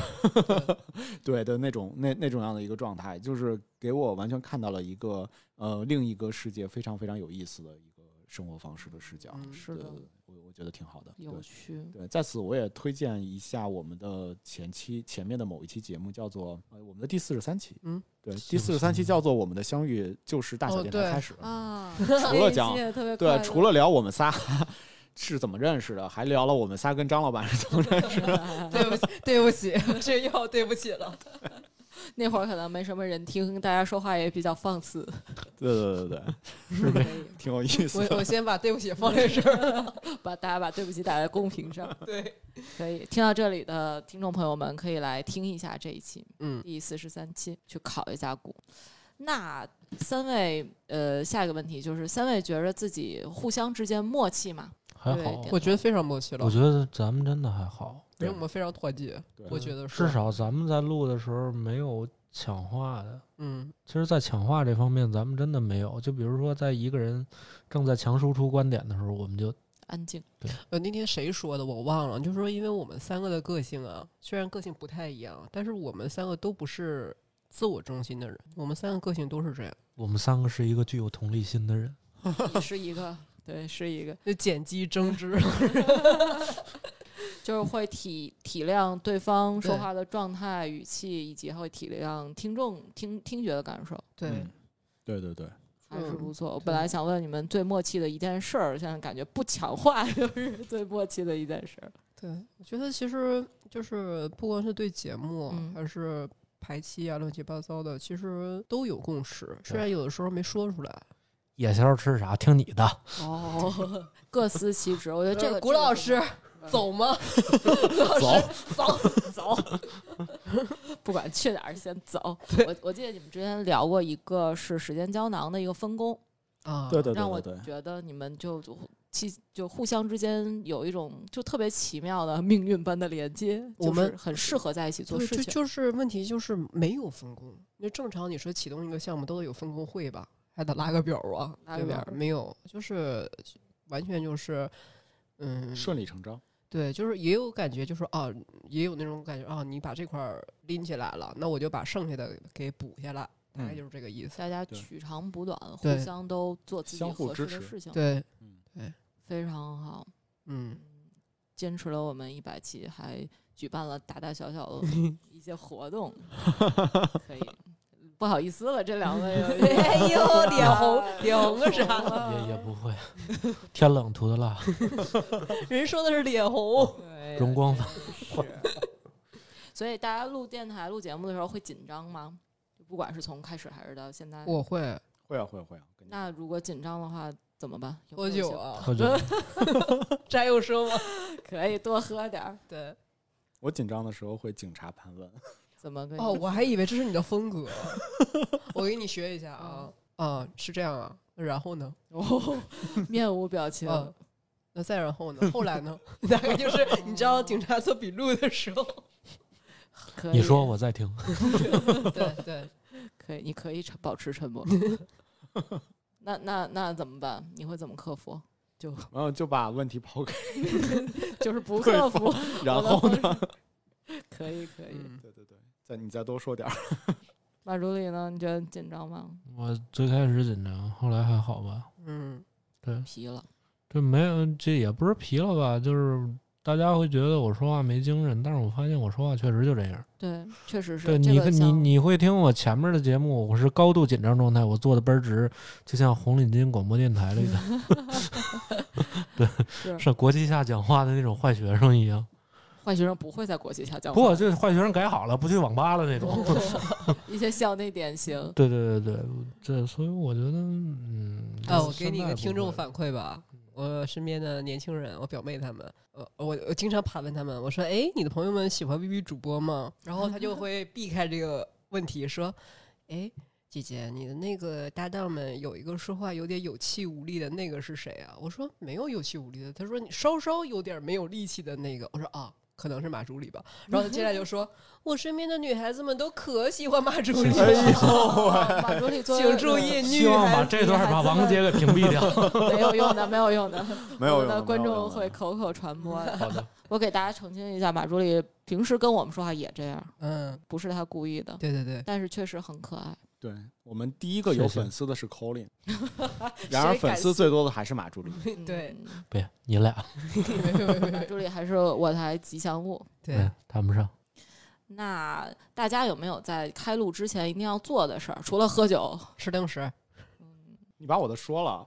S4: 对的那种那那种样的一个状态，就是给我完全看到了一个呃另一个世界非常非常有意思的一个生活方式的视角。
S2: 嗯
S1: 是
S4: 对
S1: 的
S4: 对，对我我觉得挺好的。对
S1: 有趣。
S4: 对，在此我也推荐一下我们的前期前面的某一期节目，叫做呃我们的第四十三期，
S2: 嗯，
S4: 对，第四十三期叫做我们的相遇就是大小
S2: 哦
S4: 电
S2: 对
S4: 台开始，
S1: 啊，
S4: 除 了
S1: 这
S4: 讲
S1: 一期也特别快
S4: 对
S1: 乐，
S4: 除了聊我们仨是怎么认识的，还聊了我们仨跟张老板 是怎么认识的，
S2: 对不起，对不起，这又对不起了。
S1: 那会儿可能没什么人听，大家说话也比较放肆，
S4: 对对对对对，
S3: 是
S1: 可
S3: 这
S1: 以
S4: 挺有意思
S2: 我
S4: 的。
S2: 我先把对不起放在这儿。
S1: 把大家把对不起打在公屏上。
S2: 对，
S1: 可以听到这里的听众朋友们，可以来听一下这一期
S2: 嗯，
S1: 第四十三期，去考一下古。那三位，呃，下一个问题就是三位觉着自己互相之间默契吗？
S3: 还
S1: 对
S3: 好，
S1: 点
S2: 我觉得非常默契了
S3: 我，觉得咱们真的还好。
S2: 因为我们非常团结。
S4: 对
S2: 我觉得是
S3: 嗯至少咱们在录的时候没有抢话的。
S2: 嗯，
S3: 其实，在抢话这方面，咱们真的没有。就比如说，在一个人正在强输出观点的时候，我们就
S1: 安 静，
S2: 呃，那天谁说的我忘了，就说因为我们三个的个性啊，虽然个性不太一样，但是我们三个都不是自我中心的人，我们三个个性都是这样。
S3: 我们三个是一个具有同理心的人。
S1: 也是一个，对，是一个，
S2: 就剪辑争执，
S1: 就是会体体谅对方说
S2: 对
S1: 话的状态、语气，以及会体谅听众听听觉的感受，
S2: 对，
S4: 嗯对对对，
S1: 还是
S2: 嗯
S1: 不错。我
S2: 对
S1: 本来想问你们最默契的一件事儿，现在感觉不抢话 就是最默契的一件事儿。
S2: 对，我觉得其实就是不光是对节目，
S1: 嗯
S2: 还是排期啊，乱七八糟的，其实都有共识，虽
S3: 对
S2: 然有的时候没说出来。
S3: 夜宵吃啥？听你的。
S2: 啊
S1: 哦，各司其职。我觉得这个
S2: 古老师
S1: 嗯
S2: 走吗？
S1: 走走， 不管去哪儿先 走。我我记得你们之前聊过一个是时间胶囊的一个分工，
S2: 啊，
S4: 对对
S1: 让
S4: 对
S1: 我
S4: 对对，
S1: 觉得你们就就其就互相之间有一种就特别奇妙的命运般的连接，
S2: 我
S1: 就是
S2: 们
S1: 很适合在一起做
S2: 对
S1: 事
S2: 就
S1: 情。
S2: 就是问题就是没有分工。那正常你说启动一个项目都得有分工会吧，还得拉个表啊，
S1: 拉
S2: 对
S1: 个
S2: 吧
S1: 表
S2: 没有，就是完全就是，嗯，
S4: 顺理成章。
S2: 对，就是也有感觉，就是啊，也有那种感觉啊，你把这块儿拎起来了，那我就把剩下的给补下来，大概
S4: 嗯
S2: 就是这个意思。
S1: 大家
S4: 对
S1: 取长补短，互
S2: 对
S1: 相都做自己
S4: 相互
S1: 合适
S4: 支
S1: 的
S4: 持
S1: 事情，
S2: 对，
S1: 非常好。
S2: 嗯，
S1: 坚持了我们一百期，还举办了大大小小的 一些活动，可以。不好意思了，这两 位
S2: 哎呦脸红脸红个啥
S1: 啊
S3: 也也不会， 天冷涂的蜡，
S2: 人说的是脸红，
S3: 容光发
S1: 所以大家录电台、录节目的时候会紧张吗？就不管是从开始还是到现在，
S2: 我会
S4: 会啊会啊会啊，跟你
S1: 那如果紧张的话怎么办？有没
S2: 喝
S1: 有
S2: 酒
S1: 行
S2: 啊，
S3: 喝酒。
S2: 摘又说 吗？
S1: 可以多喝点儿。
S2: 对，
S4: 我紧张的时候会警察盘 问，
S1: 怎么个
S2: 哦，我还以为这是你的风格，我给你学一下啊，啊，是这样啊，那然后呢？
S1: 哦， 面无表情，
S2: 嗯那再然后呢？后来呢？ 大概就是你知道警察做笔录的时候，
S1: 可以。
S3: 你说我在听，
S2: 对对，
S1: 可以，你可以沉保持沉默。那那那怎么办？你会怎么克服？就
S4: 然后就把问题抛开，
S1: 就是不
S4: 对
S1: 克服，
S4: 然后呢？
S1: 可以可以。
S2: 嗯，
S4: 对对对，再你再多说点儿。
S1: 马助理呢？你觉得紧张吗？
S3: 我最开始紧张，后来还好吧。
S2: 嗯，
S3: 对，
S1: 皮了，
S3: 这没有，这也不是疲了吧？就是大家会觉得我说话没精神，但是我发现我说话确实就这样。
S1: 对，确实是。
S3: 对，
S1: 这
S3: 你
S1: 个
S3: 看你
S1: 像
S3: 你会听我前面的节目，我是高度紧张状态，我坐的倍儿直，就像红领巾广播电台里的
S1: 是
S3: 上国际下讲话的那种坏学生一样。
S1: 坏学生不会在国际下叫
S3: 不过
S1: 唤，
S3: 这坏学生改好了，不去网吧了那种。
S1: 一些校内典型。
S3: 对对对对，这所以我觉得，嗯，
S2: 啊，我给你一
S3: 现在
S2: 个
S3: 不
S2: 听众
S3: 会嗯
S2: 反馈吧。我身边的年轻人，我表妹他们，呃，我我经常盘问他们，我说：“哎，你的朋友们喜欢 B B 主播吗？”然后他就 会避开这个问题，说：“哎，姐姐，你的那个搭档们有一个说话有点有气无力的那个是谁啊？”我说：“没有有气无力的。”他说：“你稍稍有点没有力气的那个。”我说：“啊，可能是马助理吧。”然后他接下来就说：“我身边的女孩子们都可喜欢马助理
S3: 哎
S2: 了，
S1: 马助理作为
S2: 请注意，
S3: 希
S2: 女
S3: 望
S2: 孩
S3: 把
S2: 子
S3: 这段把王杰给屏蔽掉。
S1: 没有用的，没有用的，
S4: 没有
S1: 我们
S4: 用
S1: 的
S4: 的
S1: 观
S4: 没有用
S1: 众
S4: 的
S1: 会口口传播的。
S3: 好的，
S1: 我给大家澄清一下，马助理平时跟我们说话也这样，
S2: 嗯，
S1: 不是他故意的，
S2: 对对对。”
S1: 但是确实很可爱。
S4: 对我们第一个有
S3: 谢谢
S4: 粉丝的是 Colin，然而粉丝
S2: 谁
S4: 最多的还是马助理。
S2: 敢 对，
S1: 嗯，
S3: 别你俩，
S1: 马助理还是我台吉祥物。
S2: 对，
S3: 嗯谈不上。
S1: 那大家有没有在开录之前一定要做的事儿？除了喝酒，
S2: 吃零食，
S1: 嗯
S4: 你把我的说了，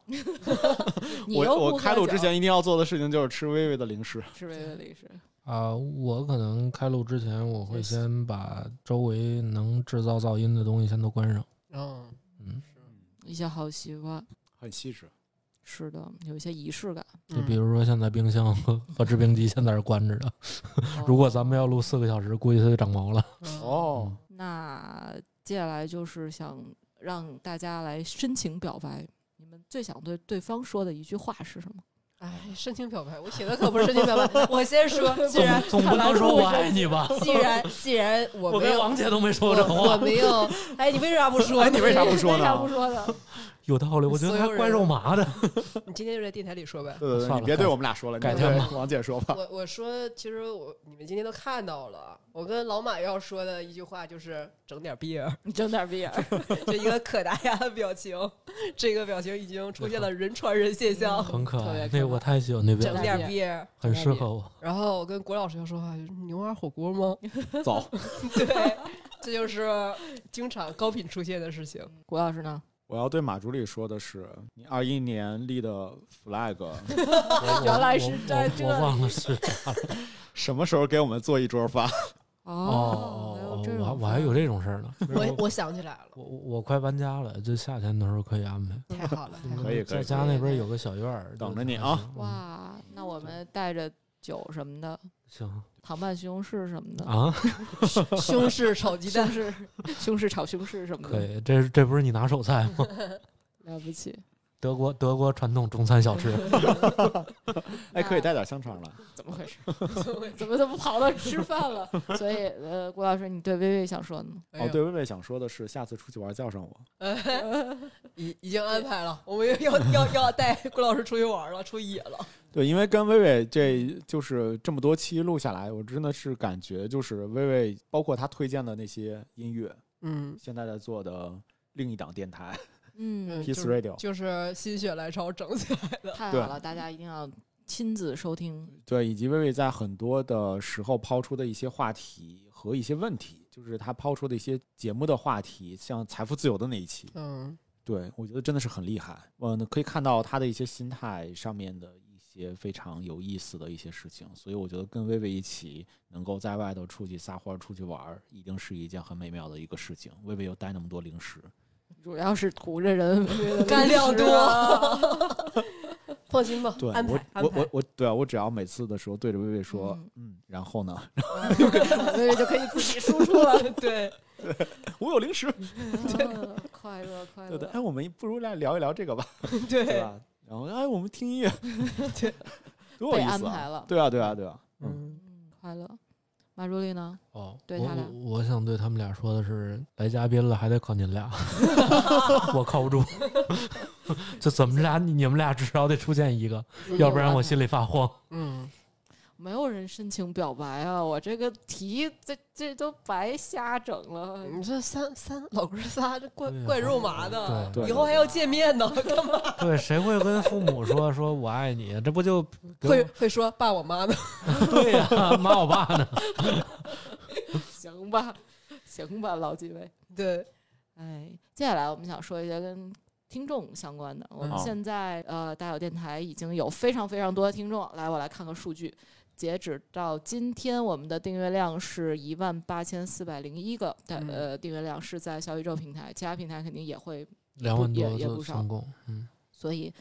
S1: 你
S4: 我
S1: 又不喝
S4: 我
S1: 酒
S4: 开录之前一定要做的事情就是吃微微的零食。
S1: 是薇薇律师，
S3: 啊、我可能开录之前，我会
S2: 谢谢
S3: 先把周围能制造噪音的东西先都关上。
S2: 嗯，
S3: 嗯，
S1: 一些好习惯，
S4: 很细致，
S1: 是的，有一些仪式感。
S3: 就
S2: 嗯
S3: 比如说现在冰箱和和制冰机现在是关着的，
S1: 哦
S3: 如果咱们要录四个小时，估计它就长毛了。
S2: 嗯
S4: 哦，
S1: 那接下来就是想让大家来深情表白，你们最想对对方说的一句话是什么？
S2: 哎，深情表白，我写的可不是深情表白，我先说，既然
S3: 总不能说我爱你吧？
S2: 既然既然我
S3: 我
S2: 没
S3: 跟
S2: 有
S3: 王姐都没说过这
S2: 我我
S3: 话，
S2: 没有，哎，你为啥不说？
S4: 哎你为啥不说呢
S3: 啊
S1: 为啥不说 呢？
S3: 有道理。我觉得还怪肉麻的。
S2: 你今天就在电台里说呗。
S4: 对对对，
S3: 算
S4: 你
S3: 了
S4: 别对
S3: 改
S4: 我们俩说了，你
S3: 改
S4: 对
S3: 天吧
S4: 王姐说吧。
S2: 我我说，其实我你们今天都看到了，我跟老马要说的一句话就是整点逼儿，
S1: 你睁点闭眼儿。啊
S2: 就一个可达鸭的表情，这个表情已经出现了人传人现象，
S3: 很可
S1: 特别
S3: 爱，
S1: 可爱
S3: 那我太喜欢那表
S2: 整
S1: 真
S3: 情，
S1: 的
S2: 点逼儿。
S3: 很适 合我。
S2: 然后我跟郭老师要说话，就是牛蛙火锅吗？
S4: 走，
S2: 对，这就是经常高频出现的事情。
S1: 郭嗯老师呢？
S4: 我要对马助理说的是，你二一年立的 flag，
S3: 我
S1: 原来是在
S3: 我我
S1: 这
S3: 我忘了是
S4: 什么时候给我们做一桌饭？
S3: 哦
S1: 还
S3: 哦
S1: 有，这
S3: 我还
S1: 种
S3: 我还
S1: 事
S3: 有
S1: 儿
S3: 这种事儿呢。
S2: 我我想起来了，
S3: 我我快搬家了，就夏天的时候可以安排。
S2: 太好了，太好
S4: 可
S2: 了。
S4: 以
S3: 在
S4: 可以
S3: 家那边有个小院儿，
S4: 等
S3: 就
S4: 着你
S3: 还
S4: 啊
S3: 行！嗯
S1: 哇，那我们带着酒什么的，
S3: 行
S1: 糖拌西红柿什么的，
S3: 啊，
S2: 西式炒鸡
S1: 西红
S2: 蛋，
S1: 柿 西红柿炒西红柿什么
S3: 可
S1: 的，
S3: 以，这这不是你拿手菜吗？
S1: 了不起。
S3: 德国德国传统中餐小吃，
S4: 哎，可以
S1: 那
S4: 带点香肠来。
S1: 怎么回事？ 怎么怎么跑到吃饭了？所以呃，郭老师，你对薇薇想说的呢？
S2: 哎
S4: 哦，
S2: 呦，
S4: 对，薇薇想说的是，下次出去玩叫上我。
S2: 已已经安排了，我们要 要要带郭老师出去玩了，出野了。
S4: 对，因为跟薇薇这就是这么多期录下来，我真的是感觉就是薇薇，包括她推荐的那些音乐，
S2: 嗯
S4: 现在在做的另一档电台
S1: 嗯，
S4: Peace Radio，
S2: 就是心血来潮整起来的。
S1: 太
S4: 对
S1: 好了，大家一定要亲自收听。
S4: 对，以及薇薇在很多的时候抛出的一些话题和一些问题，就是她抛出的一些节目的话题，像财富自由的那一期，
S2: 嗯，
S4: 对我觉得真的是很厉害。嗯，可以看到她的一些心态上面的一些非常有意思的一些事情，所以我觉得跟薇薇一起能够在外头出去撒欢儿、出去玩儿，一定是一件很美妙的一个事情。薇薇又带那么多零食，
S1: 主要是图着 人
S2: 干料
S1: 零食
S2: 多， 放心吧
S4: 啊对，
S2: 安排
S4: 我
S2: 安
S4: 我
S2: 排
S4: 我。 我对啊，我只要每次的时候对着薇薇说，
S1: 嗯
S4: 嗯，然后呢，
S1: 薇薇就可以自己输出 了。
S2: 对，
S4: 我有零 食，
S1: 啊快乐快
S4: 对的，
S1: 乐，
S4: 哎，我们不如来聊一聊这个吧。对吧？然后哎，我们听音乐，
S2: 对，
S4: 多
S1: 被
S4: 有意
S1: 安
S4: 思
S1: 排
S4: 啊！
S1: 了，
S4: 对啊，对啊，对啊，嗯，
S2: 嗯，
S1: 嗯，快乐。马助理呢？
S3: 哦，
S1: 对
S3: 我
S1: 他俩
S3: 我我想对他们俩说的是，来嘉宾了还得靠你俩， 我靠不住。 就怎么俩，你你们俩至少得出现一个，要不然
S1: 啊
S3: 我心里发 慌。
S2: 嗯，
S1: 没有人深情表白啊！我这个题，这这都白瞎整了。
S2: 你这三三老哥仨，这怪
S3: 对呀
S2: 怪肉麻的，
S4: 对
S2: 以后还要见面呢， 干嘛？
S3: 对，谁会跟父母说说我爱你？这不就给我
S2: 会会说爸我妈呢？
S3: 对呀、骂我爸呢？
S1: 行吧，行吧，老几位。
S2: 对，
S1: 哎，接下来我们想说一些跟听众相关的。我们
S4: 嗯
S1: 现在、呃，大有电台已经有非常非常多的听众。来，我来看看数据。截止到今天，我们的订阅量是一万八千四百零一个，但
S2: 嗯
S1: 呃，订阅量是在小宇宙平台，其他平台肯定也会
S3: 两万
S1: 也
S3: 多
S1: 也不
S3: 做
S1: 少
S3: 总共，嗯，
S1: 所以，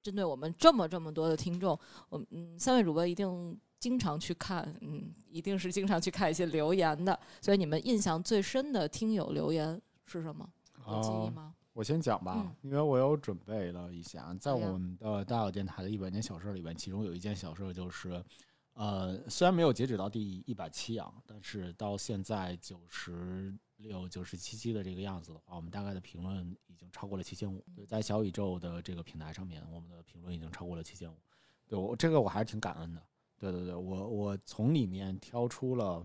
S1: 针对我们这么这么多的听众，我们嗯，三位主播一定经常去看，嗯，一定是经常去看一些留言的。所以你们印象最深的听友留言是什么？有记忆
S4: 哦
S1: 吗？
S4: 我先讲吧，
S1: 嗯
S4: 因为我有准备了一下，在
S1: 好呀
S4: 我们的大小电台的一百件小事儿里边，其中有一件小事儿就是，呃，虽然没有截止到第一百期啊，但是到现在九十六、九十七期的这个样子的话，我们大概的评论已经超过了七千
S1: 嗯
S4: 五。对，在小宇宙的这个平台上面，我们的评论已经超过了七千五。对我这个我还是挺感恩的。对对对，我我从里面挑出了，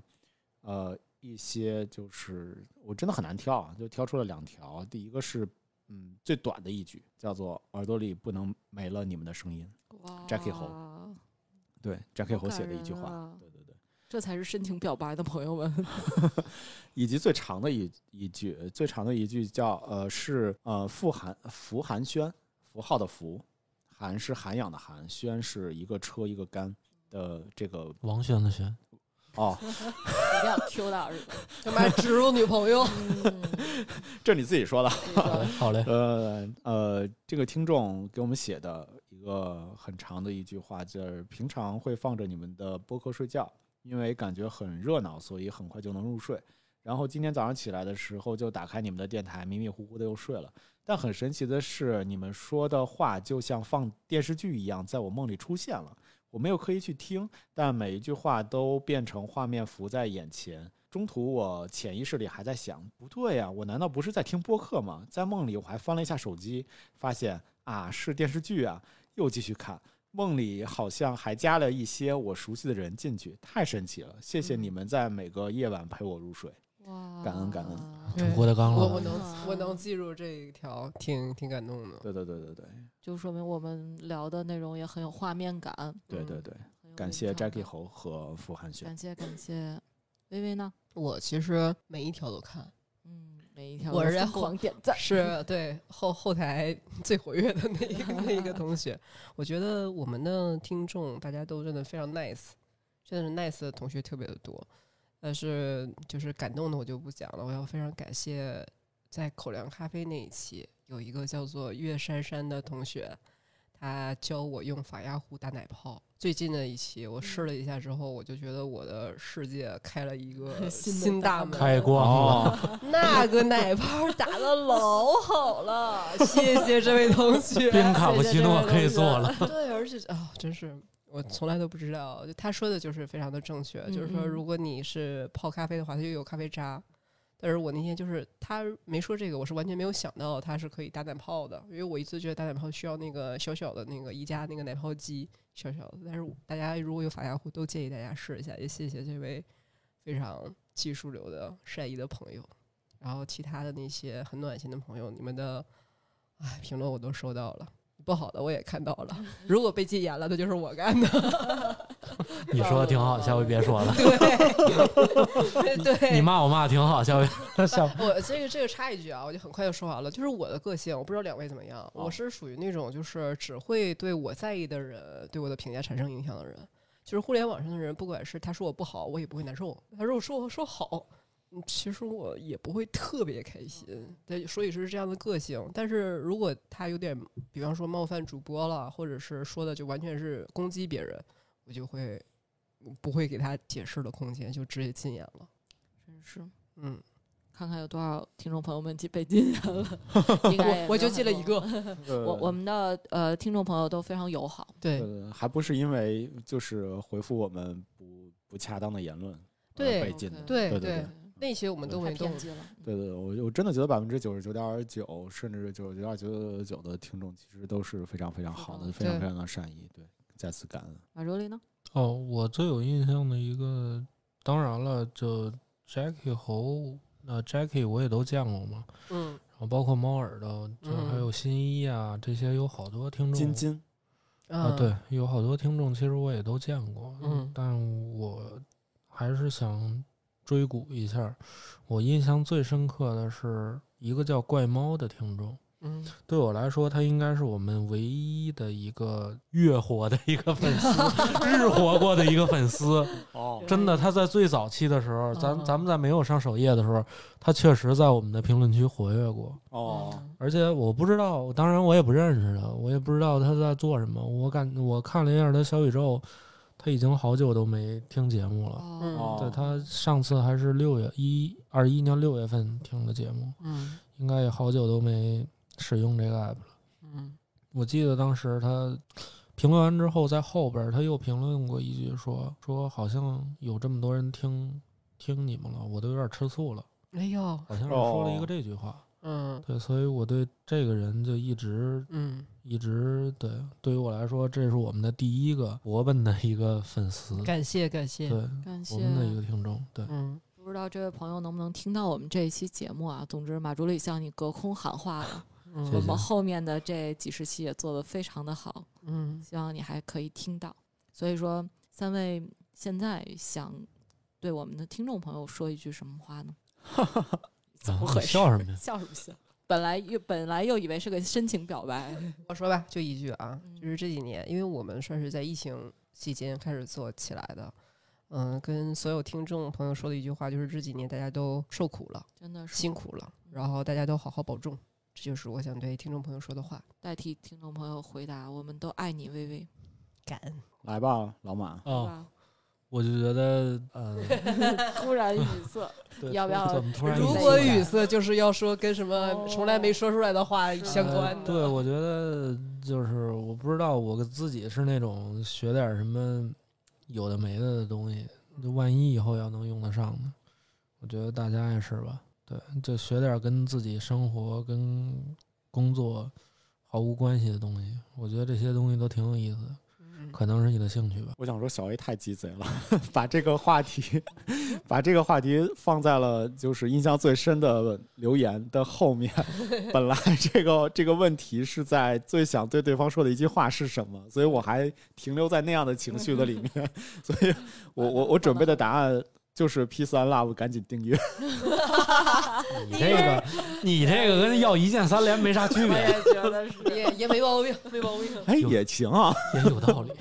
S4: 呃。一些就是我真的很难挑啊，就挑出了两条。第一个是嗯最短的一句，叫做“耳朵里不能没了你们的声音
S1: 哇
S4: Jackie 侯对”，张开
S1: 好
S4: 侯写
S1: 感
S4: 的一
S1: 人
S4: 句话，
S1: 啊
S4: 对对对，
S1: 这才是深情表白的朋友们。
S4: 以及最长的一一句，最长的一句叫呃是呃符含符含轩符号的符，含是涵养的涵，轩是一个车一个杆的这个
S3: 王轩的轩，
S4: 哦，
S1: 一定要 Q 到耳朵。，
S2: 他妈植入女朋 友
S3: 啊
S1: 嗯，
S4: 这你自己说的，
S1: 这个
S3: 好 嘞，
S4: 呃呃，这个听众给我们写的一个很长的一句话，就是平常会放着你们的播客睡觉，因为感觉很热闹，所以很快就能入睡。然后今天早上起来的时候就打开你们的电台，迷迷糊糊的又睡了。但很神奇的是，你们说的话就像放电视剧一样，在我梦里出现了。我没有刻意去听，但每一句话都变成画面浮在眼前。中途我潜意识里还在想，不对呀、我难道不是在听播客吗？在梦里我还翻了一下手机，发现啊是电视剧啊，又继续看。梦里好像还加了一些我熟悉的人进去，太神奇了！谢谢你
S2: 嗯
S4: 们在每个夜晚陪我入睡。
S1: 哇，
S4: 感恩感恩
S2: 对
S3: 成郭德纲
S2: 我
S3: 了
S2: 我，
S1: 嗯
S2: 能我能记住这一条，挺挺感动的。
S4: 对对对对对
S1: 就说明我们聊的内容也很有画面感。
S4: 对
S2: 嗯
S4: 对对，
S1: 很有
S4: 感
S1: 临
S4: 谢
S1: 场
S4: Jackie
S1: 感
S4: 侯和傅汉轩。
S1: 感谢感谢，微微呢？
S2: 我其实每一条都看，
S1: 嗯，每一条
S2: 我
S1: 都
S2: 是在
S1: 疯
S2: 后
S1: 狂点赞，
S2: 是对后后台 最活跃的那一个那一个同学。我觉得我们的听众大家都真的非常 nice，真的是 nice 的同学特别的多。但是就是感动的我就不讲了，我要非常感谢在口粮咖啡那一期有一个叫做岳珊珊的同学，他教我用法压壶打奶泡。最近的一期我
S1: 嗯
S2: 试了一下之后，我就觉得我的世界开了一个
S1: 新的
S2: 新
S1: 大
S2: 大
S1: 门
S2: 门，
S3: 开光了，
S2: 那个奶泡打的老好了，谢谢这位同学。
S3: 冰卡布奇诺 可以 做了，
S2: 对，而且啊、真是我从来都不知道，就他说的就是非常的正确，就是说
S1: 嗯嗯
S2: 如果你是泡咖啡的话，它就有咖啡渣。但是我那天就是他没说这个，我是完全没有想到它是可以打奶泡的，因为我一直觉得打奶泡需要那个小小的那个宜家那个奶泡机，小小的。但是大家如果有法压壶，都建议大家试一下，也谢谢这位非常技术流的晒衣的朋友，然后其他的那些很暖心的朋友，你们的哎评论我都收到了。不好的我也看到了，如果被禁言了，那就是我干的。
S3: 你说的挺好，下回别说了。
S2: 对， 对，
S3: 你骂我骂得挺好，下回下 回
S2: 我这个这个插一句啊，我就很快就说完了。就是我的个性，我不知道两位怎么样，
S4: 哦
S2: 我是属于那种就是只会对我在意的人对我的评价产生影响的人。就是互联网上的人，不管是他说我不好，我也不会难受；他说我说我说好，嗯其实我也不会特别开心。对，所以是这样的个性。但是如果他有点，比方说冒犯主播了，或者是说的就完全是攻击别人，我就会不会给他解释的空间，就直接禁言了。
S1: 真是
S2: 嗯。
S1: 看看有多少听众朋友们进被禁言 了，啊应该也没有
S2: 我就进了
S1: 很
S2: 一个，
S1: 多。我我们的呃听众朋友都非常友好，
S2: 对
S4: 呃还不是因为就是回复我们不不恰当的言论而
S2: 对
S4: 被禁的。
S2: 对
S4: 对
S2: 对那些我们都
S1: 太
S2: 没动
S1: 偏。激了。
S4: 对对，我我真的觉得百分之九十九点九，甚至九十九点九九的听众，其实都是非常非常好的，非常非常的善意。对，再次感恩。
S1: 马卓丽呢？
S3: 哦，我最有印象的一个，当然了，就 Jackie 侯，那 Jackie 我也都见过嘛，
S2: 嗯，
S3: 然后包括猫耳朵，就
S2: 嗯
S3: 还有新一啊，这些有好多听众
S4: 金金，
S3: 啊，
S2: 啊，
S3: 对，有好多听众其实我也都见过，
S2: 嗯
S3: 但我还是想追古一下。我印象最深刻的是一个叫怪猫的听众，
S2: 嗯，
S3: 对我来说，他应该是我们唯一的一个月活的一个粉丝，日活过的一个 粉丝。
S4: 哦
S3: 真的，他在最早期的时候，咱
S2: 嗯
S3: 咱们在没有上首页的时候，他确实在我们的评论区活跃过。
S1: 嗯
S4: 哦，
S3: 而且我不知道，当然我也不认识他，我也不知道他在做什么。我感我看了一下他小宇宙，他已经好久都没听节目了。
S1: 嗯
S2: 哦
S3: 对他上次还是六月一二一年六月份听的节目，
S2: 嗯
S3: 应该也好久都没使用这个 app 了。
S2: 嗯
S3: 我记得当时他评论完之后，在后边儿他又评论过一句说说好像有这么多人听听你们了，我都有点吃醋了，
S2: 哎呦，
S3: 好像是说了一
S4: 哦
S3: 个这句话。
S2: 嗯
S3: 对，所以我对这个人就一直
S2: 嗯，
S3: 一直对，对于我来说，这是我们的第一个伯奔的一个粉丝，
S2: 感谢感谢
S3: 嗯对，
S1: 感
S3: 我
S1: 谢。
S3: 们的一个听众，对，
S2: 嗯，
S1: 不知道这位朋友能不能听到我们这一期节目啊？总之，马助理向你隔空喊话了。
S2: 嗯
S3: 谢
S1: 我
S3: 谢
S1: 们后面的这几十期也做得非常的好，
S2: 嗯
S1: 希望你还可以听到。所以说，三位现在想对我们的听众朋友说一句什么话 呢？怎么
S3: 啊
S1: 回事？
S3: 笑什么呀？
S1: 笑什么笑？本来又本来又以为是个深情表白，
S2: 我说吧，就一句啊，
S1: 嗯
S2: 就是这几年，因为我们算是在疫情期间开始做起来的。嗯，跟所有听众朋友说的一句话就是：这几年大家都受苦了，
S1: 真的是
S2: 辛苦了，然后大家都好好保重，这就是我想对听众朋友说的话。
S1: 代替听众朋友回答，我们都爱你，薇薇，
S2: 感恩，
S4: 来吧，老马，
S1: 是
S3: 啊，
S1: 吧？
S3: 我就觉得， 呃，
S1: 突然语 塞，
S3: 对
S1: 要不
S3: 突
S1: 要
S3: 怎么突然
S1: 感
S3: 一
S1: 恩
S2: 如
S3: 起
S1: 如
S2: 果
S1: 果
S2: 语
S1: 语
S2: 塞，就是要说跟什么
S1: 么
S2: 从
S1: 呃从
S2: 来
S1: 来
S2: 没
S1: 没
S2: 说出来的话相
S1: 相
S2: 关
S1: 关
S2: 的。
S1: 的
S3: 呃对，我觉得就是我不知道我自己是那种学点儿什么有的没的的东西，就万一以后要能用得上呢？我觉得大家也是吧，对，就学点儿跟自己生活跟工作毫无关系的东西，我觉得这些东西都挺有意思的，
S2: 嗯
S3: 可能是你的兴趣吧。
S4: 我想说小 A 太鸡贼了， 把这个话题， 把这个话题放在了就是印象最深的留言的后面。 本来这个这个问题是在最想对对方说的一句话是什么，所以我还停留在那样的情绪的里面，所以我我我准备的答案。就是 P 三 Love，赶紧订阅。
S2: 嗯
S3: 你这个，你这个跟要一键三连没啥 区别，
S1: 觉得是
S2: 也也没毛病，没毛病。
S4: 哎，也行啊
S3: 也有道理。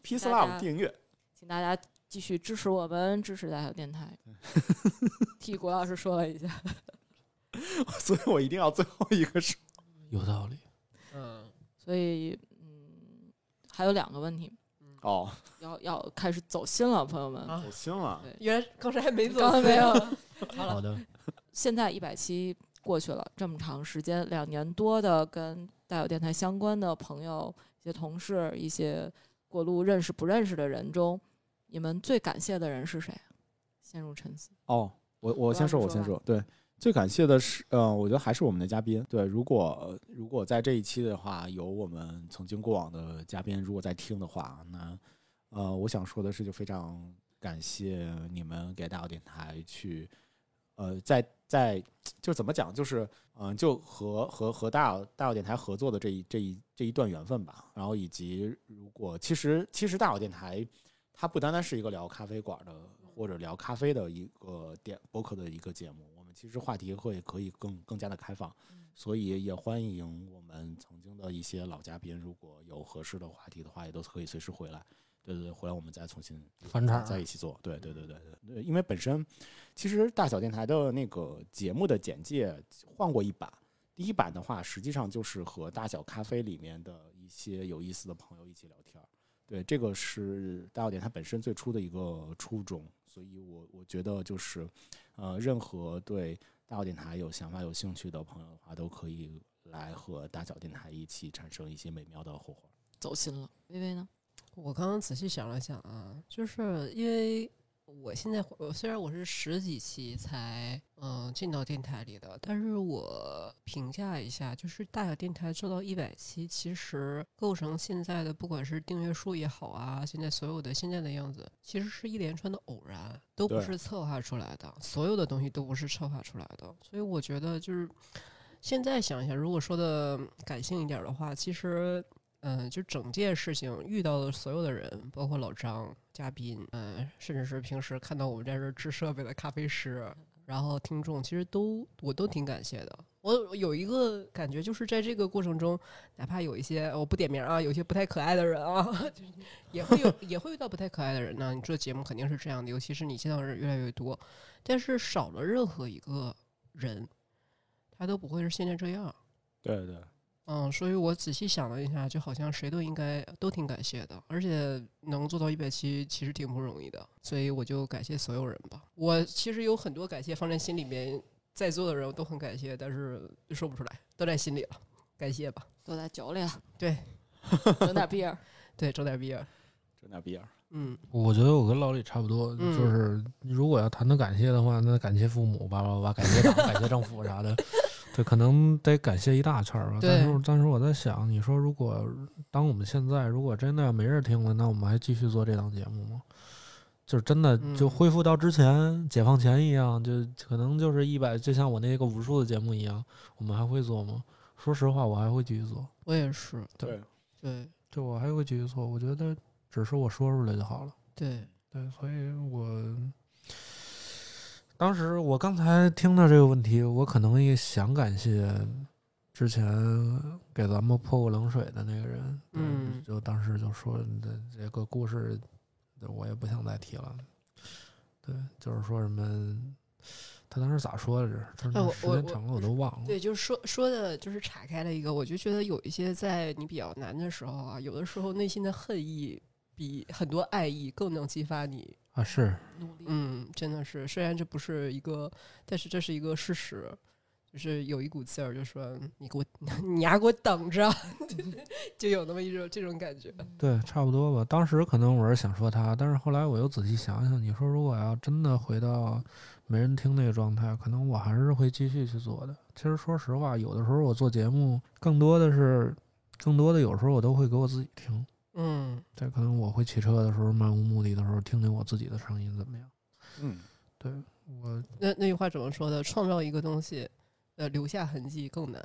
S4: ，P 三
S1: 大家
S4: Love 订阅。
S1: 请大家继续支持我们，支持大小电 台。替谷老师说了一下，
S4: 所以我一定要最后一个说。
S3: 有道理，
S2: 嗯，
S1: 所以嗯，还有两个问题，
S4: 哦，
S1: 要要开始走心了，朋友们。
S2: 啊
S4: 走心了。
S2: 原来刚才还没走
S1: 刚才没有，
S3: 好的，
S1: 现在一百期过去了，这么长时间，两年多的跟大有电台相关的朋友、一些同事、一些过路认识不认识的人中，你们最感谢的人是谁？啊陷入沉思。
S4: 哦，我我先说，
S1: 你
S4: 我
S1: 说
S4: 先
S1: 吧
S4: 说。对，最感谢的是，呃，我觉得还是我们的嘉宾。对，如果呃如果在这一期的话，有我们曾经过往的嘉宾，如果在听的话，那呃，我想说的是，就非常感谢你们给大有电台去，呃，在在就怎么讲，就是嗯、呃就和和和大有大有电台合作的这一这一这一段缘分吧。然后以及如果其实其实大有电台它不单单是一个聊咖啡馆的或者聊咖啡的一个电播客的一个节目，我们其实话题会可以更更加的开放，所以也欢迎我们曾经的一些老嘉宾，如果有合适的话题的话，也都可以随时回来。对对对，回来我们再重新
S3: 翻场儿
S4: 在一起做。对对对对对，对因为本身其实大小电台的那个节目的简介换过一版，第一版的话，实际上就是和大小咖啡里面的一些有意思的朋友一起聊天儿。对，这个是大小电台本身最初的一个初衷，所以我我觉得就是，呃，任何对大小电台有想法、有兴趣的朋友的话，都可以来和大小电台一起产生一些美妙的火花。
S1: 走心了，微微呢？
S2: 我刚刚仔细想了想啊，就是因为我现在我虽然我是十几期才嗯、呃进到电台里的，但是我评价一下，就是大小电台做到一百期，其实构成现在的不管是订阅数也好啊，现在所有的现在的样子，其实是一连串的偶然，都不
S4: 对
S2: 是策划出来的，所有的东西都不是策划出来的，所以我觉得就是。现在想一下，如果说的感性一点的话，其实嗯，就整件事情遇到的所有的人，包括老张、嘉宾，嗯，甚至是平时看到我们在这儿支设备的咖啡师，然后听众，其实都我都挺感谢的。我有一个感觉，就是在这个过程中，哪怕有一些我不点名啊，有一些不太可爱的人啊， 就是也会有也会遇到不太可爱的人呢。你做节目肯定是这样的，尤其是你见到人越来越多，但是少了任何一个人，他都不会是现在这样。
S4: 对对，
S2: 嗯，所以我仔细想了一下，就好像谁都应该都挺感谢的，而且能做到一百期其实挺不容易的，所以我就感谢所有人吧。我其实有很多感谢放在心里面，在座的人我都很感谢，但是说不出来，都在心里了，感谢吧。
S1: 都在酒里了，
S2: 对，
S1: 整点 beer，
S2: 啊对，整点 b e
S4: 整点比尔。
S2: 嗯，
S3: 我觉得我跟老李差不多，
S2: 嗯
S3: 就是如果要谈到感谢的话，那感谢父母吧，叭叭，感谢 党，感谢政府啥的，对，可能得感谢一大圈儿吧。
S2: 对
S3: 但是，但是我在想，你说如果当我们现在如果真的没人听了，那我们还继续做这档节目吗？就是真的
S2: 嗯
S3: 就恢复到之前、解放前一样，就可能就是一百，就像我那个武术的节目一样，我们还会做吗？说实话，我还会继续做，
S2: 我也是，
S3: 对
S4: 对，
S2: 对
S3: 就我还会继续做。我觉得只是我说出来就好了。
S2: 对，
S3: 对，所以我当时我刚才听到这个问题，我可能也想感谢之前给咱们泼过冷水的那个人。对
S2: 嗯
S3: 就当时就说这这个故事，我也不想再提了。对，就是说什么，他当时咋说来着？就是
S2: 哎我
S3: 时
S2: 我
S3: 间
S2: 我
S3: 长了我都忘了。
S2: 对，就是说说的，就是岔开了一个，我就觉得有一些在你比较难的时候啊，有的时候内心的恨意比很多爱意更能激发你
S3: 啊，是
S1: 努力。
S2: 嗯，真的是，虽然这不是一个，但是这是一个事实，就是有一股劲儿，就说你给我， 你丫给我等着， 就有那么一种这种感觉。
S3: 对，差不多吧。当时可能我是想说他，但是后来我又仔细想想，你说如果要真的回到没人听那个状态，可能我还是会继续去做的。其实说实话，有的时候我做节目，更多的是，更多的有时候我都会给我自己听。
S2: 嗯，
S3: 对，可能我会骑车的时候，漫无目的的时候，听听我自己的声音怎么样。
S4: 嗯，
S3: 对我，
S2: 那那句话怎么说的？创造一个东西，呃，留下痕迹更难，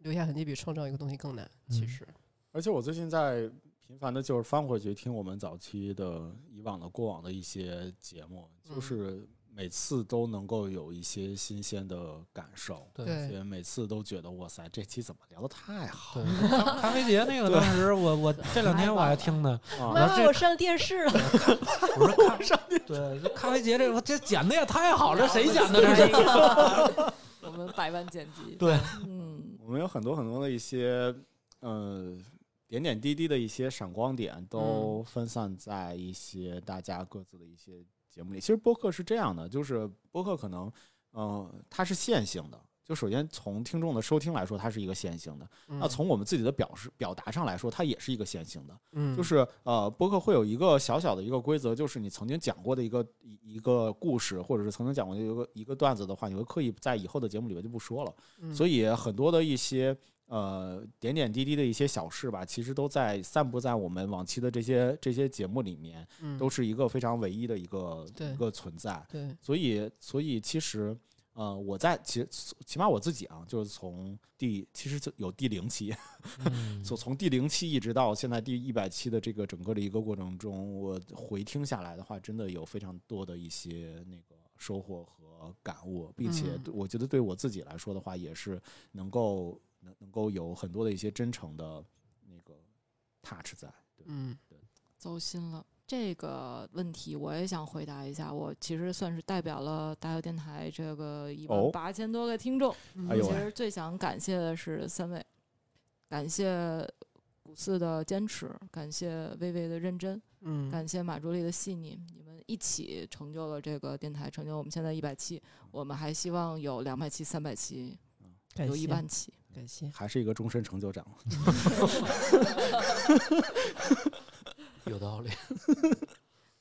S2: 留下痕迹比创造一个东西更难。其
S3: 嗯
S2: 实，
S4: 而且我最近在频繁的，就是翻回去听我们早期的、以往的、过往的一些节目，就
S2: 嗯
S4: 是每次都能够有一些新鲜的感受，
S3: 对
S2: 对
S4: 也每次都觉得哇塞，这期怎么聊得太 好
S3: 对
S4: 了
S3: 咖啡节那个，当时我我这两天我还听呢，
S4: 啊！
S3: 妈这
S2: 上电视了。
S3: 我说咖对这咖啡节这个这剪的也太好了，谁剪的这是？
S1: 是？ 我们百万剪辑。
S3: 对，
S1: 嗯，
S4: 我们有很多很多的一些呃点点滴滴的一些闪光点，都分散在一些大家各自的一些节目里。其实播客是这样的，就是播客可能嗯、呃它是线性的。就首先从听众的收听来说，它是一个线性的；那
S2: 那
S4: 从我们自己的表示表达上来说，它也是一个线性的。
S2: 嗯，
S4: 就是呃，播客会有一个小小的一个规则，就是你曾经讲过的一个一一个故事，或者是曾经讲过的一个一个段子的话，你会刻意在以后的节目里面就不说了。所
S2: 以
S4: 以很多的一些呃点点滴滴的一些小事吧，其实都在散布在我们往期的这些这些节目里面，都是一个非常唯一的一个
S2: 嗯对
S4: 一个存在。
S2: 对，
S4: 所以，所以其实，呃，我在其起码我自己啊，就是从第其实就有第零期，
S3: 嗯
S4: 从从第零期一直到现在第一百期的这个整个的一个过程中，我回听下来的话，真的有非常多的一些那个收获和感悟，并且
S2: 嗯
S4: 对我觉得对我自己来说的话，也是能够能能够有很多的一些真诚的那个 touch 在。对
S2: 嗯
S1: 走心了。这个问题我也想回答一下，我其实算是代表了大姚电台这个一万
S4: 哦
S1: 八千多个听众。
S2: 嗯
S4: 哎呦
S1: 其
S4: 喂
S2: 啊
S1: 实最想感谢的是三位，感谢古四的坚持，感谢薇薇的认真，
S2: 嗯，
S1: 感谢马助理的细腻，你们一起成就了这个电台，成就我们现在一百期，我们还希望有两百期、三百期，
S2: 感
S1: 有一
S2: 谢
S1: 万期。
S2: 感谢。
S4: 还是一个终身成就奖，
S3: 有道理。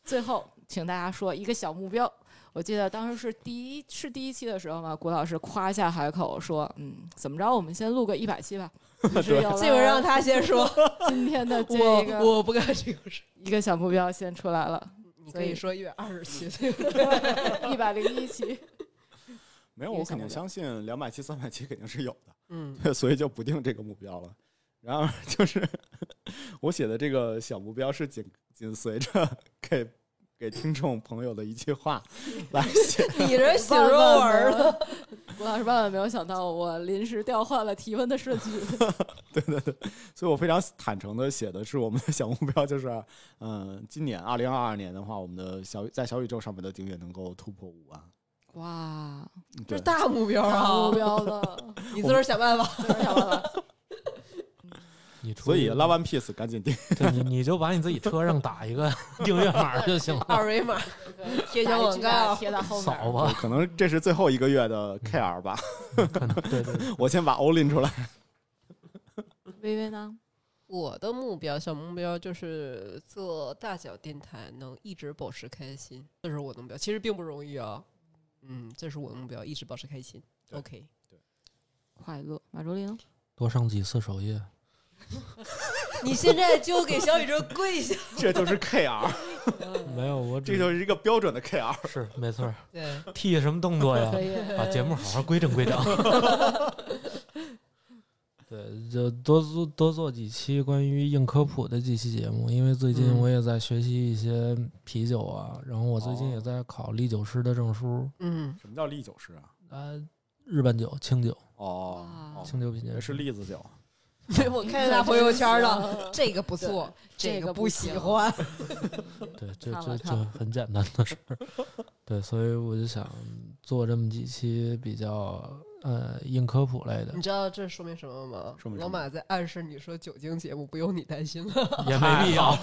S1: 最后，请大家说一个小目标。我记得当时是第一是第一期的时候嘛，谷老师夸下海口说：“嗯，怎么着，我们先录个一百期吧。”就是 有了
S2: 这个让他先说，
S1: 今天的这
S2: 我
S1: 个
S2: 我不干这个事。
S1: 一个小目标先出来了，
S2: 你
S1: 所
S2: 可以
S1: 以
S2: 说一百二十期，
S1: 一百零一期。
S4: 没有，
S1: 一个
S4: 我
S1: 小
S4: 肯
S1: 目标
S4: 定相信两百期、三百期肯定是有的。
S2: 嗯，
S4: 所以就不定这个目标了。然而， 就是我写的这个小目标是紧紧随着给 给听众朋友的一句话来写。
S2: 你这 写
S1: 万
S2: 论
S1: 万
S2: 文儿
S1: 没
S2: 了，
S1: 吴老师万万没有想到，我临时调换了提问的顺 序。
S4: 对对对，所以我非常坦诚的写的是我们的小目标，就是嗯，今年二零二二年的话，我们的小在小宇宙上面的订阅能够突破五万。
S1: 哇，
S2: 这
S4: 对
S2: 是， 大目标
S1: 大
S2: 啊
S1: 目！标的，
S2: 你自个儿想办法。
S1: 自个儿想办法。
S3: 你出
S4: 所以
S3: 去
S4: Love One Piece 赶紧订。
S3: 对你你就把你自己车上打 一个订阅码就行了，
S2: 二维码， 贴
S1: 打
S2: 小
S1: 一
S2: 广
S1: 句话
S2: 告，
S1: 贴到 后面。
S3: 扫吧，
S4: 可能这是最后一个月的
S2: 嗯
S4: KR 吧，
S3: 可能对对对，
S4: 我先把 O 拎出来。
S1: 微微呢？
S2: 我的目标小目标就是做大小电台能一直保持开心，这是我的目标。其实并不容易啊，嗯，这是我的目标，一直保持开心。
S4: 对
S2: OK，
S1: 快乐，马卓玲。
S3: 多上几次首页，
S2: 你现在就给小宇宙跪下。
S4: 这就是 KR，
S3: 没有我只
S4: 这就是一个标准的 KR。
S3: 是没错儿
S2: 对，
S3: ，T 什么动作呀？
S1: 可 以，
S3: 把节目好好规整规 整。对，就多做多做几期关于硬科普的几期节目，因为最近
S2: 嗯
S3: 我也在学习一些啤酒啊，然后我最近
S4: 哦
S3: 也在考历酒师的证书，
S2: 嗯，
S4: 什么叫历酒师啊？
S3: 呃，日本酒、清酒、
S4: 哦
S1: 哇，
S3: 清酒品
S4: 也
S3: 鉴
S4: 是
S3: 师
S4: 栗子酒。
S2: 我看他朋友圈了，这个不错，
S1: 对
S2: 这
S1: 这
S2: 个
S1: 个
S2: 不
S1: 不
S2: 喜
S1: 行
S2: 欢。
S3: 对，这
S1: 看
S3: 这
S1: 了
S3: 这
S1: 看了
S3: 很简单的事儿。对，所以我就想做这么几期比较呃硬科普类的
S2: 你，知道这说明什么吗？
S4: 说明什么
S2: 老马在暗示你说酒精节目不用你担心了。
S3: 也没必要。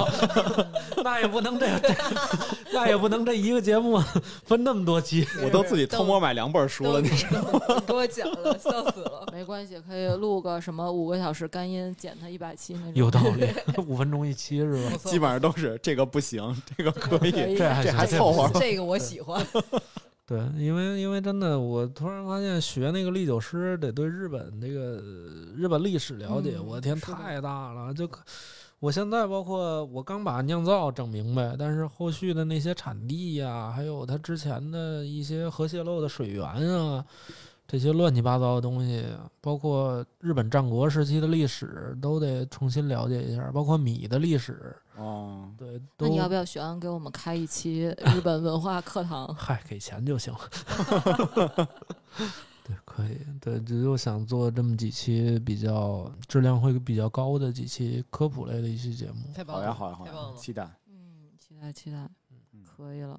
S3: 那也不能这，这 那也不能这一个节目 分那么多期。
S4: 我都自己偷摸买两本书了，你知道吗？
S2: 你给我讲了，笑死了。
S1: 没关系，可以录个什么五个小时干音，剪它一百期那种。
S3: 有道理，五分钟一期是吧
S2: 不？错
S4: 基本上都是这个不行，这个可
S1: 可
S4: 以。
S1: 以
S3: 这还
S4: 这
S3: 行
S4: 还
S3: 这不
S4: 凑合
S3: 错
S2: 这个我喜欢。
S3: 对，因为因为真的，我突然发现学那个历酒师得对日本这个呃日本历史了解，
S1: 嗯
S3: 我天，
S1: 是的
S3: 太大了！就可我现在包括我刚把酿造整明白，但是后续的那些产地呀、还有它之前的一些核泄漏的水源啊，这些乱七八糟的东西，包括日本战国时期的历史，都得重新了解一下，包括米的历史，
S4: 哦，
S3: 对，
S1: 那
S3: 都？
S1: 你要不要学完给我们开一期日本文化课堂
S3: 嗨，给钱就行。 对，可以。对，只就想做这么几期比较质量会比较高的几期科普类的一期节目。
S2: 太棒
S4: 好
S2: 了，
S4: 呀，好呀，好
S2: 太棒
S4: 呀，
S2: 了。
S4: 期待。
S1: 嗯，期待期待，
S4: 嗯
S1: 可以了。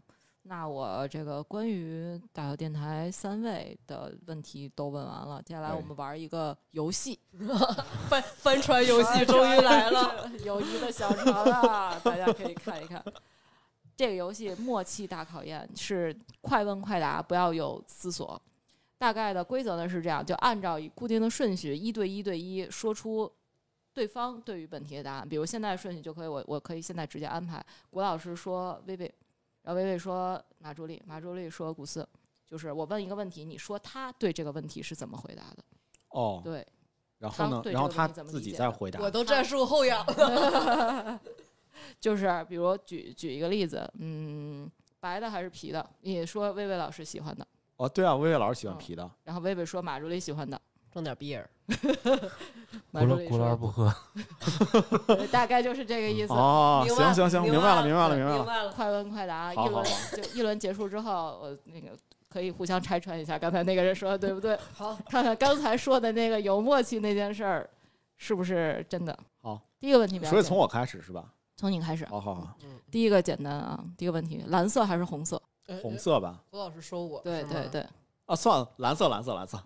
S1: 那我这个关于大小电台三位的问题都问完了，接下来
S4: 哎
S1: 我们玩一个游戏，
S2: 翻翻船游戏终于来了。
S1: 了， 友谊的小船啊，大家可以看一看。这个游戏默契大考验是快问快答，不要有思索。大概的规则呢是这样，就按照以固定的顺序一对一对一说出对方对于本题的答案。比如现在顺序就可以，我我可以现在直接安排。谷老师说薇薇，然后薇薇说马助理，马助理说古斯，就是我问一个问题，你说他对这个问题是怎么回答的？
S4: 哦，
S1: 对，
S4: 然后呢
S1: 他？对
S4: 然后
S1: 这个
S4: 他
S1: 东西怎么
S4: 自
S1: 理
S4: 己
S1: 解
S4: 再
S1: 的
S4: 回答。
S2: 我都战术后仰，
S1: 就是比如举举一个例子，嗯，白的还是皮的？你说薇薇老师喜欢的，
S4: 哦，对啊，薇薇老师喜欢
S1: 嗯
S4: 皮的。
S1: 然后薇薇说马助理喜欢的，
S2: 装点 beer。
S1: 马
S3: 古
S1: 助
S3: 老
S1: 理
S3: 古老
S1: 说
S3: 不 喝，
S1: 对大概就是这个意思。
S4: 哦，行行行，明白了，明白了，明白了。
S2: 白了。
S1: 快问快答，一
S4: 好好
S1: 轮就一轮结束之后，我那个可以互相拆穿一下刚才那个人说的对不对？
S2: 好，
S1: 看看刚才说的那个有默契那件事儿是不是真的？
S4: 好，
S1: 第一个问题比较
S4: 所以
S1: 简
S4: 从我开始是吧？哦
S1: 从你开始，啊
S4: 好好好，
S2: 嗯
S1: 第一个简单啊，第一个问题，蓝色还是红色？
S4: 红色吧。
S2: 罗呃老师说我，
S1: 对
S2: 是吗
S1: 对，对，
S4: 啊，算了，蓝色，蓝色，蓝色。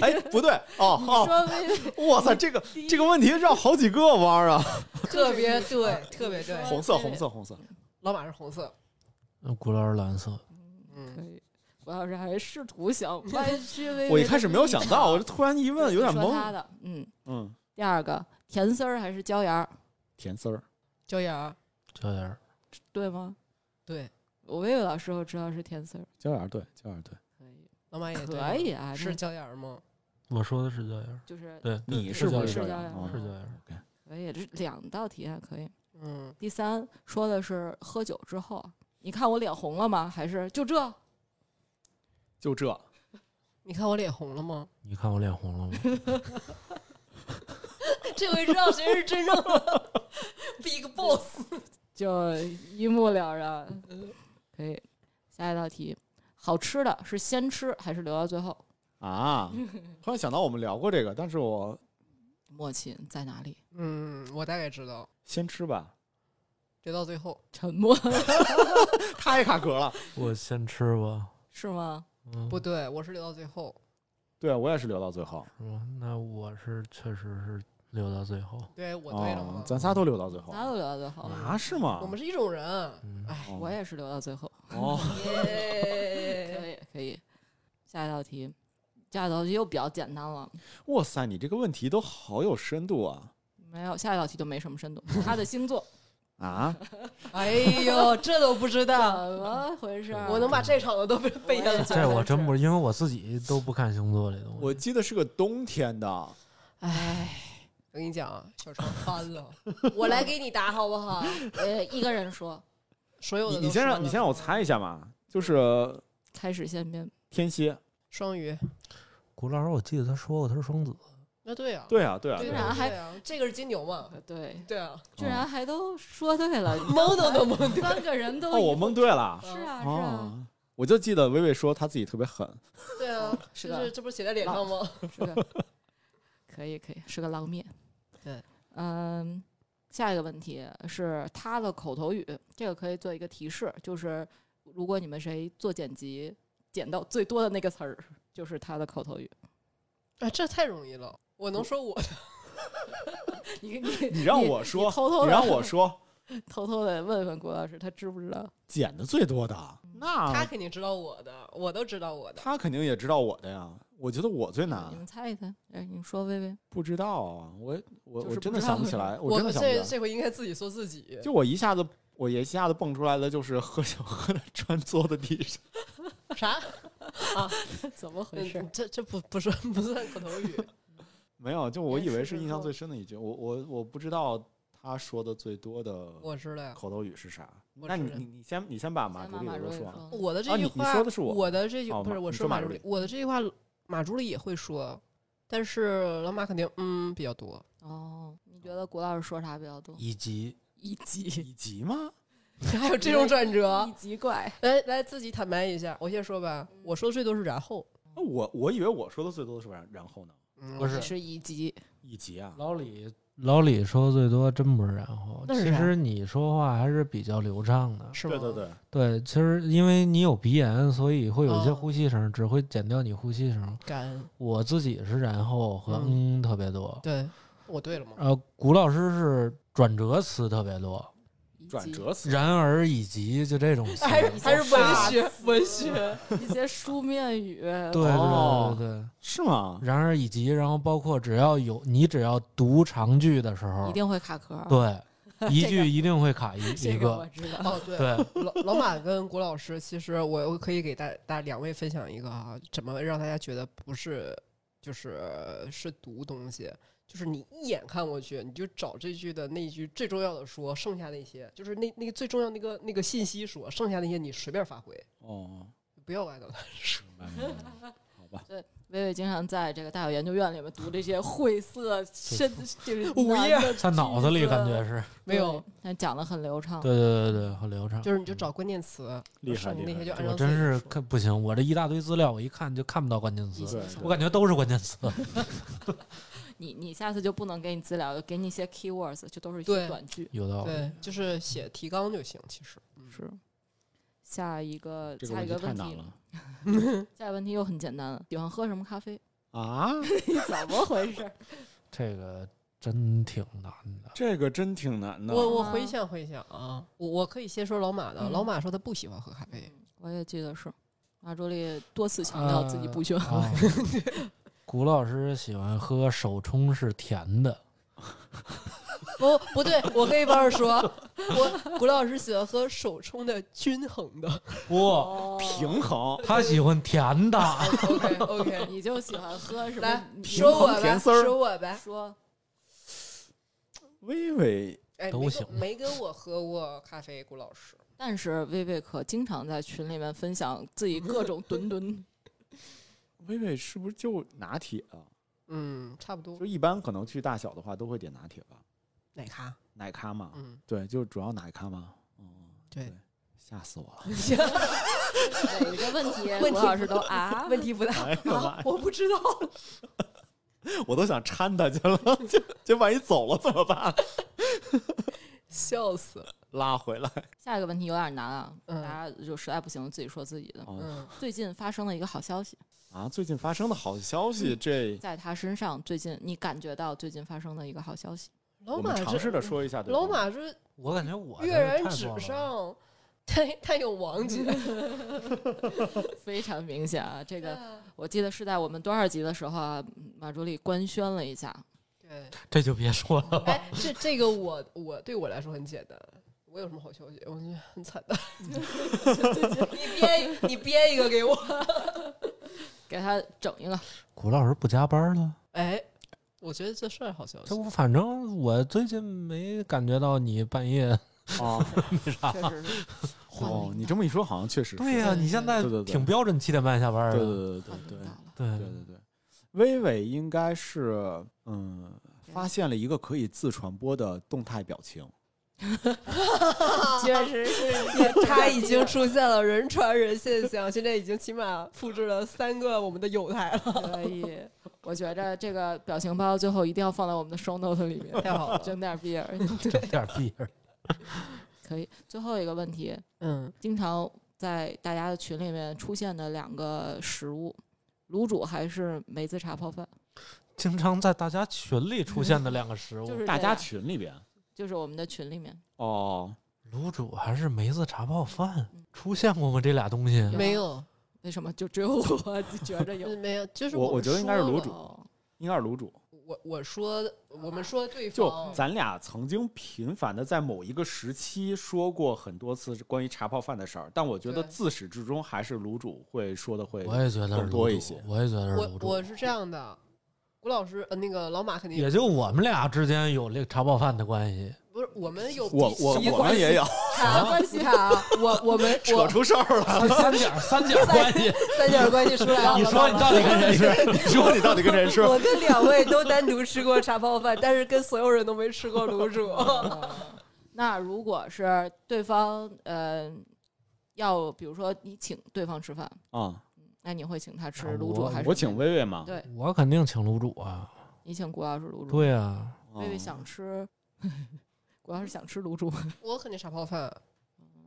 S4: 哎，不对，哦哦，
S1: 说薇薇
S4: 我操，这个这个问题绕好几个弯儿啊！
S2: 特别对，特别对
S1: 你。说
S4: 红色，红色，红色。
S2: 老马是红色，
S3: 嗯古老是蓝色。
S1: 可
S2: 嗯，
S1: 以。我要是还试图想 弯曲微微
S4: 我一开始没有想到，我这突然一
S1: 就
S4: 问，
S1: 是
S4: 有点
S1: 说他
S4: 懵。
S1: 的，嗯。
S4: 嗯，
S1: 第二个，甜丝儿还是椒盐儿，
S4: 甜丝儿。
S2: 椒盐儿，
S3: 椒盐儿，
S1: 对吗？
S2: 对，
S1: 我薇薇老师我知道是甜丝儿，
S4: 椒盐儿对，椒盐儿对，
S1: 可以，
S2: 老马也对
S1: 可以啊，
S2: 是
S1: 那
S2: 椒盐儿吗？
S3: 我说的是椒盐儿。
S1: 就是
S3: 对，对
S4: 你
S1: 是
S3: 椒
S1: 不
S3: 盐
S1: 是
S3: 儿
S1: 椒盐
S4: 哦
S1: 儿？
S3: 是椒盐儿。
S1: 可以，这两道题还可以。
S2: 嗯，
S1: 第三说的是喝酒之后，你看我脸红了吗？还是就这？
S4: 就这。
S2: 你看我脸红了吗？
S3: 你看我脸红了吗？
S2: 这回知道谁是 真正的 Big Boss。
S4: 嗯
S1: 就一目了然。 可以，下一道题，好吃的是先吃还是留到最后？
S4: 啊！突然想到我们聊过这个，但是我
S1: 默契在哪里？
S2: 嗯，我大概知道，
S4: 先吃吧，
S2: 留到最后。
S1: 沉默
S4: 太卡壳了。
S3: 我先吃吧。
S1: 是吗？
S3: 嗯，
S2: 不对，我是留到最后。
S4: 对啊我也是留到最后，
S3: 是吗？那我是确实是留到最后。
S2: 对我对了
S4: 哦
S2: 吗，？
S4: 咱仨都留到最后
S1: 大家都留到最后，
S4: 啊？是吗？
S2: 我们是一种人。
S3: 嗯
S2: 哎，
S4: 哦
S1: 我也是留到最后。
S4: 哦，
S1: 可以可以，下一道题，下一道题又比较简单了，
S4: 哇塞，你这个问题都好有深度啊！
S1: 没有下一道题就没什么深度。他的星座
S4: 啊，
S2: 哎 呦，这都不知
S1: 怎
S2: 道，
S1: 么回事儿？
S2: 啊我能把这场的都背背下来。
S3: 这我真不，因为我自己都不看星座这东西。
S4: 我记得是个冬天的，
S2: 哎，我跟你讲啊，小床翻了，我来给你答好不好？
S1: 呃一个人说，
S2: 所有的
S4: 你
S2: 都
S4: 你先
S2: 说
S4: 让你
S2: 了
S4: 先让我猜一下嘛，就是
S1: 开始先编
S4: 天蝎。
S2: 双鱼，
S3: 古老师，我记得他说过他是双子，
S2: 那对啊，
S4: 对啊，对啊，
S2: 对
S1: 居
S2: 啊，
S4: 对
S1: 然
S4: 啊，
S1: 还
S2: 对啊这个是金牛嘛？
S1: 呃对，
S2: 对啊，
S1: 居然还都说对了，
S2: 蒙都能蒙对。
S1: 三个人都
S4: 哦，我蒙对了。
S1: 是啊是啊
S4: 哦，我就记得薇薇说她自己特别狠，
S2: 对啊，
S1: 是
S2: 就
S1: 的
S2: 是这不是写在脸上吗？
S1: 是 的，可以可以，是个狼面。
S2: 对，
S1: 嗯，下一个问题是他的口头语，这个可以做一个提示，就是如果你们谁做剪辑剪到最多的那个词儿， 就是他的口头语。
S2: 哎，这太容易了，我能说我
S1: 你你
S4: 你让我
S1: 你
S4: 说
S1: 偷偷
S4: 你
S1: 的
S4: 让我说，
S1: 偷偷的问问郭老师，他知不知道？
S4: 捡的最多的，
S2: 他
S4: 那
S2: 肯定知道我的，我都知道我的。
S4: 他肯定也知道我的呀。我觉得我最
S1: 你
S4: 难，
S1: 们猜一猜，哎，你们说薇薇，
S4: 不知道啊，我我
S1: 就是
S4: 我
S1: 不
S4: 真的
S1: 知道
S4: 想不起来，
S2: 我
S4: 真的
S2: 们
S4: 想不起
S2: 这
S4: 来。
S2: 这回应该自己说自己，
S4: 就我一下子，我一下子蹦出来的就是 喝酒喝的砖坐的地上，
S2: 啥？
S1: 怎么回事
S2: 嗯？这这不不算不算口头语，
S4: 没有，就我以为
S2: 也
S4: 是
S2: 是
S4: 印象最深的一句，我我我不知道他说的最多的
S2: 我知道呀。
S4: 口头语是啥。
S2: 我
S4: 那
S2: 知
S4: 你
S2: 道
S4: 你你先你先把马
S1: 先
S4: 竹
S1: 把
S4: 里
S1: 马
S4: 的
S1: 如
S4: 都
S1: 也
S4: 说
S1: 说
S4: 完。
S1: 了
S2: 我的这
S4: 啊
S2: 句
S4: 你
S2: 话，
S4: 你说的是我
S2: 我的这句、
S4: 哦
S2: 不是
S4: 马
S2: 我
S4: 你
S2: 说
S4: 说马
S2: 马
S4: 如
S2: 如
S4: 里
S2: 我的这句话马助理也会说，但是老马肯定嗯比较多。
S1: 哦，你觉得郭老师说啥比较多？
S3: 以及
S1: 一级
S4: 以及吗？
S2: 还有这种转折
S1: 一，级怪，
S2: 来来自己坦白一下，我先说吧，我说的最多是然后，
S4: 那我我以为我说的最多的是然然后呢？
S2: 嗯，
S3: 不是
S1: 是一级，
S4: 以及啊，
S3: 老李，老李说的最多，真不是然后。
S2: 那是
S3: 其
S2: 啥
S3: 实你说话还是比较流畅的，
S2: 是吗？
S4: 对对对，
S3: 对，其实因为你有鼻炎，所以会有一些
S2: 哦
S3: 呼吸声，只会减掉你呼吸声。
S2: 感恩，
S3: 我自己是然后和
S2: 嗯
S3: 嗯特别多，
S2: 对我对了吗？
S3: 呃，古老师是转折词特别多，
S1: 一级
S4: 转折词
S3: 然而以及就这种词，
S2: 还
S3: 对
S2: 是还是文学文学，
S1: 一些书面语，
S3: 对
S4: 哦
S3: 对对对，
S4: 是吗？
S3: 然而以及，然后包括只要有你只要读长句的时
S1: 一
S3: 候，
S1: 定会卡壳。
S3: 对，一
S1: 这
S3: 句一定会卡一
S1: 这
S3: 一
S1: 个我
S3: 个，
S1: 知道。
S2: 哦对。
S3: 对，
S2: 老老马跟谷老师，其实我我可以给大大家两位分享一个啊，怎么让大家觉得不是就是是读东西，就是你一眼看过去，你就找这句的那一句最重要的说，剩下那些就是那那个最重要那个那个信息说，剩下那些你随便发挥，
S4: 哦，
S2: 不要歪头。
S4: 明白明白明白好吧，
S1: 薇薇经常在这个大有研究院里面读这些晦 涩、深就是
S2: 午夜
S1: 难的
S3: 在脑子里感觉
S1: 句子
S3: 是，
S2: 没有，，
S1: 但讲的很流
S4: 啊
S1: 畅。
S3: 对对对对，很流畅。嗯
S2: 就是你就找关键词，
S4: 嗯厉害
S2: 剩下
S4: 厉
S2: 那些就
S4: 害。
S2: 按照
S3: 我
S2: 自
S3: 真
S2: 己
S3: 是
S2: 说
S3: 看不行，我这一大堆资料，我一看就看不到关键
S1: 你
S3: 词，
S4: 对
S3: 我感觉都是关键词。
S1: 你你下次就不能给你资料，给你一些 keywords，就都是一
S2: 对
S1: 些短句。
S3: 有道理，
S2: 对，就是写提纲就行，其实嗯
S1: 是，下一个
S4: 这个
S1: 下一
S4: 题
S1: 个
S4: 太
S1: 问
S4: 难
S1: 题，
S4: 了
S1: 下一个问题又很简单了，喜欢喝什么咖啡？
S4: 啊！
S1: 怎么回事？
S3: 这个真挺难的。
S4: 这个真挺难的。
S2: 我我
S1: 啊
S2: 回想回想啊，我我可以先说老马的，
S1: 嗯
S2: 老马说他不喜欢喝咖啡，
S1: 我也记得是马助理多次强调自己
S2: 呃
S1: 不喜欢喝
S3: 啊。 古老师喜欢喝手冲是甜 的，
S2: 不哦不对，我可以帮着说，我古老师喜欢喝手冲的均衡的。
S3: 不，
S1: 哦
S4: 平衡
S3: 他喜欢甜的。
S2: OK OK，
S1: 你就喜欢喝什么？
S2: 来
S1: 你
S4: 平
S2: 说我
S4: 衡
S2: 吧，
S4: 甜丝儿
S2: 说我吧，
S1: 说
S4: 微微
S2: 哎，
S3: 都
S2: 没
S3: 行
S2: 跟没跟我喝过咖啡，古老师。
S1: 但是薇薇可经常在群里面分享自己各 种吨吨，
S4: 微微是不是就拿铁啊？
S2: 嗯，差不多
S4: 就。一般可能去大小的话都会点拿铁吧，
S2: 奶咖，
S4: 奶咖嘛。
S2: 嗯，
S4: 对，就主要奶咖嘛。哦，
S2: 对，
S4: 吓死我了！
S1: 每个 问题
S2: 问题
S1: 罗老师都 啊，
S2: 问题不大。
S4: 哎呦妈
S2: 啊
S4: 呀，
S2: 我不知道，
S4: 我都想掺他去了，这这万一走了怎么办？
S2: 笑死
S4: 哦
S2: 了。
S4: 拉回来。
S1: 下一个问题有点难啊，
S2: 嗯
S1: 大家就实在不行自己说自己的。
S4: 哦
S2: 嗯，
S1: 最近发生了一个好消息，
S4: 啊，最近发生的好消
S2: 嗯
S4: 息，这
S1: 在他身上最近你感觉到最近发生的一个好消息，
S2: 老
S4: 我
S2: 马
S4: 们尝
S2: 这
S4: 试着说一下。对吧
S2: 老马这
S3: 我感觉我
S2: 跃
S3: 真是
S2: 然
S3: 太
S2: 纸
S3: 棒了
S2: 上，他他有王姐。
S1: 非常明显啊！这个 我记得是在我们多少集的时候啊，马助理官宣了一下，
S2: 对，
S3: 这就别说了。
S2: 哎，这这个我我对我来说很简单。我有什么好消息？我觉得很惨的。你编你编一个给我。
S1: 给他整一个。
S3: 古老师不加班了，
S2: 哎，我觉得这事儿好消
S3: 这
S2: 息。
S3: 不反正我最近没感觉到你半夜。
S4: 哦
S1: 确实是换了一
S4: 哦
S1: 个，
S4: 你这么一说，好像确实是
S3: 对呀、
S2: 对
S3: 你现在
S4: 对对对
S3: 挺标准七点半下班
S4: 对
S3: 的。
S4: 对对对
S1: 换
S4: 对
S1: 领导了，
S3: 对
S4: 对对对对。薇薇应该是嗯，发现了一个可以自传播的动态表情。
S2: 哦
S1: 确实 是
S2: 他已经出现了人传人现象，现在已经起码复制了三个我们的友台了。
S1: 可以。我觉着这个表情包最后一定要放在我们的 show note 里面，
S2: 太好了
S1: 整点 B 儿
S3: 整点屁儿。
S1: 可以。最后一个问题，
S2: 嗯，
S1: 经常在大家的群里面出现的两个食物，卤煮还是梅子茶泡饭，
S3: 经常在大家群里出现的两 个食物，
S1: 就是
S4: 大
S1: 这
S4: 家
S1: 样
S4: 群里边
S1: 就是我们的群里面
S4: 哦，
S3: 卤煮还是梅子茶泡饭，出现过吗？这俩东西
S1: 有
S2: 没有，
S1: 嗯为什么就只有我就觉着有
S2: 嗯？没有，就是
S4: 我
S2: 我
S4: 我觉得应该是
S2: 说
S4: 卤
S2: 了
S4: 煮
S1: 哦
S4: 应该是卤煮。
S2: 我我说我们说对
S4: 就
S1: 哦
S2: 方，
S4: 咱俩曾经频繁的在某一个时期说过很多次关于茶泡饭的事儿，但我觉得
S2: 对
S4: 自始至终还是卤煮会说的会
S3: 我也觉得是
S4: 更多
S3: 卤
S4: 一
S3: 煮
S4: 些，
S3: 我也觉得是
S2: 我
S3: 卤煮。
S2: 我是这样的，谷老师呃那个老马肯定
S3: 也就我们俩之间有这个茶泡饭的关系，
S2: 不是我们有
S4: 我我
S2: 彼此
S4: 我们也 有
S2: 啥关系啊？我我们
S4: 扯出事儿
S3: 三
S4: 来。
S3: 三点三点关系。
S2: 三角关系出来了。
S3: 你说你到底跟谁吃？
S4: 你说你到底跟谁 说？
S2: 我跟两位都单独吃过茶泡 饭，但是跟所有人都没吃过卤煮。
S1: 哦那如果是对方呃要，比如说你请对方吃饭，
S4: 啊、
S1: 那你会请他吃
S3: 啊
S1: 卤煮
S3: 我
S1: 还是
S4: 我请薇薇嘛。
S1: 对
S3: 我肯定请卤煮啊。
S1: 你请郭老师卤煮？
S3: 对啊，
S1: 贝贝
S4: 嗯
S1: 想吃， 郭老师想吃卤煮，
S2: 我肯定茶泡饭，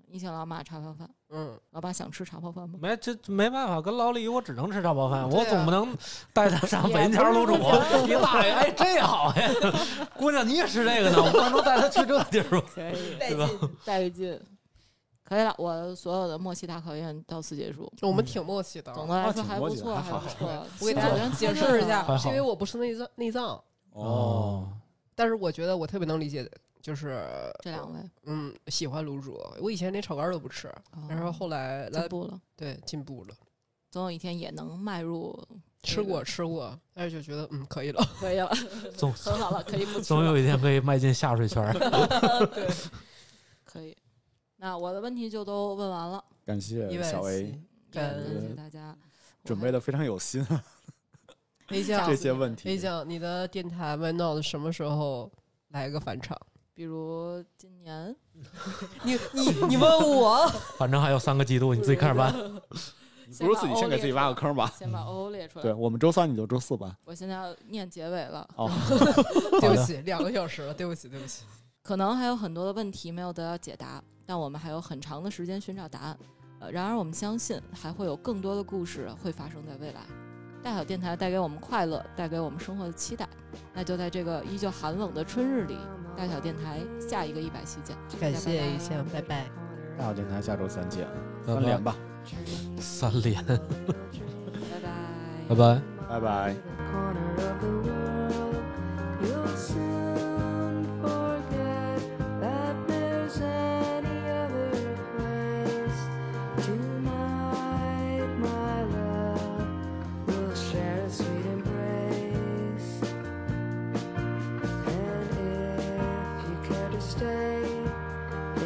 S1: 你请老马茶泡饭，
S2: 嗯，
S1: 老马想吃茶泡饭吗？
S3: 没这没办法，跟老李我只能吃茶泡饭，
S2: 对啊
S3: 我总不能带他上北京桥卤煮。你大爷，哎，这 好呀！姑娘，你也吃这个呢？我不能带他去这地儿吗？
S1: 可以，
S2: 带
S3: 对吧
S2: 劲。
S1: 带劲， 可以了。我所有的默契大考验到此结束。
S2: 我们哦挺默契的。
S1: 总的来
S4: 啊
S1: 说
S4: 挺
S1: 还
S4: 默
S1: 不
S4: 契
S1: 错，
S4: 还
S1: 还
S4: 好
S1: 不
S4: 还
S1: 错。
S2: 我给大
S1: 早
S2: 家
S1: 上
S2: 解
S1: 解
S2: 释
S1: 释
S2: 一下
S3: 还，好
S2: 是因为我不是内脏内脏，
S3: 哦，
S2: 但是我觉得我特别能理解，就是
S1: 这两位，
S2: 嗯喜欢卤煮。我以前连炒肝都不吃，然后后来
S1: 哦
S2: 来
S1: 进步了，
S2: 对进步了，
S1: 总有一天也能迈入
S2: 吃过吃过，但是就觉得嗯可以了。
S1: 可以了，
S3: 总
S1: 很好了，可 以不吃
S3: 总
S1: 了，
S3: 有一天可以迈进下水圈儿。
S2: 对，
S1: 可以。那我的问题就都问完了，
S4: 感谢
S2: 一百
S4: 小 A
S2: 七
S1: 也感谢
S4: 嗯
S1: 大家
S4: 准备
S1: 的
S4: 的非常有心啊，
S2: 黑
S1: 下
S2: 酱
S4: 这
S1: 次
S4: 些问
S2: 黑
S4: 题。
S2: 酱，你的电台 Why Not 什么时候来个返场？
S1: 比如今年
S3: 哦
S2: 你你你问我，
S3: 反正还有三个季度，你自己 看着办。
S4: 你不如自己先给自己挖个坑吧。
S1: 先把欧欧列出
S4: 对
S1: 来，
S4: 我们周三你就周四吧。
S1: 我现在要念结尾了。
S4: 哦，
S2: 对不起，两个小时了，对不起，对不起。
S1: 可能还有很多的问题没有得到解答，但我们还有很长的时间寻找答案。呃，然而我们相信还会有更多的故事会发生在未来。大小电台带给我们快乐，带给我们生活的期待。那就在这个依旧寒冷的春日里，大小电台下一个一百期见。大
S2: 感
S1: 家拜
S2: 谢
S1: 拜
S2: 一下，拜拜。
S4: 大小电台下周三见，三连吧，
S3: 三连，
S1: 拜拜。
S3: 拜拜。
S4: 拜拜。
S5: corner of the world. You'll soon forget that there's any other place. Tonight, my love, we'll share a sweet embrace. And if you care to stay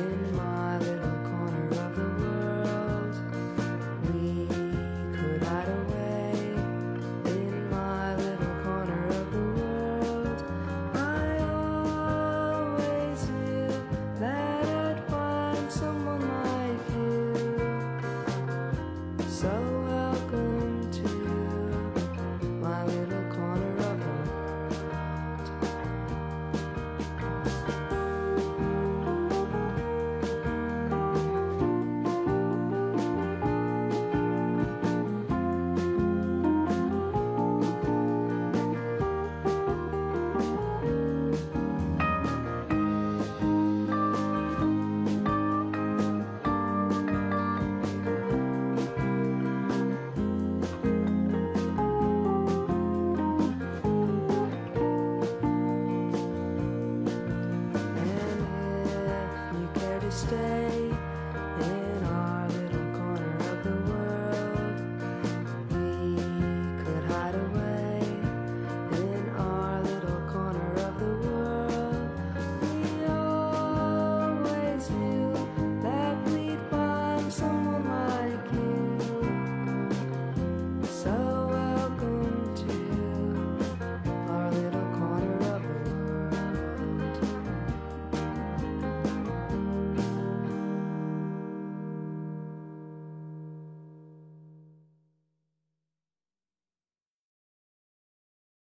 S5: in my little corner of the world, we could hide away. In my little corner of the world, I always knew that I'd find someone like you.
S2: stay.